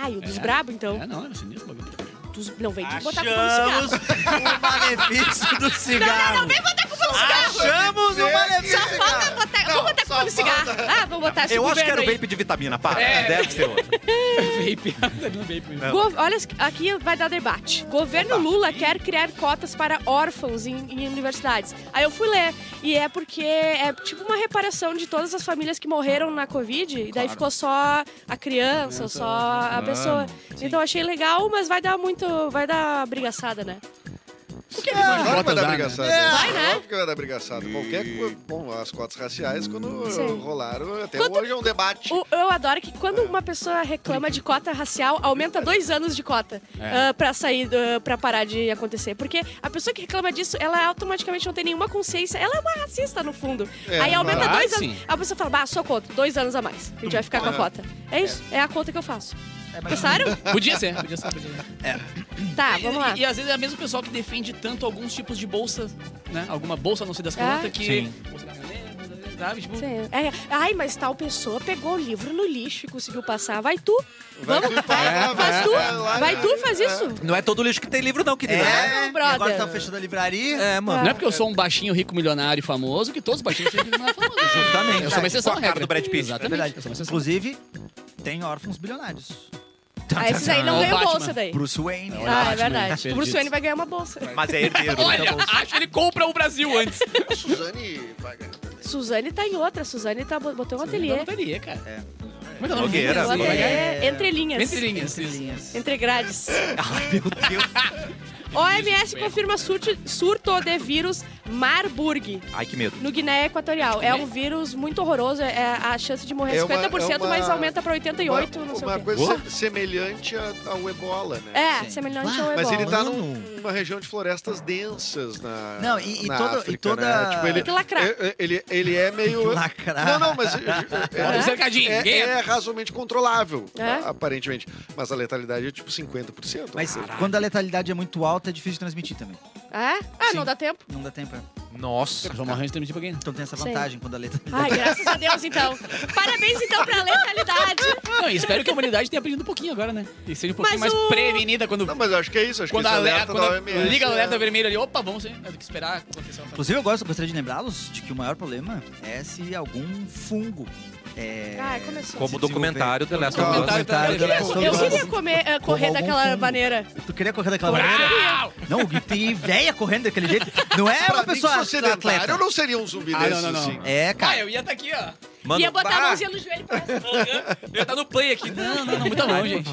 Speaker 4: Ai, o dos
Speaker 2: É.
Speaker 4: brabo, então.
Speaker 2: É, não, era sinistro o bagulho.
Speaker 4: Dos- Não, vem de botar com
Speaker 3: Achamos o malefício do cigarro. Não, não, vem botar Achamos o malefício.
Speaker 4: Só falta botar. vamos botar com
Speaker 5: só
Speaker 4: o cigarro. Ah, vamos botar esse
Speaker 1: Eu acho que era o
Speaker 4: governo aí.
Speaker 1: vape de vitamina, para.
Speaker 2: É.
Speaker 1: Deve ser outro.
Speaker 2: Vape. Era no vape mesmo.
Speaker 4: Gov- Olha, aqui vai dar debate.
Speaker 1: Tá.
Speaker 4: Governo Lula quer criar cotas para órfãos em, em universidades. Aí eu fui ler. E é porque é tipo uma reparação de todas as famílias que morreram na Covid. E daí ficou só a criança, ou só a
Speaker 1: Mano,
Speaker 4: pessoa. Então achei legal, mas vai dar muito. Vai dar brigaçada, né?
Speaker 5: Claro que vai
Speaker 2: Botas
Speaker 5: é dar
Speaker 2: dá, né?
Speaker 5: brigaçada.
Speaker 4: Vai, né?
Speaker 5: Óbvio que vai dar brigaçada. Qualquer coisa. Bom, as cotas raciais, quando
Speaker 4: Sim.
Speaker 5: rolaram, até
Speaker 4: Quanto-
Speaker 5: hoje é um debate.
Speaker 4: O- eu adoro que quando uma pessoa reclama de cota racial, aumenta dois anos de cota ah, pra sair, ah, pra parar de acontecer. Porque a pessoa que reclama disso, ela automaticamente não tem nenhuma consciência. Ela é uma racista, no fundo.
Speaker 5: É,
Speaker 4: Aí aumenta
Speaker 2: claro
Speaker 4: dois
Speaker 2: que
Speaker 4: anos.
Speaker 2: sim.
Speaker 4: A pessoa fala, bah, sou contra, dois anos a mais. A gente vai ficar com a
Speaker 5: É.
Speaker 4: cota. É isso, é a conta que eu faço.
Speaker 3: É, mas-
Speaker 4: Gostaram?
Speaker 2: Podia ser, podia ser, podia ser.
Speaker 4: tá, vamos
Speaker 2: *laughs*
Speaker 4: lá.
Speaker 2: E, e às vezes é o mesmo pessoal que defende tanto alguns tipos de bolsa, né? Alguma bolsa, não sei das
Speaker 4: Ah.
Speaker 2: contas, que.
Speaker 3: Sim.
Speaker 2: Bolsa brasileira, bolsa brasileira, sabe? Tipo,
Speaker 4: Sim. É, ai, mas tal pessoa pegou o livro no lixo e conseguiu passar. Vai tu.
Speaker 5: Vai
Speaker 4: Vamos.
Speaker 5: tu, vai,
Speaker 4: faz tu.
Speaker 5: vai, vai,
Speaker 4: Vai tu, faz
Speaker 5: vai.
Speaker 4: isso.
Speaker 1: Não é todo lixo que tem livro, não, querido.
Speaker 4: não,
Speaker 3: É. e
Speaker 4: brother.
Speaker 3: Agora tá fechando a livraria.
Speaker 1: É, mano.
Speaker 2: Não é porque eu sou um baixinho, rico, milionário e famoso que todos os baixinhos são ricos, milionários e famosos.
Speaker 1: Justamente.
Speaker 2: Eu sou uma exceção
Speaker 1: Com
Speaker 2: à
Speaker 1: a cara
Speaker 2: regra.
Speaker 1: do Brad Pitt.
Speaker 3: É
Speaker 2: Exatamente.
Speaker 3: verdade.
Speaker 2: Eu sou uma exceção.
Speaker 3: Inclusive, tem órfãos bilionários.
Speaker 4: Ah, esses aí não
Speaker 2: O
Speaker 4: ganham
Speaker 2: Batman.
Speaker 4: bolsa daí.
Speaker 3: Bruce Wayne.
Speaker 2: Olha,
Speaker 4: Ah, é
Speaker 2: Batman,
Speaker 4: verdade.
Speaker 2: perdido.
Speaker 4: O Bruce Wayne vai ganhar uma bolsa.
Speaker 1: Mas é herdeiro. então
Speaker 2: Olha, acho que ele compra o Brasil antes.
Speaker 5: A Suzane vai ganhar.
Speaker 4: Suzane tá em outra. Suzane tá, botou um ateliê.
Speaker 2: Loteria, cara. É. Mas
Speaker 1: Blogueira,
Speaker 4: Um ateliê entre linhas.
Speaker 2: Entre linhas. isso.
Speaker 4: Entre grades.
Speaker 1: Ai, meu Deus.
Speaker 4: OMS confirma surte- surto de vírus Marburg
Speaker 1: Ai, que medo.
Speaker 4: no Guiné Equatorial. É um vírus muito horroroso. É a chance de morrer é
Speaker 5: É uma-
Speaker 4: 50%,
Speaker 5: é uma-
Speaker 4: mas aumenta pra 88%,
Speaker 5: uma,
Speaker 4: não sei
Speaker 5: uma
Speaker 4: o quê.
Speaker 5: coisa
Speaker 1: Boa.
Speaker 5: se- semelhante a- ao Ebola, né?
Speaker 4: É, semelhante ao
Speaker 5: Mas ele
Speaker 4: ebola.
Speaker 5: tá num- numa região de florestas densas na
Speaker 3: Não, e- e
Speaker 5: na
Speaker 3: todo- e
Speaker 5: África,
Speaker 3: toda-
Speaker 5: né? Tipo, ele,
Speaker 4: Tem que lacrar.
Speaker 5: é- é- ele, ele é meio...
Speaker 3: Lacrar.
Speaker 5: Não, não,
Speaker 4: *laughs*
Speaker 5: mas... é-
Speaker 2: Bota um cercadinho.
Speaker 5: É,
Speaker 2: ninguém-
Speaker 5: é razoavelmente controlável,
Speaker 4: É?
Speaker 5: a- aparentemente. Mas a letalidade é tipo 50%.
Speaker 3: Mas
Speaker 5: Ou seja,
Speaker 3: quando a letalidade é muito alta, é difícil de transmitir também.
Speaker 4: É? Ah,
Speaker 3: Sim.
Speaker 4: não dá tempo?
Speaker 3: Não dá tempo. é.
Speaker 1: Nossa.
Speaker 2: Só uma arranjo transmitir pra quem?
Speaker 3: Então tem essa
Speaker 4: Sim.
Speaker 3: vantagem quando a letalidade.
Speaker 4: Ai, graças a Deus, então. Parabéns, então, pra letalidade.
Speaker 2: Não, e espero que a humanidade tenha aprendido um pouquinho agora, né? E seja um pouquinho
Speaker 4: Mas
Speaker 2: mais
Speaker 4: o-
Speaker 2: prevenida quando.
Speaker 5: Não, mas eu acho que é isso. Acho
Speaker 2: Quando
Speaker 5: que
Speaker 2: a,
Speaker 5: esse
Speaker 2: alerta,
Speaker 5: alerta
Speaker 2: quando
Speaker 5: da
Speaker 2: a-
Speaker 5: OMS,
Speaker 2: liga a alerta
Speaker 5: é-
Speaker 2: vermelha ali, opa, vamos hein? do que esperar acontecer uma coisa.
Speaker 3: Inclusive, eu gosto- gostaria de lembrá-los de que o maior problema é se algum fungo. É...
Speaker 4: Ai, começou.
Speaker 1: Como o documentário The Last of Us.
Speaker 2: Documentário.
Speaker 4: Eu queria, eu queria comer, eh, correr
Speaker 3: algum
Speaker 4: daquela
Speaker 3: fungo.
Speaker 4: maneira.
Speaker 3: Tu queria correr daquela maneira?
Speaker 4: *laughs*
Speaker 2: Uau!
Speaker 3: Não, e tem véia correndo daquele jeito. Não é
Speaker 5: Pra
Speaker 3: uma
Speaker 5: mim, se
Speaker 3: pessoa
Speaker 5: fosse sedentário,
Speaker 3: atleta.
Speaker 5: eu não seria um zumbi
Speaker 2: Ah, um não,
Speaker 5: desses,
Speaker 2: não, não.
Speaker 5: assim.
Speaker 3: É,
Speaker 2: Ah,
Speaker 3: cara.
Speaker 2: eu ia estar aqui, ó.
Speaker 1: Mano,
Speaker 4: Ia botar a
Speaker 5: bah.
Speaker 4: mãozinha no joelho pra essa.
Speaker 2: Eu ia estar no play aqui. Não, não, não, muito longe, gente.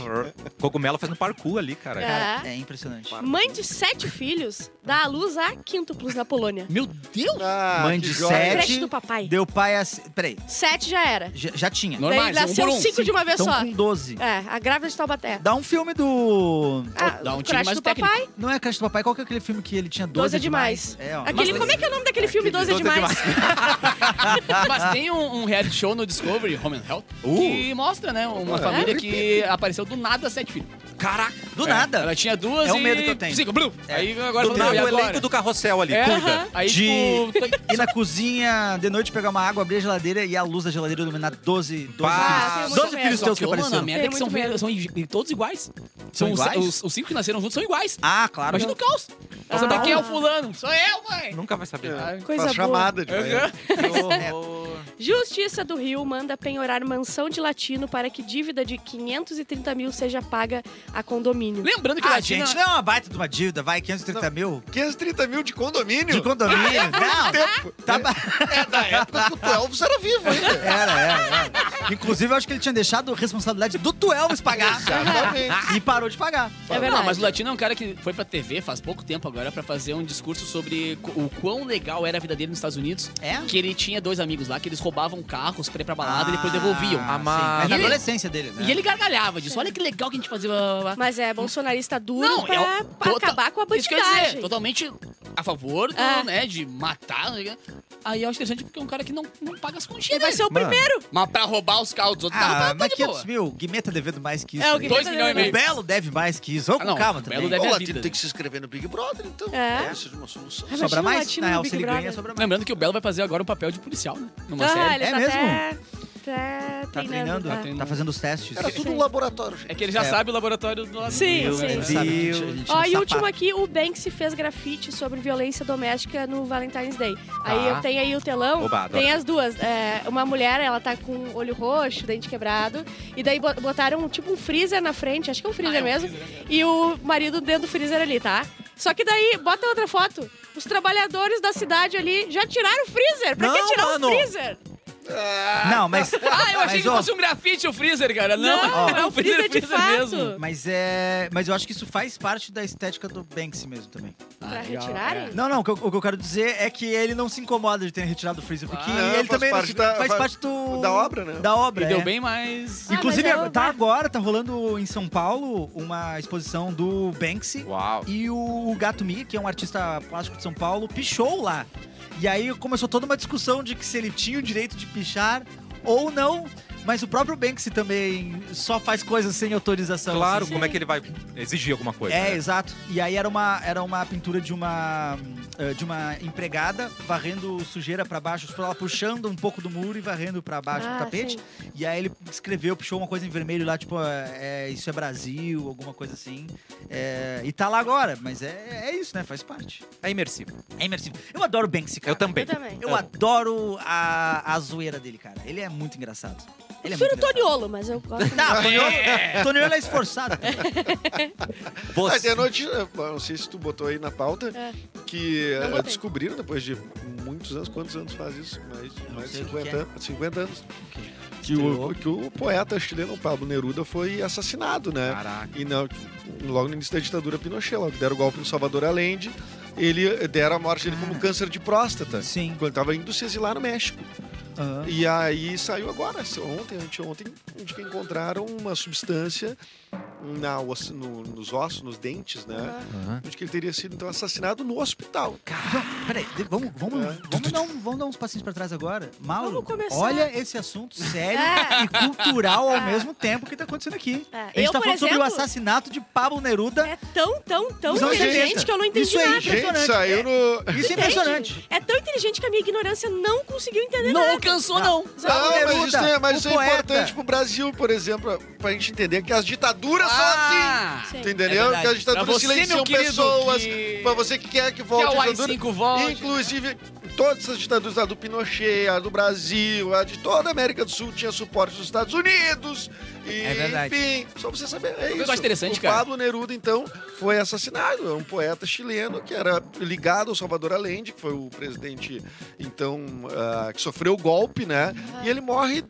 Speaker 1: cogumelo faz no parkour ali, cara.
Speaker 4: Ah.
Speaker 3: Cara, é impressionante.
Speaker 4: Mãe de sete filhos dá à luz a quíntuplos na Polônia.
Speaker 2: Meu Deus!
Speaker 5: Ah,
Speaker 3: Mãe
Speaker 5: que
Speaker 3: de
Speaker 5: joia.
Speaker 3: sete.
Speaker 4: Creche do papai.
Speaker 3: Deu pai a. Peraí,
Speaker 4: Sete já era.
Speaker 3: já, já tinha.
Speaker 2: Normais,
Speaker 4: Daí
Speaker 2: um por
Speaker 4: nasceu
Speaker 2: um.
Speaker 4: cinco de uma vez
Speaker 3: Então
Speaker 4: só.
Speaker 3: com 12.
Speaker 4: É, a grávida de Taubaté.
Speaker 3: Dá um filme do.
Speaker 4: Ah,
Speaker 2: dá um
Speaker 4: o
Speaker 2: time
Speaker 4: Crash
Speaker 2: mais
Speaker 4: do papai.
Speaker 3: Não é a Creche do Papai? Qual que é aquele filme que ele tinha 12?
Speaker 4: Doze é demais.
Speaker 3: É, ó.
Speaker 4: Aquele,
Speaker 2: Mas-
Speaker 4: como é que é o nome daquele filme?
Speaker 5: Aquele
Speaker 4: 12 é
Speaker 5: Doze é
Speaker 4: demais.
Speaker 2: *laughs* Mas tem um, um reality show no Discovery, Home and Health, que mostra, né, uma
Speaker 5: É.
Speaker 2: família que apareceu do nada sete filhos.
Speaker 1: Caraca.
Speaker 3: Do
Speaker 2: É,
Speaker 3: nada.
Speaker 2: Ela tinha duas
Speaker 3: É o
Speaker 2: e
Speaker 3: medo que eu tenho.
Speaker 2: Cinco, blum.
Speaker 3: É.
Speaker 2: Aí agora
Speaker 1: Do
Speaker 2: falou, não,
Speaker 1: nada,
Speaker 2: e
Speaker 1: o
Speaker 2: agora?
Speaker 1: elenco do carrossel ali.
Speaker 2: É,
Speaker 1: Cuida.
Speaker 2: aham. Aí,
Speaker 3: De-
Speaker 2: tipo, tem-
Speaker 3: *laughs* Ir na cozinha de noite pegar uma água, abrir a geladeira e a luz da geladeira iluminar 12, 12
Speaker 1: Pá.
Speaker 4: Ah,
Speaker 3: filhos.
Speaker 4: tem
Speaker 3: 12
Speaker 4: muito
Speaker 3: filhos
Speaker 4: medo.
Speaker 3: teus que
Speaker 2: Só que, mano, a
Speaker 3: apareceram.
Speaker 2: merda é
Speaker 4: Tem
Speaker 2: que são,
Speaker 4: muito
Speaker 2: velhos, são i- todos iguais.
Speaker 3: São
Speaker 2: os-
Speaker 3: iguais?
Speaker 2: Os, os cinco que nasceram juntos são iguais.
Speaker 3: Ah, claro.
Speaker 2: Imagina o caos. Pra saber
Speaker 4: Ah.
Speaker 2: quem é o fulano. Sou eu, mãe.
Speaker 1: Nunca vai saber.
Speaker 5: É.
Speaker 4: Coisa boa.
Speaker 5: Faz chamada de manhã.
Speaker 4: Justiça do Rio manda penhorar mansão de latino para que dívida de 530 mil seja paga a condomínio.
Speaker 2: Lembrando que
Speaker 3: Ah,
Speaker 2: Latina...
Speaker 3: gente, não é uma baita de uma dívida, vai, 530 mil
Speaker 5: 530 mil de condomínio?
Speaker 3: de
Speaker 2: Ah,
Speaker 3: condomínio.
Speaker 2: é?
Speaker 3: Não,
Speaker 5: Tempo.
Speaker 3: tá ba- *laughs*
Speaker 5: É da época que o Elvis era vivo
Speaker 2: *laughs*
Speaker 5: ainda.
Speaker 3: Era, era, era. Inclusive, eu acho que ele tinha deixado a responsabilidade do Tu Elvis pagar.
Speaker 5: Exatamente.
Speaker 3: E parou de pagar.
Speaker 4: É verdade.
Speaker 2: Não, mas o Latino é um cara que foi pra TV faz pouco tempo agora pra fazer um discurso sobre co- o quão legal era a vida dele nos Estados Unidos.
Speaker 3: É?
Speaker 2: Que ele tinha dois amigos lá que eles roubavam carros pra ir pra balada
Speaker 3: Ah,
Speaker 2: e depois devolviam.
Speaker 3: sim.
Speaker 1: Amado.
Speaker 3: É da
Speaker 2: E ele-
Speaker 3: adolescência dele, né?
Speaker 2: E ele gargalhava disso. Olha que legal que a gente fazia. blá, blá, blá.
Speaker 4: Mas é bolsonarista duro
Speaker 2: Não,
Speaker 4: pra,
Speaker 2: é o-
Speaker 4: pra
Speaker 2: tota-
Speaker 4: acabar com a
Speaker 2: Isso que eu ia dizer,
Speaker 4: bandidagem.
Speaker 2: totalmente a favor do,
Speaker 4: É.
Speaker 2: né, de matar. não sei o quê. Aí eu acho interessante porque é um cara que não, não paga as conchinhas.
Speaker 4: Ele vai
Speaker 2: dele.
Speaker 4: ser o
Speaker 1: Mano.
Speaker 4: primeiro.
Speaker 2: Mas pra roubar os carros dos outros,
Speaker 3: Ah,
Speaker 2: tá, tá, tá
Speaker 3: mas
Speaker 2: de
Speaker 3: 500
Speaker 2: boa.
Speaker 3: mil, Guimê tá devendo mais que isso.
Speaker 4: É, o
Speaker 3: aí.
Speaker 4: Guimê
Speaker 2: Dois milhões e meio.
Speaker 3: O Belo deve mais que isso. Vamos
Speaker 2: Ah,
Speaker 3: com
Speaker 2: não,
Speaker 3: calma
Speaker 2: o
Speaker 3: também.
Speaker 2: Belo deve-
Speaker 8: O
Speaker 2: minha
Speaker 8: latino
Speaker 2: vida.
Speaker 8: tem que se inscrever no Big Brother, então.
Speaker 4: É.
Speaker 8: Essa é uma solução.
Speaker 4: Imagina
Speaker 3: Sobra
Speaker 4: o
Speaker 3: mais?
Speaker 4: Latino
Speaker 3: Na
Speaker 4: no
Speaker 3: real,
Speaker 4: Big
Speaker 3: se ele ganha,
Speaker 4: Brother.
Speaker 3: sobra mais.
Speaker 2: Lembrando que o Belo vai fazer agora um papel de policial, né? Numa
Speaker 4: Ah,
Speaker 2: série.
Speaker 4: ele
Speaker 3: É
Speaker 4: tá
Speaker 3: mesmo?
Speaker 4: Até, tá,
Speaker 3: Tá treinando?
Speaker 4: tá.
Speaker 3: Tá fazendo os testes.
Speaker 5: Era tudo um laboratório, gente.
Speaker 2: É que ele já sabe o laboratório do lado. né?
Speaker 4: Sim,
Speaker 3: Meu
Speaker 4: sim.
Speaker 3: Deus. Sabe, ele- ele tinha
Speaker 4: Ó,
Speaker 3: um
Speaker 4: e
Speaker 3: sapato.
Speaker 4: último aqui, o Banksy fez grafite sobre violência doméstica no Valentine's Day. Aí eu tenho aí o telão,
Speaker 1: Oba, adoro.
Speaker 4: tem as duas. É, uma mulher, ela tá com olho roxo, dente quebrado, e daí bo- botaram tipo um freezer na frente, acho que é um freezer mesmo, e o marido dentro do freezer ali, tá? Só que daí, bota outra foto. Os trabalhadores da cidade ali já tiraram o freezer. Pra
Speaker 1: Não,
Speaker 4: que tirar
Speaker 1: mano.
Speaker 4: o freezer?
Speaker 3: Não, mas.
Speaker 2: *laughs* Ah, eu achei
Speaker 3: mas,
Speaker 2: que
Speaker 3: ó,
Speaker 2: fosse um grafite o freezer, cara. Não,
Speaker 4: Não,
Speaker 2: *laughs* é
Speaker 4: é
Speaker 2: um
Speaker 4: um
Speaker 2: freezer,
Speaker 4: freezer de
Speaker 2: freezer
Speaker 4: fato.
Speaker 2: mesmo.
Speaker 3: Mas é. Mas eu acho que isso faz parte da estética do Banksy mesmo também.
Speaker 4: Pra
Speaker 2: Ah, legal,
Speaker 4: retirarem?
Speaker 3: Não, não, o que, eu, o que eu quero dizer é que ele não se incomoda de ter retirado o freezer, porque
Speaker 2: Ah,
Speaker 3: ele
Speaker 5: faz
Speaker 3: também não
Speaker 5: parte
Speaker 3: se-
Speaker 5: da-
Speaker 3: faz
Speaker 5: faz-
Speaker 3: parte do.
Speaker 5: da obra, né?
Speaker 3: Da
Speaker 2: é.
Speaker 3: obra.
Speaker 2: E deu
Speaker 3: é.
Speaker 2: bem mais.
Speaker 4: Ah,
Speaker 3: Inclusive,
Speaker 4: mas eu-
Speaker 3: tá
Speaker 4: vai.
Speaker 3: agora, tá rolando em São Paulo uma exposição do Banksy.
Speaker 1: Uau.
Speaker 3: E o Gato Mi, que é um artista plástico de São Paulo, pichou lá. E aí começou toda uma discussão de que se ele tinha o direito de pichar ou não. Mas o próprio Banksy também só faz coisas sem autorização.
Speaker 1: Claro,
Speaker 3: assim.
Speaker 1: como é que ele vai exigir alguma coisa?
Speaker 3: É,
Speaker 1: né?
Speaker 3: exato. E aí era uma, era uma pintura de uma, eh, de uma empregada varrendo sujeira pra baixo, tipo, ela puxando um pouco do muro e varrendo pra baixo do
Speaker 4: Ah,
Speaker 3: tapete. E aí ele escreveu, puxou uma coisa em vermelho lá, tipo, eh, é, isso é Brasil, alguma coisa assim. É, e tá lá agora, mas é, é isso, né? Faz parte.
Speaker 1: É imersivo.
Speaker 3: É imersivo. Eu adoro o Banksy, cara.
Speaker 1: Eu também.
Speaker 4: Eu também.
Speaker 3: Eu adoro a, a zoeira dele, cara. Ele é muito engraçado. Ele é
Speaker 4: prefiro
Speaker 3: muito
Speaker 4: o
Speaker 3: engraçado.
Speaker 4: Toniolo, mas eu gosto.
Speaker 3: Tá, Toniolo, Toniolo é esforçado.
Speaker 5: Mas tem
Speaker 1: Você...
Speaker 5: a notícia, é, não sei se tu botou aí na pauta,
Speaker 4: É.
Speaker 5: que
Speaker 4: Não
Speaker 5: eh,
Speaker 4: botei.
Speaker 5: descobriram depois de muitos anos, quantos anos faz isso? Mais, de- mais de
Speaker 3: sei o que
Speaker 5: 50,
Speaker 3: que é.
Speaker 5: anos- 50 anos.
Speaker 3: que é?
Speaker 5: Que o, que o poeta chileno Pablo Neruda foi assassinado, né?
Speaker 3: Ah.
Speaker 1: Caraca.
Speaker 5: E na- logo no início da ditadura Pinochet, logo que deram o golpe no Salvador Allende, ele deram a morte dele
Speaker 3: Ah.
Speaker 5: como câncer de próstata.
Speaker 3: Sim.
Speaker 5: Quando tava indo se exilar no México.
Speaker 3: Aham.
Speaker 5: E aí saiu agora, ontem, anteontem, de que encontraram uma substância na osso- no- nos ossos, nos dentes, né? De que ele teria sido então assassinado no hospital.
Speaker 3: Não, Peraí, de- vamos, vamos,
Speaker 5: É.
Speaker 3: vamos, dar um, vamos dar uns passinhos pra trás agora. Mauro,
Speaker 4: Vamos começar.
Speaker 3: olha esse assunto
Speaker 4: *laughs*
Speaker 3: sério
Speaker 4: É.
Speaker 3: e cultural ao
Speaker 4: É.
Speaker 3: mesmo tempo que tá acontecendo aqui.
Speaker 4: É.
Speaker 3: A gente
Speaker 4: Eu,
Speaker 3: tá
Speaker 4: por
Speaker 3: falando sobre o
Speaker 4: exemplo,
Speaker 3: assassinato de Pablo Neruda.
Speaker 4: É tão, tão, tão
Speaker 3: Os anos
Speaker 4: inteligente
Speaker 3: 80.
Speaker 4: que eu não entendi
Speaker 3: Isso aí,
Speaker 2: É
Speaker 4: nada.
Speaker 5: Gente,
Speaker 3: Impressionante.
Speaker 5: saiu no.
Speaker 3: Isso é
Speaker 4: Entende?
Speaker 3: impressionante.
Speaker 4: É tão inteligente que a minha ignorância não conseguiu entender
Speaker 2: Não
Speaker 4: nada.
Speaker 2: alcançou, não.
Speaker 5: Não, mas isso,
Speaker 3: Neruda,
Speaker 5: é, mas
Speaker 3: o
Speaker 5: isso é
Speaker 3: poeta.
Speaker 5: importante pro Brasil, por exemplo, pra gente entender que as ditaduras são assim.
Speaker 2: Ah!
Speaker 4: Sim.
Speaker 5: Tu
Speaker 2: É
Speaker 5: entendeu?
Speaker 2: verdade.
Speaker 5: que
Speaker 2: Pra
Speaker 5: as ditaduras
Speaker 2: você,
Speaker 5: silenciam
Speaker 2: meu querido,
Speaker 5: pessoas.
Speaker 2: que...
Speaker 5: Pra você que quer que
Speaker 2: que é
Speaker 5: volte
Speaker 2: o
Speaker 5: a ditadura.
Speaker 2: AI-5 volte.
Speaker 5: Inclusive, todas essas ditaduras, a do Pinochet, a do Brasil, a de toda a América do Sul, tinha suporte dos Estados Unidos. E,
Speaker 3: É verdade.
Speaker 5: Enfim, só pra você saber. É
Speaker 2: que eu
Speaker 5: isso.
Speaker 2: acho interessante,
Speaker 5: o
Speaker 2: cara?
Speaker 5: Pablo Neruda, então, foi assassinado. É um poeta chileno que era ligado ao Salvador Allende, que foi o presidente, então, ah, que sofreu o golpe, né? E ele morre d-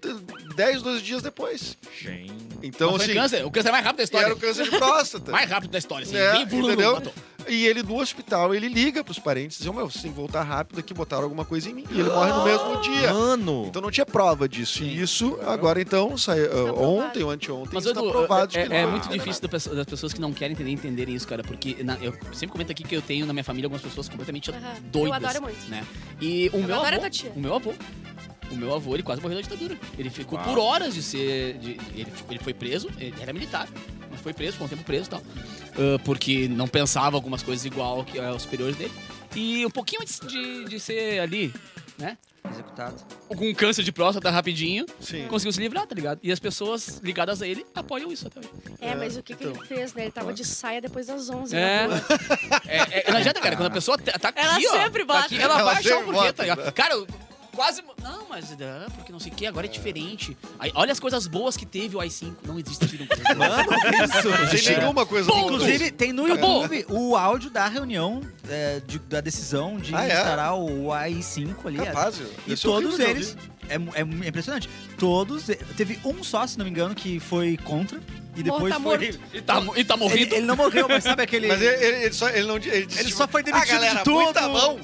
Speaker 5: 10, 12 dias depois.
Speaker 1: Gente.
Speaker 5: Então,
Speaker 2: Mas foi
Speaker 5: assim,
Speaker 2: câncer. O câncer é mais rápido da
Speaker 5: e era o
Speaker 2: história.
Speaker 5: câncer de
Speaker 2: *laughs*
Speaker 5: próstata.
Speaker 2: Mais rápido da história, assim.
Speaker 5: É,
Speaker 2: Vem, blum,
Speaker 5: entendeu?
Speaker 2: matou.
Speaker 5: E ele no hospital, ele liga pros parentes e diz, meu, vocês têm que voltar rápido aqui, botaram alguma coisa em mim. E ele morre no mesmo dia.
Speaker 1: Mano.
Speaker 5: Então não tinha prova disso. E isso, agora então, sai, uh,
Speaker 4: é provado.
Speaker 5: ontem ou anteontem,
Speaker 2: Mas
Speaker 5: está
Speaker 2: Edu,
Speaker 5: provado de
Speaker 2: é,
Speaker 5: que né?
Speaker 2: é
Speaker 5: ele foi
Speaker 2: muito
Speaker 5: envenenado.
Speaker 2: difícil da pessoa- das pessoas que não querem entender entenderem isso, cara, porque na- eu sempre comento aqui que eu tenho na minha família algumas pessoas completamente
Speaker 4: Aham.
Speaker 2: doidas.
Speaker 4: Eu adoro muito.
Speaker 2: Né? E o
Speaker 4: Eu
Speaker 2: meu
Speaker 4: adoro
Speaker 2: avô,
Speaker 4: a tua tia.
Speaker 2: o meu avô, o meu avô, ele quase morreu na ditadura. Ele ficou
Speaker 1: Uau.
Speaker 2: por horas de ser, de- ele, fi- ele foi preso, ele era militar, mas foi preso, ficou um tempo preso, e tal, Ah, porque não pensava algumas coisas igual que ah, os superiores dele. E um pouquinho antes de, de ser ali, né?
Speaker 3: Executado.
Speaker 2: Com câncer de próstata rapidinho,
Speaker 5: Sim.
Speaker 2: conseguiu se livrar, tá ligado? E as pessoas ligadas a ele apoiam isso até hoje.
Speaker 4: É, mas o que, que ele fez, né? Ele tava de saia depois das né? 11.
Speaker 2: É.
Speaker 4: na rua.
Speaker 2: É, é, não adianta, cara. Quando a pessoa tá tá aqui,
Speaker 4: Ela
Speaker 2: ó,
Speaker 4: sempre
Speaker 2: tá
Speaker 4: bota.
Speaker 2: aqui, ela,
Speaker 5: Ela
Speaker 2: vai achar o
Speaker 5: sempre
Speaker 2: porquê,
Speaker 5: bota.
Speaker 2: tá ligado? Cara, eu quase... Não, mas... ah, porque não sei o que, agora é diferente. Aí, olha as coisas boas que teve o i5. Não existiram.
Speaker 1: Mano,
Speaker 5: Não
Speaker 1: isso.
Speaker 5: tem nenhuma coisa assim,
Speaker 2: Ponto.
Speaker 5: boa.
Speaker 3: Inclusive, tem no
Speaker 2: Acabou.
Speaker 3: YouTube o áudio da reunião, é, de- da decisão de
Speaker 5: Ah, é?
Speaker 3: instalar o AI-5 ali. é-
Speaker 5: Capaz,
Speaker 3: E
Speaker 5: isso é
Speaker 3: todos
Speaker 5: horrível de
Speaker 3: eles.
Speaker 5: ouvir.
Speaker 3: É, mu- é mu- é impressionante. Todos. e- Teve um só, se não me engano, que foi contra. E depois
Speaker 4: tá
Speaker 3: foi.
Speaker 4: morto.
Speaker 2: E tá, e tá morrido.
Speaker 3: Ele, ele não morreu, mas sabe aquele.
Speaker 5: *laughs* Mas ele, ele- ele só, ele não... Ele,
Speaker 3: Ele
Speaker 5: disse,
Speaker 3: só foi demitido
Speaker 5: ah, galera,
Speaker 3: de tudo.
Speaker 5: muita mão.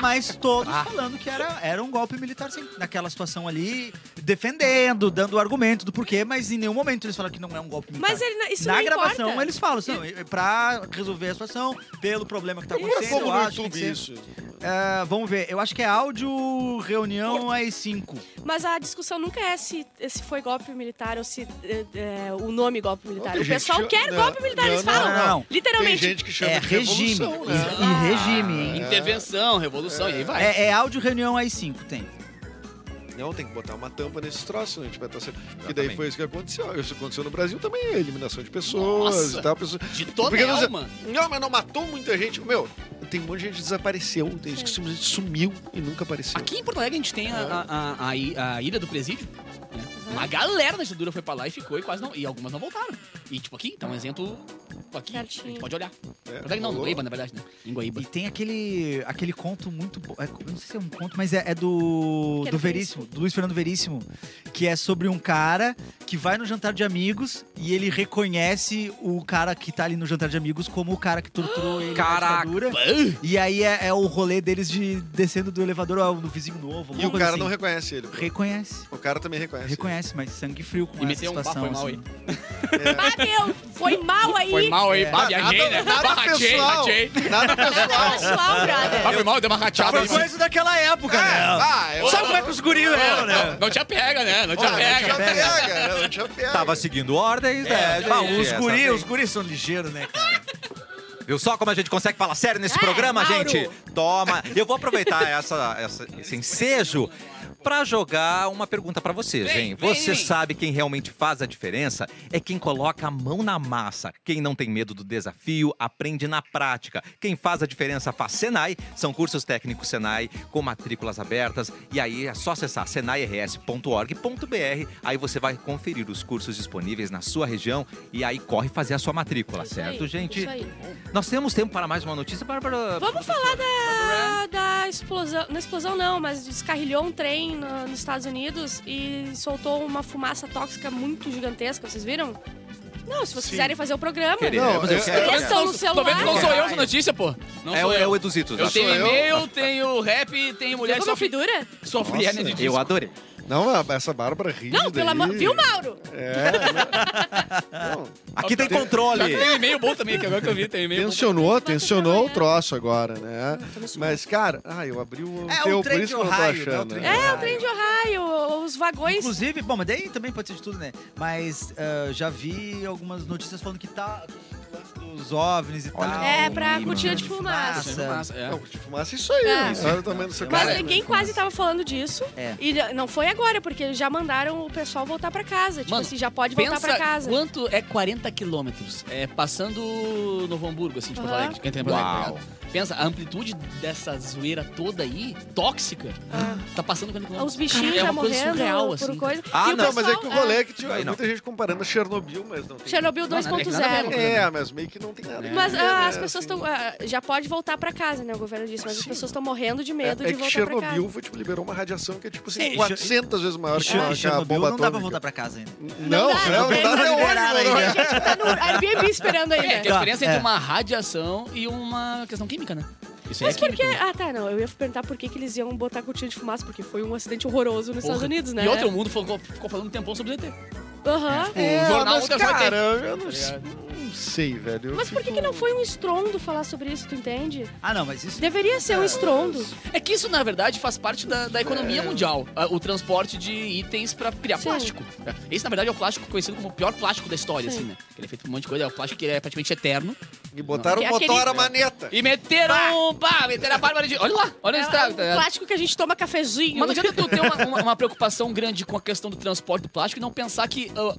Speaker 3: Mas todos
Speaker 5: Ah.
Speaker 3: falando que era, era um golpe militar, sim. Naquela situação ali, defendendo, dando argumento do porquê, mas em nenhum momento eles falaram que não é um golpe militar.
Speaker 4: Mas ele, não- isso
Speaker 3: Na
Speaker 4: não
Speaker 3: gravação
Speaker 4: importa.
Speaker 3: eles falam, assim, não, é pra resolver a situação, pelo problema que tá
Speaker 5: Não é
Speaker 3: acontecendo,
Speaker 5: como
Speaker 3: eu
Speaker 5: no
Speaker 3: acho, tem que
Speaker 5: YouTube
Speaker 3: ser-
Speaker 5: isso.
Speaker 3: Ah, vamos ver, eu acho que é áudio reunião AI5.
Speaker 4: Mas a discussão nunca é se, se foi golpe militar ou se é, é, o nome golpe militar.
Speaker 5: Tem
Speaker 4: o
Speaker 5: gente
Speaker 4: pessoal
Speaker 5: que-
Speaker 4: quer
Speaker 5: não,
Speaker 4: golpe militar,
Speaker 5: não,
Speaker 4: eles
Speaker 5: não,
Speaker 4: falam.
Speaker 3: não, não.
Speaker 5: Tem
Speaker 4: Literalmente.
Speaker 5: gente que chama
Speaker 3: É
Speaker 5: de
Speaker 3: regime.
Speaker 5: revolução,
Speaker 3: E-
Speaker 5: né?
Speaker 3: E regime, hein?
Speaker 2: Ah, Intervenção, revolução, e aí vai.
Speaker 3: É, é áudio reunião AI5, tem.
Speaker 5: Não, tem que botar uma tampa nesses troços, né? Tipo, tá sendo... E daí
Speaker 1: Exatamente.
Speaker 5: foi isso que aconteceu. Isso aconteceu no Brasil também, a eliminação de pessoas
Speaker 2: Nossa.
Speaker 5: e tal. pessoas-
Speaker 2: De toda
Speaker 5: é. Porque
Speaker 2: a
Speaker 5: você-
Speaker 2: alma.
Speaker 5: Não, mas não matou muita gente. Meu, tem um monte de gente que desapareceu, tem gente que simplesmente sumiu e nunca apareceu.
Speaker 2: Aqui em Porto Alegre a gente tem a, a- a- a i- a ilha do presídio. né? Uma galera da ditadura foi pra lá e ficou e quase não. E algumas não voltaram. E tipo aqui, tá um exemplo. Aqui, a gente
Speaker 4: Certinho.
Speaker 2: pode olhar.
Speaker 5: É,
Speaker 2: Porto Alegre não,
Speaker 5: rolou.
Speaker 2: Guaíba, na verdade, né? Em Guaíba.
Speaker 3: E tem aquele, aquele conto muito bom. é, eu não sei se é um conto, mas é, é do,
Speaker 4: Que é
Speaker 3: do
Speaker 4: do Veríssimo.
Speaker 3: Veríssimo, do Luiz Fernando Veríssimo, que é sobre um cara que vai no jantar de amigos e ele reconhece o cara que tá ali no jantar de amigos como o cara que torturou ele na
Speaker 1: Caraca.
Speaker 3: ditadura.
Speaker 2: Ah,
Speaker 3: E aí é, é o rolê deles de descendo do elevador ó, no vizinho novo.
Speaker 5: E
Speaker 3: alguma
Speaker 5: o
Speaker 3: coisa
Speaker 5: cara
Speaker 3: assim.
Speaker 5: não reconhece ele. pô.
Speaker 3: reconhece.
Speaker 5: O cara também reconhece.
Speaker 3: Reconhece, mas sangue frio com
Speaker 2: E
Speaker 3: essa
Speaker 2: meteu um papo,
Speaker 3: situação.
Speaker 2: foi mal
Speaker 3: assim.
Speaker 2: aí.
Speaker 4: Ah, meu! Foi mal aí!
Speaker 2: Foi mal aí,
Speaker 3: É.
Speaker 2: bah, viajei,
Speaker 5: Nada-
Speaker 2: né?
Speaker 5: nada
Speaker 2: ratei,
Speaker 5: pessoal.
Speaker 2: ratei.
Speaker 4: *laughs* Nada
Speaker 5: Nada pessoal.
Speaker 4: pessoal,
Speaker 2: Ah,
Speaker 4: brother.
Speaker 2: foi mal, deu uma rateada aí.
Speaker 7: Foi
Speaker 2: mas-
Speaker 7: coisa daquela época, né?
Speaker 5: Ah, eu
Speaker 7: Sabe como é que os guris eram,
Speaker 2: Não,
Speaker 7: né?
Speaker 2: não tinha pega, né? Não tinha
Speaker 5: não
Speaker 2: pega.
Speaker 5: tinha pega. Não tinha pega.
Speaker 1: Tava seguindo ordens, né?
Speaker 7: Bah,
Speaker 5: É,
Speaker 1: gente?
Speaker 7: os
Speaker 1: Essa
Speaker 7: guris,
Speaker 1: tem.
Speaker 7: os guris são ligeiros, né, cara?
Speaker 1: Viu só como a gente consegue falar sério nesse
Speaker 4: É,
Speaker 1: programa,
Speaker 4: Mauro.
Speaker 1: gente? Toma. Eu vou aproveitar *laughs* essa, essa- esse ensejo pra jogar uma pergunta pra vocês,
Speaker 2: Vem,
Speaker 1: hein?
Speaker 2: vem,
Speaker 1: Você
Speaker 2: vem.
Speaker 1: sabe quem realmente faz a diferença? É quem coloca a mão na massa. Quem não tem medo do desafio, aprende na prática. Quem faz a diferença faz Senai. São cursos técnicos Senai com matrículas abertas. E aí é só acessar senairs.org.br. Aí você vai conferir os cursos disponíveis na sua região e aí corre fazer a sua matrícula,
Speaker 4: Isso
Speaker 1: Tá certo,
Speaker 4: aí,
Speaker 1: gente?
Speaker 4: Isso aí.
Speaker 1: Nós temos tempo para mais uma notícia, Bárbara.
Speaker 4: Vamos falar da, da explosão. Na explosão não, mas descarrilhou um trem no- nos Estados Unidos e soltou uma fumaça tóxica muito gigantesca, vocês viram? Não, se vocês
Speaker 5: Sim.
Speaker 4: quiserem fazer o programa.
Speaker 1: Queremos,
Speaker 5: Não,
Speaker 1: eu
Speaker 5: eu-
Speaker 1: quero.
Speaker 4: Eles estão no
Speaker 2: Tô vendo
Speaker 4: celular.
Speaker 2: que um não sou eu essa notícia, pô. Não
Speaker 1: É,
Speaker 2: sou
Speaker 1: o- é
Speaker 2: eu.
Speaker 1: o Eduzitos.
Speaker 2: Eu
Speaker 1: acho.
Speaker 2: tenho
Speaker 5: Sou eu.
Speaker 2: e-mail, tenho rap, tenho mulher
Speaker 4: Viu
Speaker 2: que
Speaker 4: como eu
Speaker 2: sofre,
Speaker 4: fui dura?
Speaker 2: sofre
Speaker 5: Nossa,
Speaker 2: hérnia de disco.
Speaker 1: Eu adorei.
Speaker 5: Não, essa Bárbara ri.
Speaker 4: Não, pelo amor. Viu, Mauro?
Speaker 5: É. Não. Não,
Speaker 1: Aqui tem controle.
Speaker 2: Já tem um e-mail bom também, que agora que eu vi, tem um e-mail bom.
Speaker 5: Tensionou,
Speaker 4: ter que
Speaker 5: tensionou o
Speaker 4: trabalhar.
Speaker 5: troço agora, né?
Speaker 4: tô me suando.
Speaker 5: Mas, cara, ah, eu abri o
Speaker 6: É,
Speaker 5: teu,
Speaker 6: o
Speaker 5: por
Speaker 6: trem
Speaker 5: isso
Speaker 6: de
Speaker 5: que eu não tô
Speaker 6: Ohio, né, o
Speaker 5: achando.
Speaker 6: trem
Speaker 5: né?
Speaker 6: de
Speaker 4: É, o trem de Ohio, os vagões.
Speaker 6: Inclusive, bom, mas daí também pode ser de tudo, né? Mas ah, já vi algumas notícias falando que tá o lance dos ovnis e
Speaker 1: Olha.
Speaker 6: tal.
Speaker 4: É, pra
Speaker 6: e
Speaker 4: cortina de
Speaker 2: Isso é massa, é.
Speaker 5: Não, de fumaça, isso aí.
Speaker 4: É.
Speaker 5: Isso aí eu também não sei
Speaker 4: Mas
Speaker 5: como é.
Speaker 4: ninguém quase tava falando disso.
Speaker 6: É.
Speaker 4: E não foi agora, porque já mandaram o pessoal voltar pra casa. Tipo
Speaker 2: Mano,
Speaker 4: assim, já pode voltar
Speaker 2: Pensa
Speaker 4: pra casa.
Speaker 2: quanto é 40 quilômetros. É passando Novo Hamburgo, assim, de Porto
Speaker 4: Aham.
Speaker 2: Alegre. Quem tem Porto Alegre, tá
Speaker 1: Uau.
Speaker 2: ligado? Pensa, a amplitude dessa zoeira toda aí, tóxica, tá passando 40
Speaker 4: Ah. Os
Speaker 2: quilômetros.
Speaker 4: bichinhos
Speaker 2: Caraca, é
Speaker 4: já
Speaker 2: uma coisa
Speaker 4: morrendo
Speaker 2: surreal,
Speaker 4: por
Speaker 2: assim.
Speaker 4: coisa.
Speaker 1: Ah,
Speaker 4: E o
Speaker 5: Não, mas é
Speaker 4: pessoal-
Speaker 5: que o rolê é que
Speaker 1: Aí
Speaker 5: tinha
Speaker 1: não.
Speaker 5: muita gente comparando a Chernobyl, mas não tem.
Speaker 4: Chernobyl
Speaker 2: Não, não tem nada a ver,
Speaker 4: 2.0.
Speaker 2: né?
Speaker 5: É, mas meio que não tem nada. a
Speaker 4: Mas
Speaker 5: ver,
Speaker 4: ah,
Speaker 5: né,
Speaker 4: as pessoas
Speaker 5: assim.
Speaker 4: estão. já pode voltar pra casa, né? O governo disse, mas as
Speaker 5: Sim.
Speaker 4: pessoas estão morrendo de
Speaker 5: É,
Speaker 4: medo
Speaker 5: é
Speaker 4: de
Speaker 5: que
Speaker 4: voltar pra casa.
Speaker 5: Chernobyl foi, tipo, liberou uma radiação que é tipo
Speaker 6: Sim,
Speaker 5: assim,
Speaker 6: e-
Speaker 5: 400 vezes maior que,
Speaker 6: Che-
Speaker 5: a- que a
Speaker 6: Chernobyl
Speaker 5: bomba
Speaker 6: não dá pra
Speaker 5: atômica.
Speaker 6: voltar pra casa ainda.
Speaker 4: dá, não
Speaker 5: Não, não, não
Speaker 4: dá.
Speaker 5: dá até
Speaker 6: Liberaram
Speaker 5: hoje,
Speaker 6: ainda.
Speaker 5: mano.
Speaker 4: A gente tá no Airbnb esperando né?
Speaker 2: É,
Speaker 4: ainda.
Speaker 5: tá,
Speaker 2: tem a diferença
Speaker 6: É.
Speaker 2: entre uma radiação e uma questão química, né? Isso aí
Speaker 4: Mas
Speaker 2: é
Speaker 4: por que.
Speaker 2: química, né?
Speaker 4: Ah, tá, não. Eu ia perguntar por que, que eles iam botar cortina de fumaça, porque foi um acidente horroroso nos Estados
Speaker 2: Porra.
Speaker 4: Unidos, né?
Speaker 2: E outro É, tipo, mundo ficou, ficou falando um tempão sobre o ET.
Speaker 4: Aham.
Speaker 2: O jornal
Speaker 5: É, mas,
Speaker 2: nunca vai ter.
Speaker 5: cara, eu não,
Speaker 2: Tá
Speaker 5: não sei, velho. eu
Speaker 4: Mas por que,
Speaker 5: fico-
Speaker 4: que não foi um estrondo falar sobre isso, tu entende?
Speaker 6: Ah, não, mas isso.
Speaker 4: Deveria ser um estrondo.
Speaker 2: É que isso, na verdade, faz parte da, da
Speaker 5: É.
Speaker 2: economia mundial. Ah, O transporte de itens pra criar
Speaker 4: Sim.
Speaker 2: plástico. Esse, na verdade, é o plástico conhecido como o pior plástico da história,
Speaker 4: Sim.
Speaker 2: assim, né? Ele é feito por um monte de coisa, é o plástico que é praticamente eterno.
Speaker 5: E botaram
Speaker 4: Não.
Speaker 5: o
Speaker 4: Que é
Speaker 5: motor
Speaker 4: aquele-
Speaker 5: à maneta.
Speaker 2: E meteram. um Pá, meteram a Bárbara de. Olha lá, olha
Speaker 4: É,
Speaker 2: o
Speaker 4: é um
Speaker 2: estrago. tá ligado?
Speaker 4: plástico que a gente toma cafezinho.
Speaker 2: Mas não adianta tu ter uma, uma- uma preocupação grande com a questão do transporte do plástico e não pensar que ah,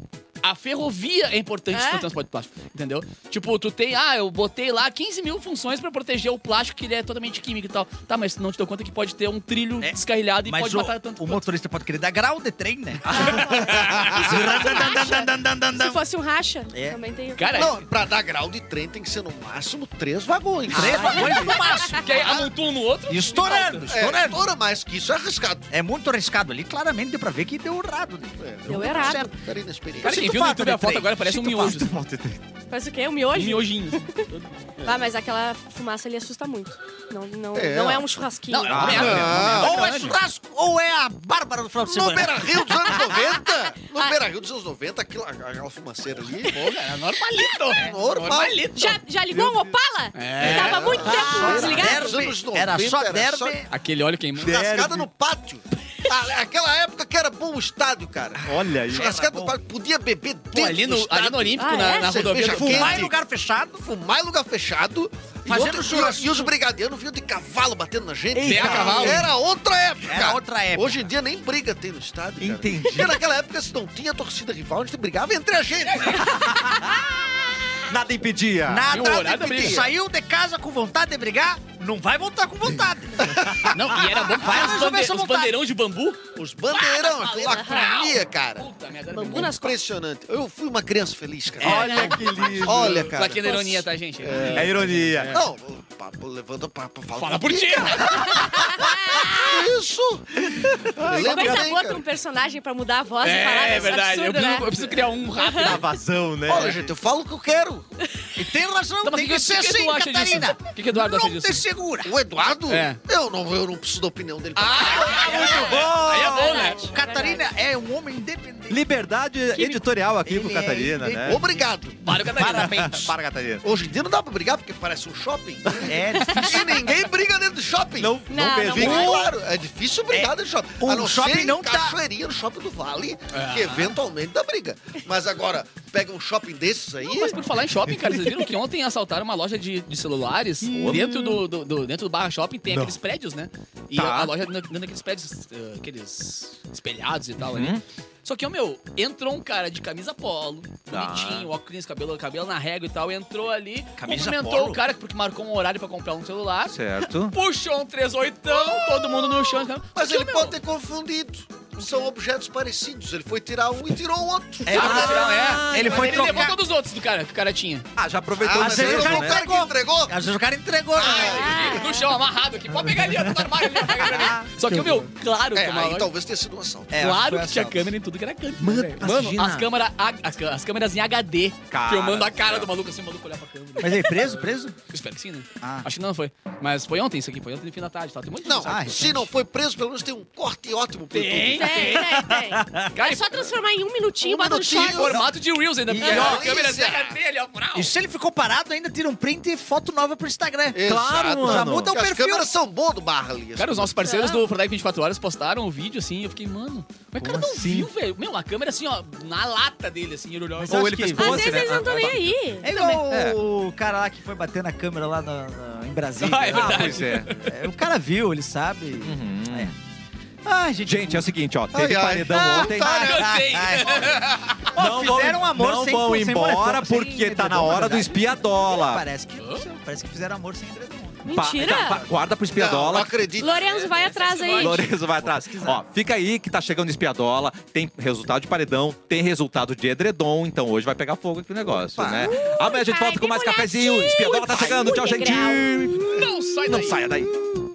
Speaker 2: a ferrovia é importante
Speaker 4: É?
Speaker 2: no transporte do plástico, entendeu? Tipo, tu tem, ah, eu botei lá 15 mil funções pra proteger o plástico, que ele é totalmente químico e tal. Tá, mas tu não te deu conta que pode ter um trilho
Speaker 6: É,
Speaker 2: descarrilhado e
Speaker 6: Mas
Speaker 2: pode
Speaker 6: o,
Speaker 2: matar tanto Ah,
Speaker 6: o motorista pode querer dar grau de trem, né?
Speaker 4: Se fosse um racha,
Speaker 6: É.
Speaker 4: também tem.
Speaker 2: Cara,
Speaker 5: Não, pra dar grau de trem tem que ser no máximo três vagões.
Speaker 2: é
Speaker 6: Três vagões no máximo.
Speaker 2: que aí amontoa um no outro.
Speaker 3: Então,
Speaker 6: Estourando,
Speaker 5: É,
Speaker 3: né?
Speaker 6: estourando.
Speaker 5: estoura mais que isso, é arriscado.
Speaker 6: É muito arriscado ali, claramente deu pra ver que deu errado. Né?
Speaker 4: Deu errado.
Speaker 5: Certo, cara inexperiente.
Speaker 2: Cara,
Speaker 6: Sinto
Speaker 2: quem viu no
Speaker 6: falta
Speaker 2: YouTube a
Speaker 6: de trem.
Speaker 2: foto agora parece um
Speaker 6: Sinto
Speaker 2: miojo. assim,
Speaker 4: Parece o quê? Um
Speaker 2: Um
Speaker 4: miojo?
Speaker 2: miojinho.
Speaker 4: Ah, mas aquela fumaça ali assusta muito. Não, não,
Speaker 5: É.
Speaker 4: não é um churrasquinho.
Speaker 2: Não, é uma merda.
Speaker 5: não.
Speaker 2: é uma merda.
Speaker 6: Ou é churrasco, ou é a Bárbara do final de
Speaker 5: No
Speaker 6: semana.
Speaker 5: Beira Rio dos anos 90, no Beira Rio dos anos 90, aquilo, aquela fumaceira ali, pô,
Speaker 2: É normalito. É
Speaker 5: Normal.
Speaker 2: Normalito.
Speaker 4: Já, já ligou um Opala?
Speaker 2: É.
Speaker 4: Que Tava há muito tempo
Speaker 5: Ah,
Speaker 4: desligado.
Speaker 5: Nos anos 90,
Speaker 6: Era só
Speaker 5: era só-
Speaker 6: derby.
Speaker 2: Aquele óleo queimando.
Speaker 5: churrascada no pátio. Ah, Aquela época que era bom o estádio, cara.
Speaker 1: Olha aí.
Speaker 5: Churrascada no pátio, podia beber dentro
Speaker 2: Pô, ali no,
Speaker 5: do estádio.
Speaker 2: ali no Olímpico,
Speaker 4: Ah,
Speaker 2: na,
Speaker 4: é?
Speaker 2: na rodovia
Speaker 5: Cerveja
Speaker 2: do
Speaker 5: quente.
Speaker 6: Fumar em lugar fechado.
Speaker 5: fumar em lugar fechado. E,
Speaker 6: Fazendo
Speaker 5: outro-
Speaker 6: churrasco.
Speaker 5: e os brigadeiros vinham de cavalo batendo na gente.
Speaker 2: Eita. Era cavalo.
Speaker 5: Era outra época.
Speaker 6: Era é outra época.
Speaker 5: Hoje em dia nem briga tem no estádio. cara.
Speaker 1: Entendi.
Speaker 5: Porque naquela época, se não tinha torcida rival, a gente brigava entre a gente.
Speaker 1: Nada impedia.
Speaker 2: E
Speaker 6: Nada
Speaker 2: o
Speaker 6: de
Speaker 2: horário da
Speaker 6: pedir.
Speaker 2: briga.
Speaker 6: Saiu de casa com vontade de brigar, não vai voltar com vontade.
Speaker 2: Não, e era bom.
Speaker 6: Vai
Speaker 2: Os,
Speaker 6: resolver
Speaker 2: bande
Speaker 6: essa
Speaker 2: os
Speaker 6: vontade.
Speaker 2: bandeirão de bambu.
Speaker 5: Os bandeirão,
Speaker 2: Ah,
Speaker 5: aquela agonia, cara.
Speaker 2: Puta merda. era
Speaker 4: Bambu
Speaker 2: bom.
Speaker 4: nas costas.
Speaker 5: Impressionante. Eu fui uma criança feliz, cara.
Speaker 1: Olha que lindo.
Speaker 5: Olha, cara.
Speaker 2: Plaquinha da ironia, tá, gente?
Speaker 1: É ironia.
Speaker 5: Não, o papo, levanta o papo. Fala,
Speaker 2: Fala por ti.
Speaker 9: é
Speaker 5: Isso. Eu lembro
Speaker 4: Coisa
Speaker 6: né,
Speaker 5: bem,
Speaker 4: boa
Speaker 5: cara.
Speaker 4: pra um personagem pra mudar a voz e falar
Speaker 2: É, é
Speaker 4: desse
Speaker 2: verdade. Eu
Speaker 4: absurdo,
Speaker 2: preciso, um eu *laughs*
Speaker 4: né?
Speaker 2: preciso criar um rápido.
Speaker 1: Na vazão, né?
Speaker 5: Olha, gente, eu falo o que eu quero.
Speaker 9: E tem razão,
Speaker 2: Tá, mas
Speaker 9: tem
Speaker 2: o
Speaker 9: que, ser
Speaker 2: o
Speaker 9: assim,
Speaker 2: Eduardo acha disso?
Speaker 9: Catarina.
Speaker 2: O que, que Eduardo acha
Speaker 9: Não te
Speaker 2: disso?
Speaker 9: segura.
Speaker 6: O Eduardo?
Speaker 2: É.
Speaker 6: Eu, não, eu não preciso da opinião dele.
Speaker 2: Aí é bom, né?
Speaker 4: Verdade,
Speaker 9: Catarina
Speaker 4: verdade.
Speaker 9: Ah, é um homem independente.
Speaker 1: Liberdade editorial aqui com
Speaker 9: Ele é
Speaker 1: Catarina, né?
Speaker 6: Obrigado.
Speaker 2: Para o Catarina.
Speaker 9: Parabéns.
Speaker 1: Para, Catarina.
Speaker 6: Hoje em dia não dá pra brigar porque parece
Speaker 9: *laughs*
Speaker 6: um shopping.
Speaker 3: É,
Speaker 6: e ninguém briga dentro do shopping.
Speaker 1: Não, não,
Speaker 4: Não,
Speaker 1: vejo.
Speaker 4: não
Speaker 6: Fica
Speaker 4: vai.
Speaker 6: claro, é difícil brigar dentro do shopping.
Speaker 3: o
Speaker 6: A não
Speaker 3: shopping
Speaker 6: ser em
Speaker 3: não tá-
Speaker 6: cachoeirinha no shopping do Vale, que eventualmente dá briga. Mas agora, pega um shopping desses aí.
Speaker 2: Não, mas tá por falar em shopping, cara, vocês viram que ontem assaltaram uma loja de, de celulares? Dentro do, do, do- dentro do barra shopping tem aqueles prédios, né? E
Speaker 1: Tá.
Speaker 2: a, a loja dentro dentro daqueles prédios, eh, aqueles espelhados e tal ali. Só que, ó, meu, entrou um cara de camisa polo,
Speaker 1: Tá.
Speaker 2: bonitinho, óculos, cabelo, cabelo na régua e tal, entrou ali,
Speaker 10: Camisa
Speaker 2: cumprimentou
Speaker 10: polo?
Speaker 2: o cara porque marcou um horário pra comprar um celular,
Speaker 1: Certo.
Speaker 2: puxou um 38, todo mundo no chão.
Speaker 6: Mas
Speaker 2: Só que,
Speaker 6: ele
Speaker 2: ó, meu,
Speaker 6: pode ter confundido. São objetos parecidos. Ele foi tirar um e tirou o outro.
Speaker 2: ah, não, é.
Speaker 3: Ele
Speaker 2: Mas
Speaker 3: foi
Speaker 2: ele
Speaker 3: trocar.
Speaker 2: levou todos os outros do cara que o cara tinha.
Speaker 1: Ah, já aproveitou
Speaker 3: mas
Speaker 1: o
Speaker 6: mas ele
Speaker 3: ele
Speaker 6: não
Speaker 1: gancho,
Speaker 3: já
Speaker 6: foi o
Speaker 1: né?
Speaker 6: cara que entregou.
Speaker 3: Às vezes o cara entregou, né?
Speaker 4: Ah.
Speaker 2: No chão, amarrado aqui. Pode pegar ali, ó, tá no armário ali. pega pra mim. Só que o meu, claro que
Speaker 6: É,
Speaker 2: é uma
Speaker 6: aí
Speaker 2: loja.
Speaker 6: talvez tenha sido um assalto.
Speaker 3: É,
Speaker 2: claro
Speaker 3: foi
Speaker 2: que tinha
Speaker 3: assalto.
Speaker 2: câmera em tudo que era canto.
Speaker 3: Mano,
Speaker 2: né, velho?
Speaker 3: imagina.
Speaker 2: as, câmera, as, ca- as câmeras em HD
Speaker 1: Cara
Speaker 2: filmando a
Speaker 1: do
Speaker 2: cara
Speaker 1: céu.
Speaker 2: do maluco, assim, o maluco olhar pra câmera.
Speaker 3: Mas aí, preso? Preso?
Speaker 2: Eu espero que sim, né?
Speaker 3: Ah.
Speaker 2: Acho que não foi. Mas foi ontem isso aqui, foi ontem no fim da tarde. Tá? Tem um monte de
Speaker 6: Não,
Speaker 2: gente, sabe?
Speaker 3: Ah,
Speaker 6: se não foi preso, pelo menos tem um corte ótimo pro
Speaker 2: Tem,
Speaker 6: YouTube.
Speaker 4: Tem, É tem, tem.
Speaker 2: Cara,
Speaker 4: É só transformar em um minutinho,
Speaker 6: Um
Speaker 4: bota no
Speaker 6: minutinho,
Speaker 2: Ah,
Speaker 4: shorts.
Speaker 6: foram-
Speaker 2: formato de Reels ainda, porque
Speaker 6: Ih,
Speaker 2: ó,
Speaker 6: olha
Speaker 2: a câmera
Speaker 6: isso.
Speaker 2: em HD ali, ó. brau.
Speaker 3: E se ele ficou parado, ainda tira um print e foto nova pro Instagram.
Speaker 6: Exato.
Speaker 3: Já
Speaker 1: mano.
Speaker 3: muda o
Speaker 6: Porque As
Speaker 3: um perfil.
Speaker 6: câmeras são boas do barra ali.
Speaker 2: Cara, os nossos parceiros do Fortnite 24 Horas postaram um vídeo assim, eu fiquei, mano, mas o cara não
Speaker 3: assim?
Speaker 2: viu, velho. Meu, a câmera assim, ó, na lata dele, assim, ele olhou.
Speaker 3: Mas
Speaker 1: Ou
Speaker 3: acho
Speaker 1: ele
Speaker 3: que-
Speaker 1: fez
Speaker 3: Às
Speaker 4: Às
Speaker 1: pose,
Speaker 4: vezes
Speaker 1: né?
Speaker 4: eles não estão nem aí.
Speaker 3: É igual o cara lá que foi bater na câmera lá na- na- em Brasília.
Speaker 2: Ah, é verdade.
Speaker 1: Ah, pois é.
Speaker 3: É, o cara viu, ele sabe.
Speaker 1: Uhum.
Speaker 3: Ah, gente.
Speaker 1: Gente, é o seguinte, ó. Teve
Speaker 6: Ai, ai.
Speaker 1: paredão
Speaker 3: Ah,
Speaker 1: ontem.
Speaker 3: tá.
Speaker 2: Cansei.
Speaker 3: Ai,
Speaker 1: Não
Speaker 3: Ó, fizeram
Speaker 1: vão,
Speaker 3: amor
Speaker 1: não
Speaker 3: sem-
Speaker 1: vão
Speaker 3: sem
Speaker 1: embora
Speaker 3: moletom, sem
Speaker 1: porque tá na
Speaker 3: edredom,
Speaker 1: hora do
Speaker 3: é verdade.
Speaker 1: espiadola.
Speaker 3: Parece que parece que fizeram amor sem edredom.
Speaker 1: Pa-
Speaker 4: Mentira.
Speaker 1: tá, pa- guarda pro
Speaker 6: Não, não
Speaker 1: espiadola.
Speaker 6: acredito.
Speaker 4: Lorenzo, vai atrás aí.
Speaker 1: Lorenzo vai atrás. Ó, fica aí que tá chegando espiadola. Tem resultado de paredão, tem resultado de edredom. Então hoje vai pegar fogo aqui o negócio,
Speaker 3: Opa.
Speaker 1: né? Amanhã a gente
Speaker 4: Ai,
Speaker 1: volta com
Speaker 4: que
Speaker 1: mais
Speaker 4: molhadinho.
Speaker 1: cafezinho. Espiadola tá chegando.
Speaker 4: Ui,
Speaker 1: Tchau, gente.
Speaker 3: é
Speaker 4: degrau.
Speaker 2: Não sai
Speaker 1: Não
Speaker 2: daí.
Speaker 1: saia daí.